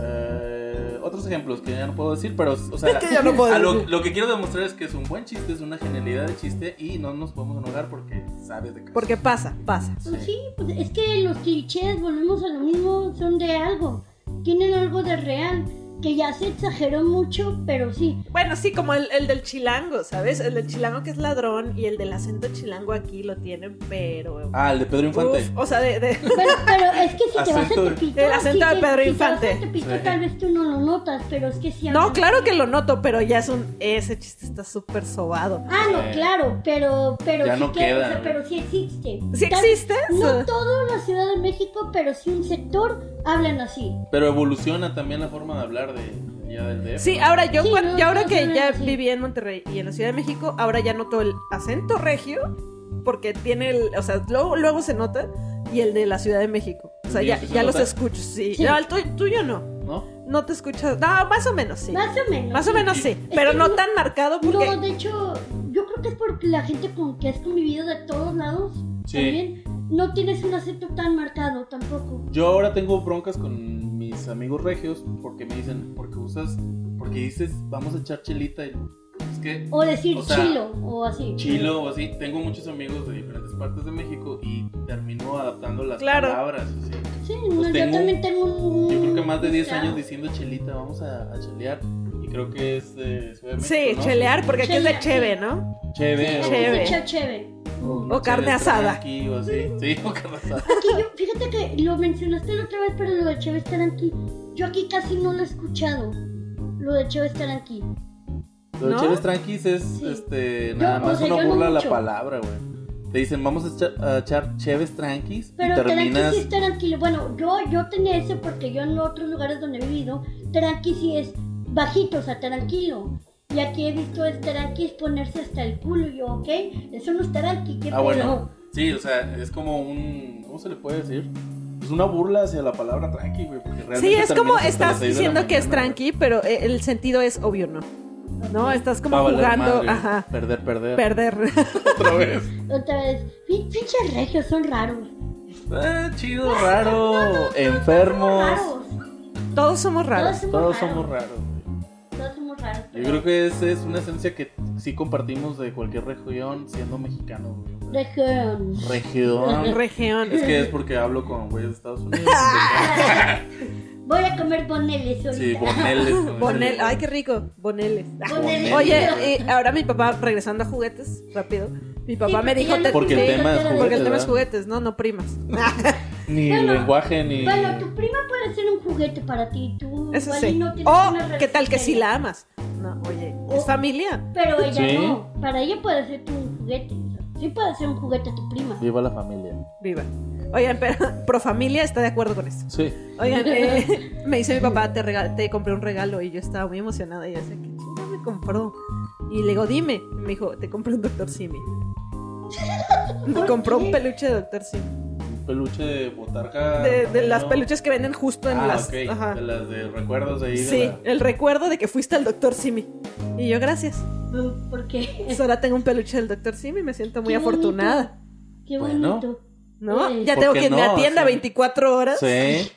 Speaker 1: eh, otros ejemplos que ya no puedo decir, pero o sea,
Speaker 3: Que ya no puedo
Speaker 1: a lo,
Speaker 3: decir.
Speaker 1: lo que quiero demostrar es que es un buen chiste, es una genialidad de chiste y no nos podemos enojar porque sabes de qué.
Speaker 3: Porque pasa, pasa.
Speaker 2: Pues sí, pues es que los clichés, volvemos a lo mismo, son de algo. Tienen algo de real. Que ya se exageró mucho, pero sí.
Speaker 3: Bueno, sí, como el, el del chilango, ¿sabes? El del chilango que es ladrón y el del acento chilango aquí lo tienen, pero.
Speaker 1: Ah, el de Pedro Infante.
Speaker 3: Uf, o sea, de, de-
Speaker 2: Pero, pero es que si te vas a
Speaker 1: Acento de-
Speaker 2: Tepito.
Speaker 3: El acento
Speaker 2: si
Speaker 3: de
Speaker 2: te-
Speaker 3: Pedro
Speaker 2: si Te
Speaker 3: Infante.
Speaker 2: vas a Tepito,
Speaker 4: Sí.
Speaker 2: tal vez tú no lo notas, pero es que sí.
Speaker 3: No,
Speaker 2: hablan-
Speaker 3: claro que lo noto, pero ya es un. Ese chiste está súper sobado.
Speaker 2: Ah, no,
Speaker 1: Sí.
Speaker 2: claro, pero. pero
Speaker 4: Ya
Speaker 2: sí
Speaker 4: no
Speaker 2: que-
Speaker 4: queda,
Speaker 2: o sea,
Speaker 4: ¿no?
Speaker 2: pero sí existe.
Speaker 3: ¿Sí
Speaker 2: Tal-
Speaker 3: existe
Speaker 2: No
Speaker 3: eso?
Speaker 2: todo la Ciudad de México, pero sí un sector hablan así.
Speaker 1: Pero evoluciona también la forma de hablar de ya del DF.
Speaker 3: Sí, ahora yo,
Speaker 2: Sí,
Speaker 3: cuan-
Speaker 2: no,
Speaker 3: ya ahora
Speaker 2: no,
Speaker 3: que
Speaker 2: no,
Speaker 3: ya
Speaker 2: sí.
Speaker 3: viví en Monterrey y en la Ciudad de México, ahora ya noto el acento regio, porque tiene el, o sea, luego, luego se nota, y el de la Ciudad de México. O sea,
Speaker 1: Sí,
Speaker 3: ya,
Speaker 1: sí se
Speaker 3: ya los
Speaker 1: nota.
Speaker 3: escucho, sí.
Speaker 2: Sí.
Speaker 3: No, el tuyo, tuyo no,
Speaker 1: ¿no?
Speaker 3: no te escuchas, no, más o menos sí.
Speaker 2: Más o menos.
Speaker 3: Más o menos sí,
Speaker 2: que
Speaker 3: pero no
Speaker 2: no-
Speaker 3: tan marcado porque...
Speaker 2: No, de hecho, yo creo que es porque la gente con que has convivido de todos lados
Speaker 1: Sí.
Speaker 2: también no tienes un acento tan marcado tampoco.
Speaker 1: Yo ahora tengo broncas con mis amigos regios porque me dicen, porque usas, porque dices, vamos a echar chelita y es que
Speaker 2: O decir
Speaker 1: O sea,
Speaker 2: chilo o así.
Speaker 1: chilo o así. Tengo muchos amigos de diferentes partes de México y termino adaptando las
Speaker 3: Claro.
Speaker 1: palabras. así.
Speaker 2: Sí,
Speaker 1: Pues
Speaker 2: no,
Speaker 1: tengo-
Speaker 2: yo también tengo un.
Speaker 1: Yo creo que más de 10
Speaker 2: claro.
Speaker 1: años diciendo chelita, vamos a, a chelear. Y creo que es de Ciudad de
Speaker 3: Sí,
Speaker 1: México, ¿no?
Speaker 3: chelear, porque aquí es de
Speaker 2: Chelear,
Speaker 3: cheve,
Speaker 2: sí.
Speaker 3: ¿no?
Speaker 1: Cheve.
Speaker 2: Aquí
Speaker 1: o-
Speaker 3: Cheve.
Speaker 2: se echa chévere.
Speaker 1: una
Speaker 3: O carne
Speaker 1: cheve
Speaker 3: asada.
Speaker 1: tranqui o así. Sí, o carne asada.
Speaker 2: Aquí yo, fíjate que lo mencionaste la otra vez, pero lo de Chévez Taranqui, yo aquí casi no lo he escuchado. Lo de Chévez Taranqui.
Speaker 1: Los
Speaker 3: ¿No?
Speaker 1: cheves tranquis es
Speaker 2: Sí.
Speaker 1: este,
Speaker 2: Yo,
Speaker 1: nada
Speaker 2: o
Speaker 1: más
Speaker 2: sea,
Speaker 1: una
Speaker 2: yo no
Speaker 1: burla a la
Speaker 2: mucho.
Speaker 1: palabra, güey. Te dicen, vamos a echar, a echar cheves tranquis
Speaker 2: Pero
Speaker 1: y terminas.
Speaker 2: Taranqui sí es tranquilo. Bueno, yo, yo tenía ese porque yo en otros lugares donde he vivido, Taranqui sí es bajito, o sea, tranquilo. Y aquí he visto el Taranqui es ponerse hasta el culo. Y yo, ok, eso no es Taranqui, ¿qué
Speaker 1: Ah,
Speaker 2: pedo?
Speaker 1: bueno. Sí, o sea, es como un. ¿Cómo se le puede decir? Es una burla hacia la palabra tranqui, güey. porque
Speaker 3: Sí,
Speaker 1: realmente
Speaker 3: es como
Speaker 1: terminas hasta las
Speaker 3: estás
Speaker 1: seis de la
Speaker 3: diciendo que es
Speaker 1: mañana, güey.
Speaker 3: tranqui, pero eh, el sentido es obvio, ¿no? No, estás como
Speaker 1: Va a valer
Speaker 3: jugando,
Speaker 1: madre,
Speaker 3: ajá,
Speaker 1: Perder, perder.
Speaker 3: perder.
Speaker 1: Otra vez.
Speaker 2: Otra vez, "Pin- pinches regios son raros.
Speaker 1: Ah, chido, raro. enfermos.
Speaker 2: Somos raros.
Speaker 3: Todos somos raros.
Speaker 2: Todos somos
Speaker 1: Todos somos
Speaker 2: raros.
Speaker 1: raros, güey.
Speaker 2: Todos somos raros.
Speaker 1: Yo creo que esa es una esencia que sí compartimos de cualquier región siendo mexicano, güey. O sea,
Speaker 2: Región.
Speaker 1: Región.
Speaker 3: Región.
Speaker 1: Es que es porque hablo con güeyes de Estados Unidos.
Speaker 2: Voy a comer boneles ahorita.
Speaker 4: Sí, boneles.
Speaker 3: Bonel, ay, qué rico, boneles.
Speaker 2: Boneles.
Speaker 3: Oye, y ahora mi papá, regresando a juguetes, rápido. Mi papá me
Speaker 2: porque
Speaker 3: dijo.
Speaker 2: ya
Speaker 3: te-
Speaker 2: no
Speaker 1: Porque el
Speaker 2: quiero
Speaker 1: tema es
Speaker 2: hacer-
Speaker 3: porque el
Speaker 1: juguetes,
Speaker 3: tema es
Speaker 1: ¿verdad?
Speaker 3: juguetes, ¿no? No primas.
Speaker 1: Ni
Speaker 2: Bueno,
Speaker 1: lenguaje, ni.
Speaker 2: Bueno, tu prima puede ser un juguete para ti, tú
Speaker 3: Eso
Speaker 2: igual y
Speaker 3: sí.
Speaker 2: no tienes
Speaker 3: O,
Speaker 2: una Oh.
Speaker 3: ¿qué tal que
Speaker 2: relación
Speaker 3: si
Speaker 2: seria.
Speaker 3: la amas? No, oye,
Speaker 2: O-
Speaker 3: es familia.
Speaker 2: Pero ella
Speaker 1: Sí.
Speaker 2: no, para ella puede ser tú un juguete. Sí puede ser un juguete tu prima.
Speaker 1: Viva la familia.
Speaker 3: Viva. Oigan, pero pro familia está de acuerdo con eso.
Speaker 1: Sí.
Speaker 3: Oigan, eh, me dice mi papá, te, rega- te compré un regalo y yo estaba muy emocionada y decía, ¿qué chinga me compró? Y le digo, dime. Y me dijo, te compré un Dr. Simi. Me compró un peluche de Dr. Simi.
Speaker 1: Un peluche de botarga.
Speaker 3: De, de las
Speaker 1: ¿no?
Speaker 3: peluches que venden justo en
Speaker 1: Ah,
Speaker 3: las...
Speaker 1: ok,
Speaker 3: ajá.
Speaker 1: De las de recuerdos ahí. de
Speaker 3: Sí,
Speaker 1: la-
Speaker 3: el recuerdo de que fuiste al Dr. Simi. Y yo, gracias.
Speaker 2: Mm, Porque.
Speaker 3: Pues ahora tengo un peluche del Dr. Simi, me siento muy
Speaker 2: Qué bonito.
Speaker 3: afortunada.
Speaker 2: Qué
Speaker 1: Bueno.
Speaker 2: bonito.
Speaker 3: ¿No?
Speaker 2: Sí.
Speaker 3: Ya
Speaker 1: ¿Por
Speaker 3: tengo
Speaker 1: qué
Speaker 3: que me
Speaker 1: no?
Speaker 3: atienda
Speaker 1: Sí.
Speaker 3: 24 horas.
Speaker 1: Sí.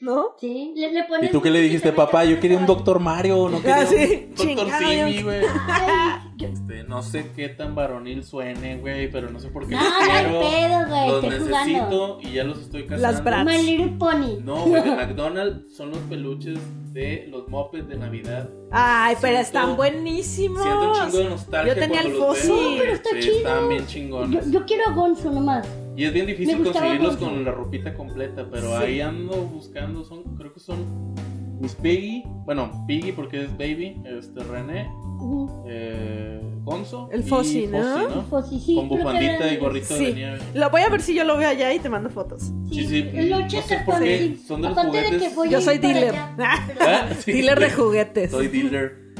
Speaker 3: ¿No?
Speaker 2: Sí, le, le pones
Speaker 1: ¿Y tú qué le
Speaker 2: música
Speaker 1: dijiste,
Speaker 2: también,
Speaker 1: papá? Yo quería un
Speaker 2: también.
Speaker 1: Doctor Mario, no quería
Speaker 3: Ah, sí.
Speaker 1: un Doctor
Speaker 3: Chingado,
Speaker 1: Simi,
Speaker 3: yo-
Speaker 1: güey.
Speaker 2: Ay, yo-
Speaker 1: Este, no sé qué tan varonil suene, güey, pero no sé por qué
Speaker 2: No,
Speaker 1: los
Speaker 2: no hay
Speaker 1: quiero.
Speaker 2: pedo, güey.
Speaker 1: Los
Speaker 2: Estoy jugando.
Speaker 1: necesito y ya los estoy
Speaker 3: Las
Speaker 1: casando.
Speaker 3: bras-
Speaker 2: My Little Pony.
Speaker 1: No, güey, de McDonald's son los peluches de los mopeds de Navidad.
Speaker 3: Ay, pero
Speaker 1: Siento-
Speaker 3: están buenísimos.
Speaker 1: Siento un chingo de nostalgia
Speaker 3: Yo tenía
Speaker 1: cuando los
Speaker 3: el
Speaker 1: veo,
Speaker 3: fósil.
Speaker 1: güey.
Speaker 3: No, pero
Speaker 2: está
Speaker 1: Sí,
Speaker 2: chido.
Speaker 1: Están bien
Speaker 2: Yo,
Speaker 1: chingones.
Speaker 2: yo quiero a Gonzo nomás.
Speaker 1: Y es bien difícil
Speaker 2: Me gustaba
Speaker 1: conseguirlos
Speaker 2: mucho.
Speaker 1: con la ropita completa, pero
Speaker 3: Sí.
Speaker 1: ahí ando buscando, son, creo que son mis Piggy, bueno, Piggy porque es Baby, este René,
Speaker 2: Ujú.
Speaker 1: eh, Gonzo.
Speaker 3: El
Speaker 1: y
Speaker 3: Fossi, ¿no?
Speaker 2: Pues sí, sí,
Speaker 1: Con
Speaker 2: creo que
Speaker 1: bufandita
Speaker 2: eran-
Speaker 1: y gorrito
Speaker 3: Sí.
Speaker 1: de nieve.
Speaker 3: Lo voy a ver si yo lo veo allá y te mando fotos.
Speaker 1: Sí, sí,
Speaker 2: el
Speaker 1: no
Speaker 2: 80
Speaker 1: sé por qué,
Speaker 2: con-
Speaker 1: son de los
Speaker 2: aparte de que
Speaker 1: juguetes.
Speaker 2: voy
Speaker 3: Yo
Speaker 2: a
Speaker 3: soy
Speaker 2: ir para
Speaker 3: dealer.
Speaker 2: allá.
Speaker 3: Ah,
Speaker 1: Ah, sí.
Speaker 3: Dealer de juguetes.
Speaker 1: Soy dealer.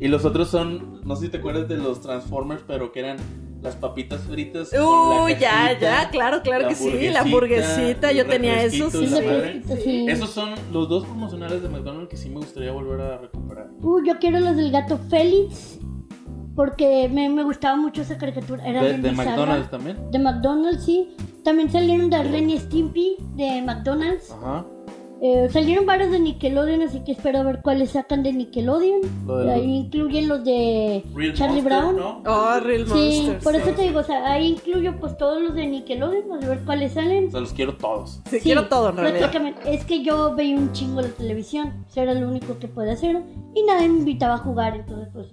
Speaker 1: Y los otros son, no sé si te acuerdas de los Transformers, pero que eran las papitas fritas. con la
Speaker 3: Uy, ya,
Speaker 1: cajita,
Speaker 3: ya, claro, claro
Speaker 1: la
Speaker 3: que sí. La
Speaker 1: hamburguesita,
Speaker 3: hamburguesita, yo
Speaker 1: el
Speaker 3: tenía eso.
Speaker 1: refresquito y
Speaker 3: Sí,
Speaker 2: Sí,
Speaker 1: la
Speaker 2: sí,
Speaker 3: sí.
Speaker 1: madre.
Speaker 2: sí, sí.
Speaker 1: Esos son los dos promocionales de McDonald's que sí me gustaría volver a recuperar.
Speaker 2: Uh, yo quiero los del gato Félix. Porque me, me gustaba mucho esa caricatura. Era
Speaker 1: De,
Speaker 2: bien
Speaker 1: de
Speaker 2: bizarra.
Speaker 1: McDonald's también.
Speaker 2: De McDonald's, sí. También salieron de Ren y Stimpy de McDonald's.
Speaker 1: Ajá.
Speaker 2: Eh, salieron varios de Nickelodeon, así que espero ver cuáles sacan de Nickelodeon.
Speaker 1: Lo de-
Speaker 2: Ahí incluyen los de
Speaker 1: Real
Speaker 2: Charlie
Speaker 1: Monster,
Speaker 2: Brown.
Speaker 1: ¿no?
Speaker 3: Oh, Real
Speaker 2: Sí,
Speaker 3: Monsters.
Speaker 2: por eso te digo, o sea, ahí incluyo pues todos los de Nickelodeon, a ver cuáles salen.
Speaker 1: O sea, los quiero todos.
Speaker 3: Sí,
Speaker 2: Sí,
Speaker 3: quiero todo en realidad.
Speaker 2: prácticamente. Es que yo veía un chingo la televisión, eso era lo único que podía hacer y nadie me invitaba a jugar, entonces pues...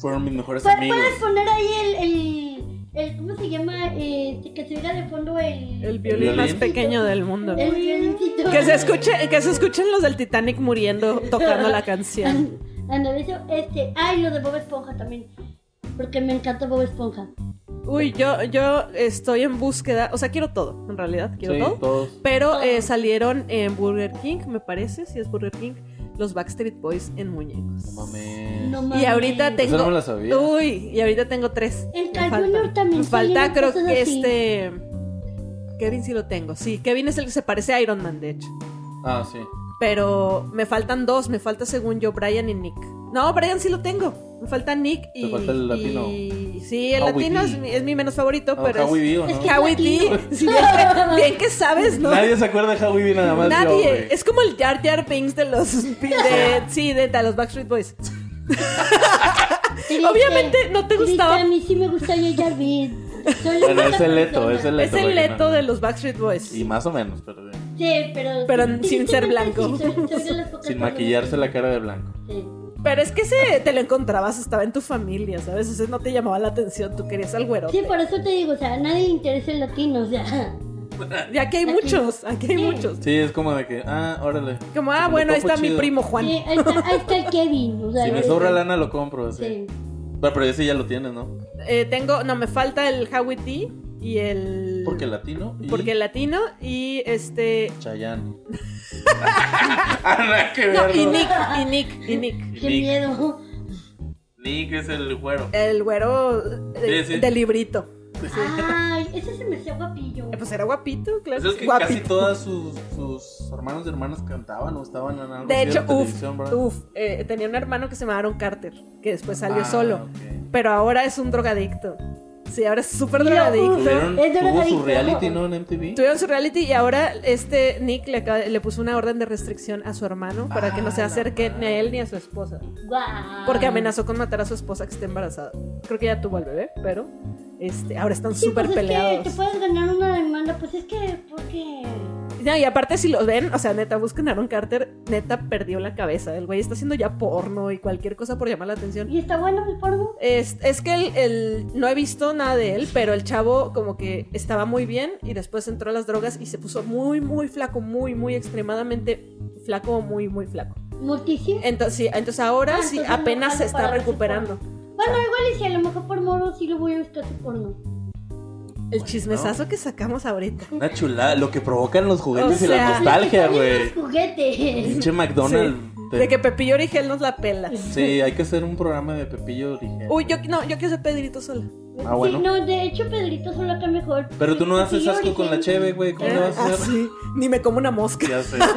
Speaker 1: Fueron mis mejores
Speaker 2: Pu-
Speaker 1: amigos.
Speaker 2: Pues, Puedes poner ahí el, el, el- ¿cómo se llama? Eh, que se oiga de fondo el...
Speaker 3: El violín más
Speaker 1: violín.
Speaker 3: pequeño del mundo.
Speaker 2: el violincito.
Speaker 3: Que se escuche, que se escuchen los del Titanic muriendo tocando la canción.
Speaker 2: An- Ándale, eso, este, ay, lo de Bob Esponja también, porque me encanta Bob Esponja.
Speaker 3: Uy, yo, yo estoy en búsqueda, o sea, quiero todo, en realidad, quiero
Speaker 1: sí,
Speaker 3: todo.
Speaker 1: todos.
Speaker 3: Pero
Speaker 2: Ah.
Speaker 3: eh, salieron en Burger King, me parece, si es Burger King, los Backstreet Boys en muñecos.
Speaker 1: No mames.
Speaker 2: No
Speaker 3: Y
Speaker 2: mames.
Speaker 3: ahorita
Speaker 1: Eso no
Speaker 3: tengo.
Speaker 1: me la sabía.
Speaker 3: Uy, y ahorita tengo tres.
Speaker 2: En
Speaker 3: Me
Speaker 2: Carl
Speaker 3: faltan.
Speaker 2: Jr. también
Speaker 3: Me falta,
Speaker 2: salieron
Speaker 3: creo
Speaker 2: cosas
Speaker 3: que
Speaker 2: así.
Speaker 3: este. Kevin sí lo tengo. Sí, Kevin es el que se parece a Iron Man, de hecho.
Speaker 1: Ah, sí.
Speaker 3: Pero me faltan dos. Me falta, según yo, Brian y Nick. No, Brian sí lo tengo. Me falta Nick y.
Speaker 1: Te falta el latino.
Speaker 3: y- Sí, el
Speaker 1: Howie
Speaker 3: latino
Speaker 1: D.
Speaker 3: es mi, es mi menos favorito,
Speaker 1: Ah,
Speaker 3: pero.
Speaker 1: Howie
Speaker 3: es...
Speaker 1: D, ¿o no?
Speaker 2: es que-
Speaker 3: Howie D. Sí, bien, que, bien que sabes, ¿no?
Speaker 1: Nadie se acuerda de Howie D nada más. yo,
Speaker 3: Nadie.
Speaker 1: güey.
Speaker 3: es como el Jar Jar Binks de los. de- sí, de, de los Backstreet Boys.
Speaker 2: Triste.
Speaker 3: Obviamente no te
Speaker 2: Triste,
Speaker 3: gustaba.
Speaker 2: A mí sí me gusta J.J. Binks. Soy la
Speaker 1: Bueno, es
Speaker 2: única
Speaker 1: el Leto,
Speaker 2: persona.
Speaker 1: es el
Speaker 3: Es
Speaker 1: Leto.
Speaker 3: el
Speaker 1: güey,
Speaker 3: leto
Speaker 1: ¿no?
Speaker 3: de los Backstreet Boys.
Speaker 1: Y más o menos, pero bien.
Speaker 2: Sí, pero...
Speaker 3: Pero sin
Speaker 2: tristemente
Speaker 3: ser blanco.
Speaker 2: sí, soy- soy de las pocas
Speaker 1: Sin
Speaker 2: personas.
Speaker 1: maquillarse la cara de blanco.
Speaker 2: Sí.
Speaker 3: Pero es que ese te lo encontrabas, estaba en tu familia, ¿sabes? O sea, no te llamaba la atención, tú querías al güero.
Speaker 2: Sí, por eso te digo, o sea, a nadie le interesa el latino, o sea...
Speaker 3: Y aquí hay
Speaker 2: Aquí.
Speaker 3: muchos, aquí hay
Speaker 2: Sí.
Speaker 3: muchos.
Speaker 1: Sí, es como de que, ah, órale.
Speaker 3: Como,
Speaker 1: Si
Speaker 3: ah,
Speaker 1: me
Speaker 3: bueno, ahí
Speaker 1: topo,
Speaker 3: está mi
Speaker 1: chido.
Speaker 3: primo Juan.
Speaker 2: sí, ahí, está, ahí está el Kevin, o sea...
Speaker 1: Si me
Speaker 2: ahí
Speaker 1: sobra
Speaker 2: está-
Speaker 1: lana, lo compro. así.
Speaker 2: Sí.
Speaker 1: Bueno, pero ese ya lo tienes, ¿no?
Speaker 3: Eh, tengo, no, me falta el Howie T y el...
Speaker 1: Porque latino. Y
Speaker 3: Porque el latino y este...
Speaker 1: Chayanne. ah, nada que
Speaker 3: No,
Speaker 1: ver.
Speaker 3: y
Speaker 1: ¿no?
Speaker 3: Nick, y Nick, y Nick.
Speaker 2: Qué
Speaker 1: Nick.
Speaker 2: miedo.
Speaker 1: Nick es el güero.
Speaker 3: El güero de,
Speaker 1: Sí, sí.
Speaker 3: de librito.
Speaker 2: Ay, ese se me hacía guapillo.
Speaker 3: Eh, Pues era guapito, claro.
Speaker 1: Pues Es el que
Speaker 3: guapito.
Speaker 1: casi todas sus, sus hermanos y hermanas cantaban o estaban en algo
Speaker 3: De
Speaker 1: así
Speaker 3: hecho, uff,
Speaker 1: televisión, ¿verdad?
Speaker 3: uff, eh, tenía un hermano que se llamaba Aaron Carter, que después salió
Speaker 1: Ah,
Speaker 3: solo.
Speaker 1: ok.
Speaker 3: Pero ahora es un drogadicto. Sí, ahora es súper
Speaker 2: Yo,
Speaker 3: drogadicto.
Speaker 1: Tuvieron,
Speaker 2: Es de
Speaker 1: tuvo
Speaker 2: Rodrigo.
Speaker 1: su reality, ¿no? En MTV.
Speaker 3: Tuvieron su reality y ahora este Nick le, acaba- le puso una orden de restricción a su hermano para que no se
Speaker 1: Ah, la
Speaker 3: acerque ni
Speaker 1: madre.
Speaker 3: a él ni a su esposa.
Speaker 1: pues,
Speaker 2: Guau.
Speaker 3: Porque amenazó con matar a su esposa que está embarazada. Creo que ya tuvo al bebé, pero este, ahora están
Speaker 2: Sí,
Speaker 3: súper
Speaker 2: pues es que
Speaker 3: peleados.
Speaker 2: te puedes ganar una demanda, pues es que, porque...
Speaker 3: No, y aparte si los ven, o sea, neta, busquen a Aaron Carter, neta perdió la cabeza. El güey está haciendo ya porno y cualquier cosa por llamar la atención.
Speaker 2: ¿Y está bueno el porno?
Speaker 3: Es, es que el, el- no he visto nada de él, pero el chavo como que estaba muy bien y después entró a las drogas y se puso muy, muy flaco, muy, muy extremadamente flaco, muy, muy flaco.
Speaker 2: ¿Morticia?
Speaker 3: Entonces, sí, entonces ahora
Speaker 2: Ah,
Speaker 3: sí,
Speaker 2: entonces no
Speaker 3: apenas se
Speaker 2: vale para
Speaker 3: está
Speaker 2: ver su
Speaker 3: recuperando.
Speaker 2: Bueno, igual y si a lo mejor por moro sí lo voy a buscar su porno.
Speaker 3: El chismesazo que sacamos ahorita.
Speaker 1: Una chulada, lo que provocan los juguetes
Speaker 3: O
Speaker 1: y la
Speaker 3: sea-
Speaker 1: nostalgia, güey.
Speaker 2: Los juguetes.
Speaker 1: Pinche McDonald's. te-
Speaker 3: De que Pepillo Origel nos la pela.
Speaker 1: Sí, hay que hacer un programa de Pepillo Origel.
Speaker 3: Uy, yo no, yo quiero ser Pedrito sola.
Speaker 1: Ah, bueno.
Speaker 2: Sí, no, de hecho Pedrito solo acá mejor.
Speaker 1: Pero tú no
Speaker 2: Sí,
Speaker 1: haces
Speaker 2: yo
Speaker 1: asco con la
Speaker 2: origen.
Speaker 1: cheve, güey. ¿Cómo lo vas a hacer?
Speaker 3: Así, Ah, ni me como una mosca.
Speaker 1: Ya sé.
Speaker 2: Ay,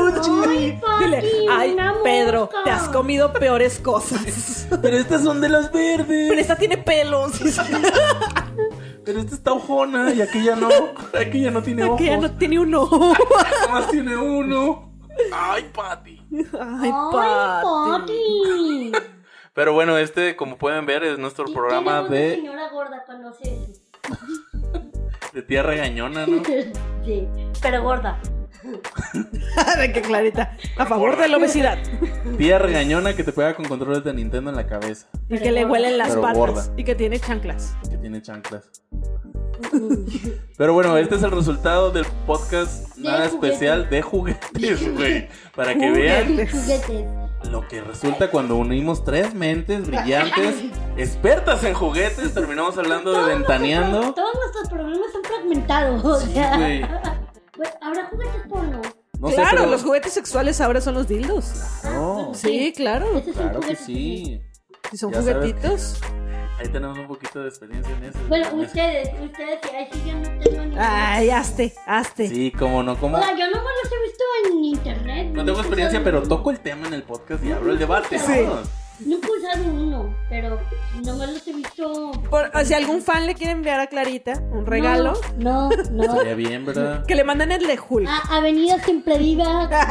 Speaker 2: papi,
Speaker 3: Dile, ay,
Speaker 2: una
Speaker 3: Pedro,
Speaker 2: mosca".
Speaker 3: te has comido peores cosas.
Speaker 1: Pero estas son de las verdes.
Speaker 3: Pero esta tiene pelos.
Speaker 1: Pero esta está ojona y aquella no. Aquella no tiene ojos.
Speaker 3: Que ya no tiene un ojo.
Speaker 1: Nomás tiene uno. Ay, Patty.
Speaker 3: Ay,
Speaker 2: Ay,
Speaker 3: Pati.
Speaker 2: papi.
Speaker 4: Pero bueno, este, como pueden ver, es nuestro
Speaker 2: Y
Speaker 4: programa
Speaker 2: tenemos
Speaker 4: de,
Speaker 2: una señora gorda cuando hace eso.
Speaker 4: de tía regañona, ¿no?
Speaker 2: Sí, pero gorda.
Speaker 3: Ay, qué clarita. A favor de la obesidad.
Speaker 1: Tía regañona que te pega con controles de Nintendo en la cabeza.
Speaker 3: Y que le huelen las
Speaker 1: Pero
Speaker 3: patas.
Speaker 1: gorda.
Speaker 3: Y que tiene chanclas.
Speaker 1: Que tiene chanclas. Pero bueno, este es el resultado del podcast
Speaker 2: De
Speaker 1: nada
Speaker 2: juguetes.
Speaker 1: especial de juguetes, güey. Para que vean
Speaker 3: Juguetes.
Speaker 2: Juguetes.
Speaker 1: lo que resulta cuando unimos tres mentes brillantes, expertas en juguetes, terminamos hablando de ventaneando.
Speaker 2: Todos nuestros problemas son fragmentados. O sea,
Speaker 1: Güey,
Speaker 2: Güey, ¿habrá juguetes porno?
Speaker 1: no sé,
Speaker 3: claro,
Speaker 1: pero-
Speaker 3: los juguetes sexuales ahora son los dildos.
Speaker 2: Ah,
Speaker 1: No,
Speaker 2: pues,
Speaker 3: Sí, claro.
Speaker 2: Ese es un
Speaker 1: claro que
Speaker 2: juguete también.
Speaker 1: sí.
Speaker 3: Y son
Speaker 1: Ya sabes.
Speaker 3: juguetitos.
Speaker 1: Ahí tenemos un poquito de experiencia en eso.
Speaker 2: Bueno, ustedes, ustedes, que ahí sí yo no tengo ni.
Speaker 3: Ay, hazte, hazte.
Speaker 1: Sí, como no, como.
Speaker 2: O sea, yo no me los he visto en internet.
Speaker 1: No tengo
Speaker 2: nunca he
Speaker 1: experiencia,
Speaker 2: usado
Speaker 1: pero
Speaker 2: uno.
Speaker 1: toco el tema en el podcast y abro el debate.
Speaker 2: Sí.
Speaker 1: vámonos.
Speaker 2: Nunca he usado uno, pero no me los he visto.
Speaker 3: Por- o si algún fan le quiere enviar a Clarita un regalo,
Speaker 2: No, Ah. no. no.
Speaker 1: Estaría bien, ¿verdad?
Speaker 3: que le manden el de Hulk.
Speaker 2: A- Avenida Siempre Viva.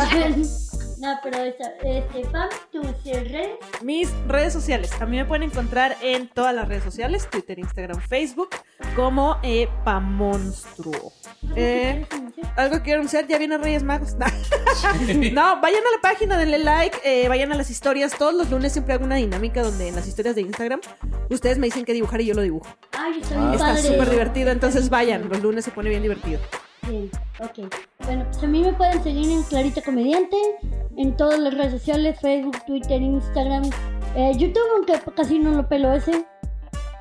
Speaker 2: no, pero esta, este, Pam, tus eh, redes.
Speaker 3: Mis redes sociales. A mí me pueden encontrar en todas las redes sociales, Twitter, Instagram, Facebook, como eh, Pamonstruo. Eh, algo que quiero anunciar, ya viene Reyes Magos. No, No, vayan a la página, denle like, eh, vayan a las historias. Todos los lunes siempre hago una dinámica donde en las historias de Instagram ustedes me dicen qué dibujar y yo lo dibujo.
Speaker 2: Ay, está
Speaker 1: Ah,
Speaker 2: bien
Speaker 3: Está
Speaker 2: padre.
Speaker 3: súper divertido, entonces vayan, los lunes se pone bien divertido.
Speaker 2: Bien, ok. Bueno, pues a mí me pueden seguir en Clarita Comediante, en todas las redes sociales, Facebook, Twitter, Instagram, eh, YouTube, aunque casi no lo pelo ese,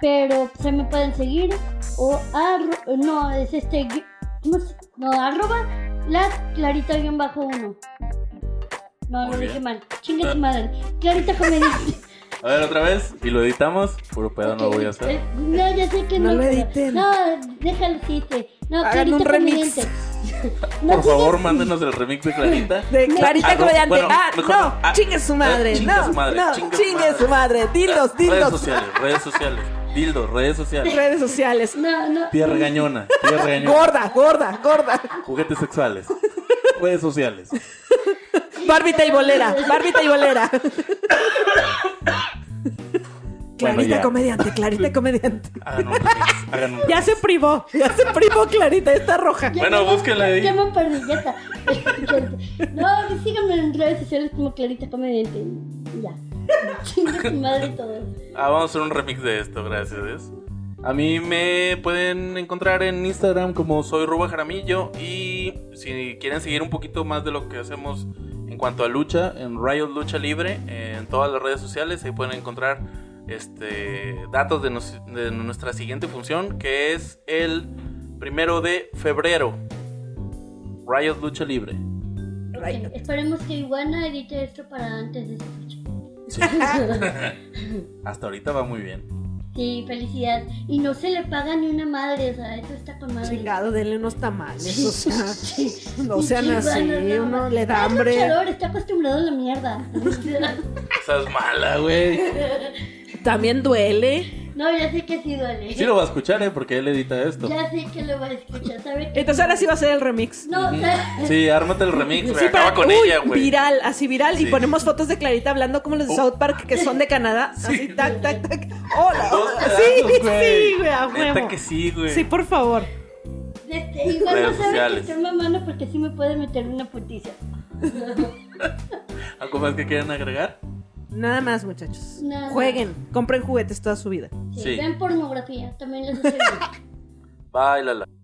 Speaker 2: pero se me pueden seguir, o arro- no, es este, gui- ¿cómo se- no, arroba la Clarita-1. No,
Speaker 4: Muy
Speaker 2: lo dije
Speaker 4: bien.
Speaker 2: mal, chinga su madre, Clarita Comediante.
Speaker 1: A ver, otra vez. Y lo editamos. Puro pedo no lo voy a hacer.
Speaker 2: Eh, No, ya sé que
Speaker 3: No
Speaker 2: no.
Speaker 3: lo
Speaker 2: pero-
Speaker 3: editen.
Speaker 2: No, déjalo que esté. No,
Speaker 3: Hagan
Speaker 2: Clarita
Speaker 3: un remix.
Speaker 2: Comediante. No
Speaker 1: Por
Speaker 2: sigas-
Speaker 1: favor, mándenos el remix de Clarita.
Speaker 3: De Clarita
Speaker 1: Ah, no,
Speaker 3: Comediante.
Speaker 1: bueno,
Speaker 3: ah,
Speaker 1: mejor
Speaker 3: no,
Speaker 1: no. Ah,
Speaker 3: chingue su madre.
Speaker 1: eh, chingue
Speaker 3: no,
Speaker 1: su madre,
Speaker 3: no,
Speaker 1: chingue su
Speaker 3: chingue
Speaker 1: madre.
Speaker 3: su madre. Dildos,
Speaker 1: Redes
Speaker 3: dildos.
Speaker 1: sociales, redes sociales. Dildos, redes sociales.
Speaker 3: Redes sociales.
Speaker 2: No, no.
Speaker 1: Tía regañona, tía regañona.
Speaker 3: Gorda, gorda, gorda.
Speaker 1: Juguetes sexuales. Redes sociales.
Speaker 3: Barbie taibolera, Barbie taibolera. Clarita
Speaker 1: ya.
Speaker 3: comediante, Clarita comediante.
Speaker 1: Hagan un remix. Hagan un
Speaker 3: Ya se privó, ya se privó Clarita, ya está roja.
Speaker 2: Ya
Speaker 4: Bueno,
Speaker 2: me-
Speaker 4: búsquenla ahí.
Speaker 2: Ya me perdí, ya está. no, que síganme en redes sociales como Clarita Comediante. y Ya. Chinga su madre todo.
Speaker 4: Ah, vamos a hacer un remix de esto, gracias. Dios. A mí me pueden encontrar en Instagram como soy Ruba Jaramillo y si quieren seguir un poquito más de lo que hacemos en cuanto a lucha, en Riot Lucha Libre, en todas las redes sociales, ahí pueden encontrar este, datos de, nos- de nuestra siguiente función que es el primero de febrero. Riot Lucha Libre.
Speaker 3: Right.
Speaker 2: Ok, Esperemos que Iguana edite esto para antes de este esa fecha.
Speaker 1: Sí. Hasta ahorita va muy bien.
Speaker 2: Sí, felicidad. Y no se le paga ni una madre, o sea, eso está con madre.
Speaker 3: Chingado, denle unos tamales, o sea,
Speaker 2: Sí.
Speaker 3: no sean
Speaker 2: Iguana,
Speaker 3: así,
Speaker 2: no,
Speaker 3: uno
Speaker 2: no.
Speaker 3: le da
Speaker 2: Ah, Es
Speaker 3: hambre.
Speaker 2: luchador, está acostumbrado a la mierda.
Speaker 4: Esa es mala, güey.
Speaker 3: También duele.
Speaker 2: no, ya sé que sí duele.
Speaker 1: Sí lo va a escuchar, ¿eh? Porque él edita esto.
Speaker 2: Ya sé que lo va a escuchar, ¿sabe? qué?
Speaker 3: Entonces ahora sí va a ser el remix.
Speaker 2: No, ¿sabe?
Speaker 1: Sí, ármate el remix,
Speaker 4: Sí,
Speaker 1: güey.
Speaker 4: acaba con
Speaker 3: uy,
Speaker 4: ella, güey.
Speaker 3: Viral, así viral. Y
Speaker 4: Sí. Oh.
Speaker 3: ponemos fotos de Clarita hablando como los de South Park que son de Canadá. Así, tac, tac, tac. Hola.
Speaker 1: Dos
Speaker 3: sí,
Speaker 1: pedazos, güey.
Speaker 3: sí, güey, a
Speaker 4: Neta
Speaker 3: huevo.
Speaker 4: que sí, güey.
Speaker 3: Sí, por favor.
Speaker 2: Este, igual no
Speaker 1: Redes
Speaker 2: saben que
Speaker 1: sociales.
Speaker 2: estoy mamando porque sí me puede meter una putiza.
Speaker 1: ¿Algo más que quieran agregar?
Speaker 3: Nada más, muchachos.
Speaker 2: Nada.
Speaker 3: Jueguen, compren juguetes toda su vida.
Speaker 2: Sí,
Speaker 1: Sí.
Speaker 2: Ven pornografía, también les hace bien.
Speaker 1: Bailala.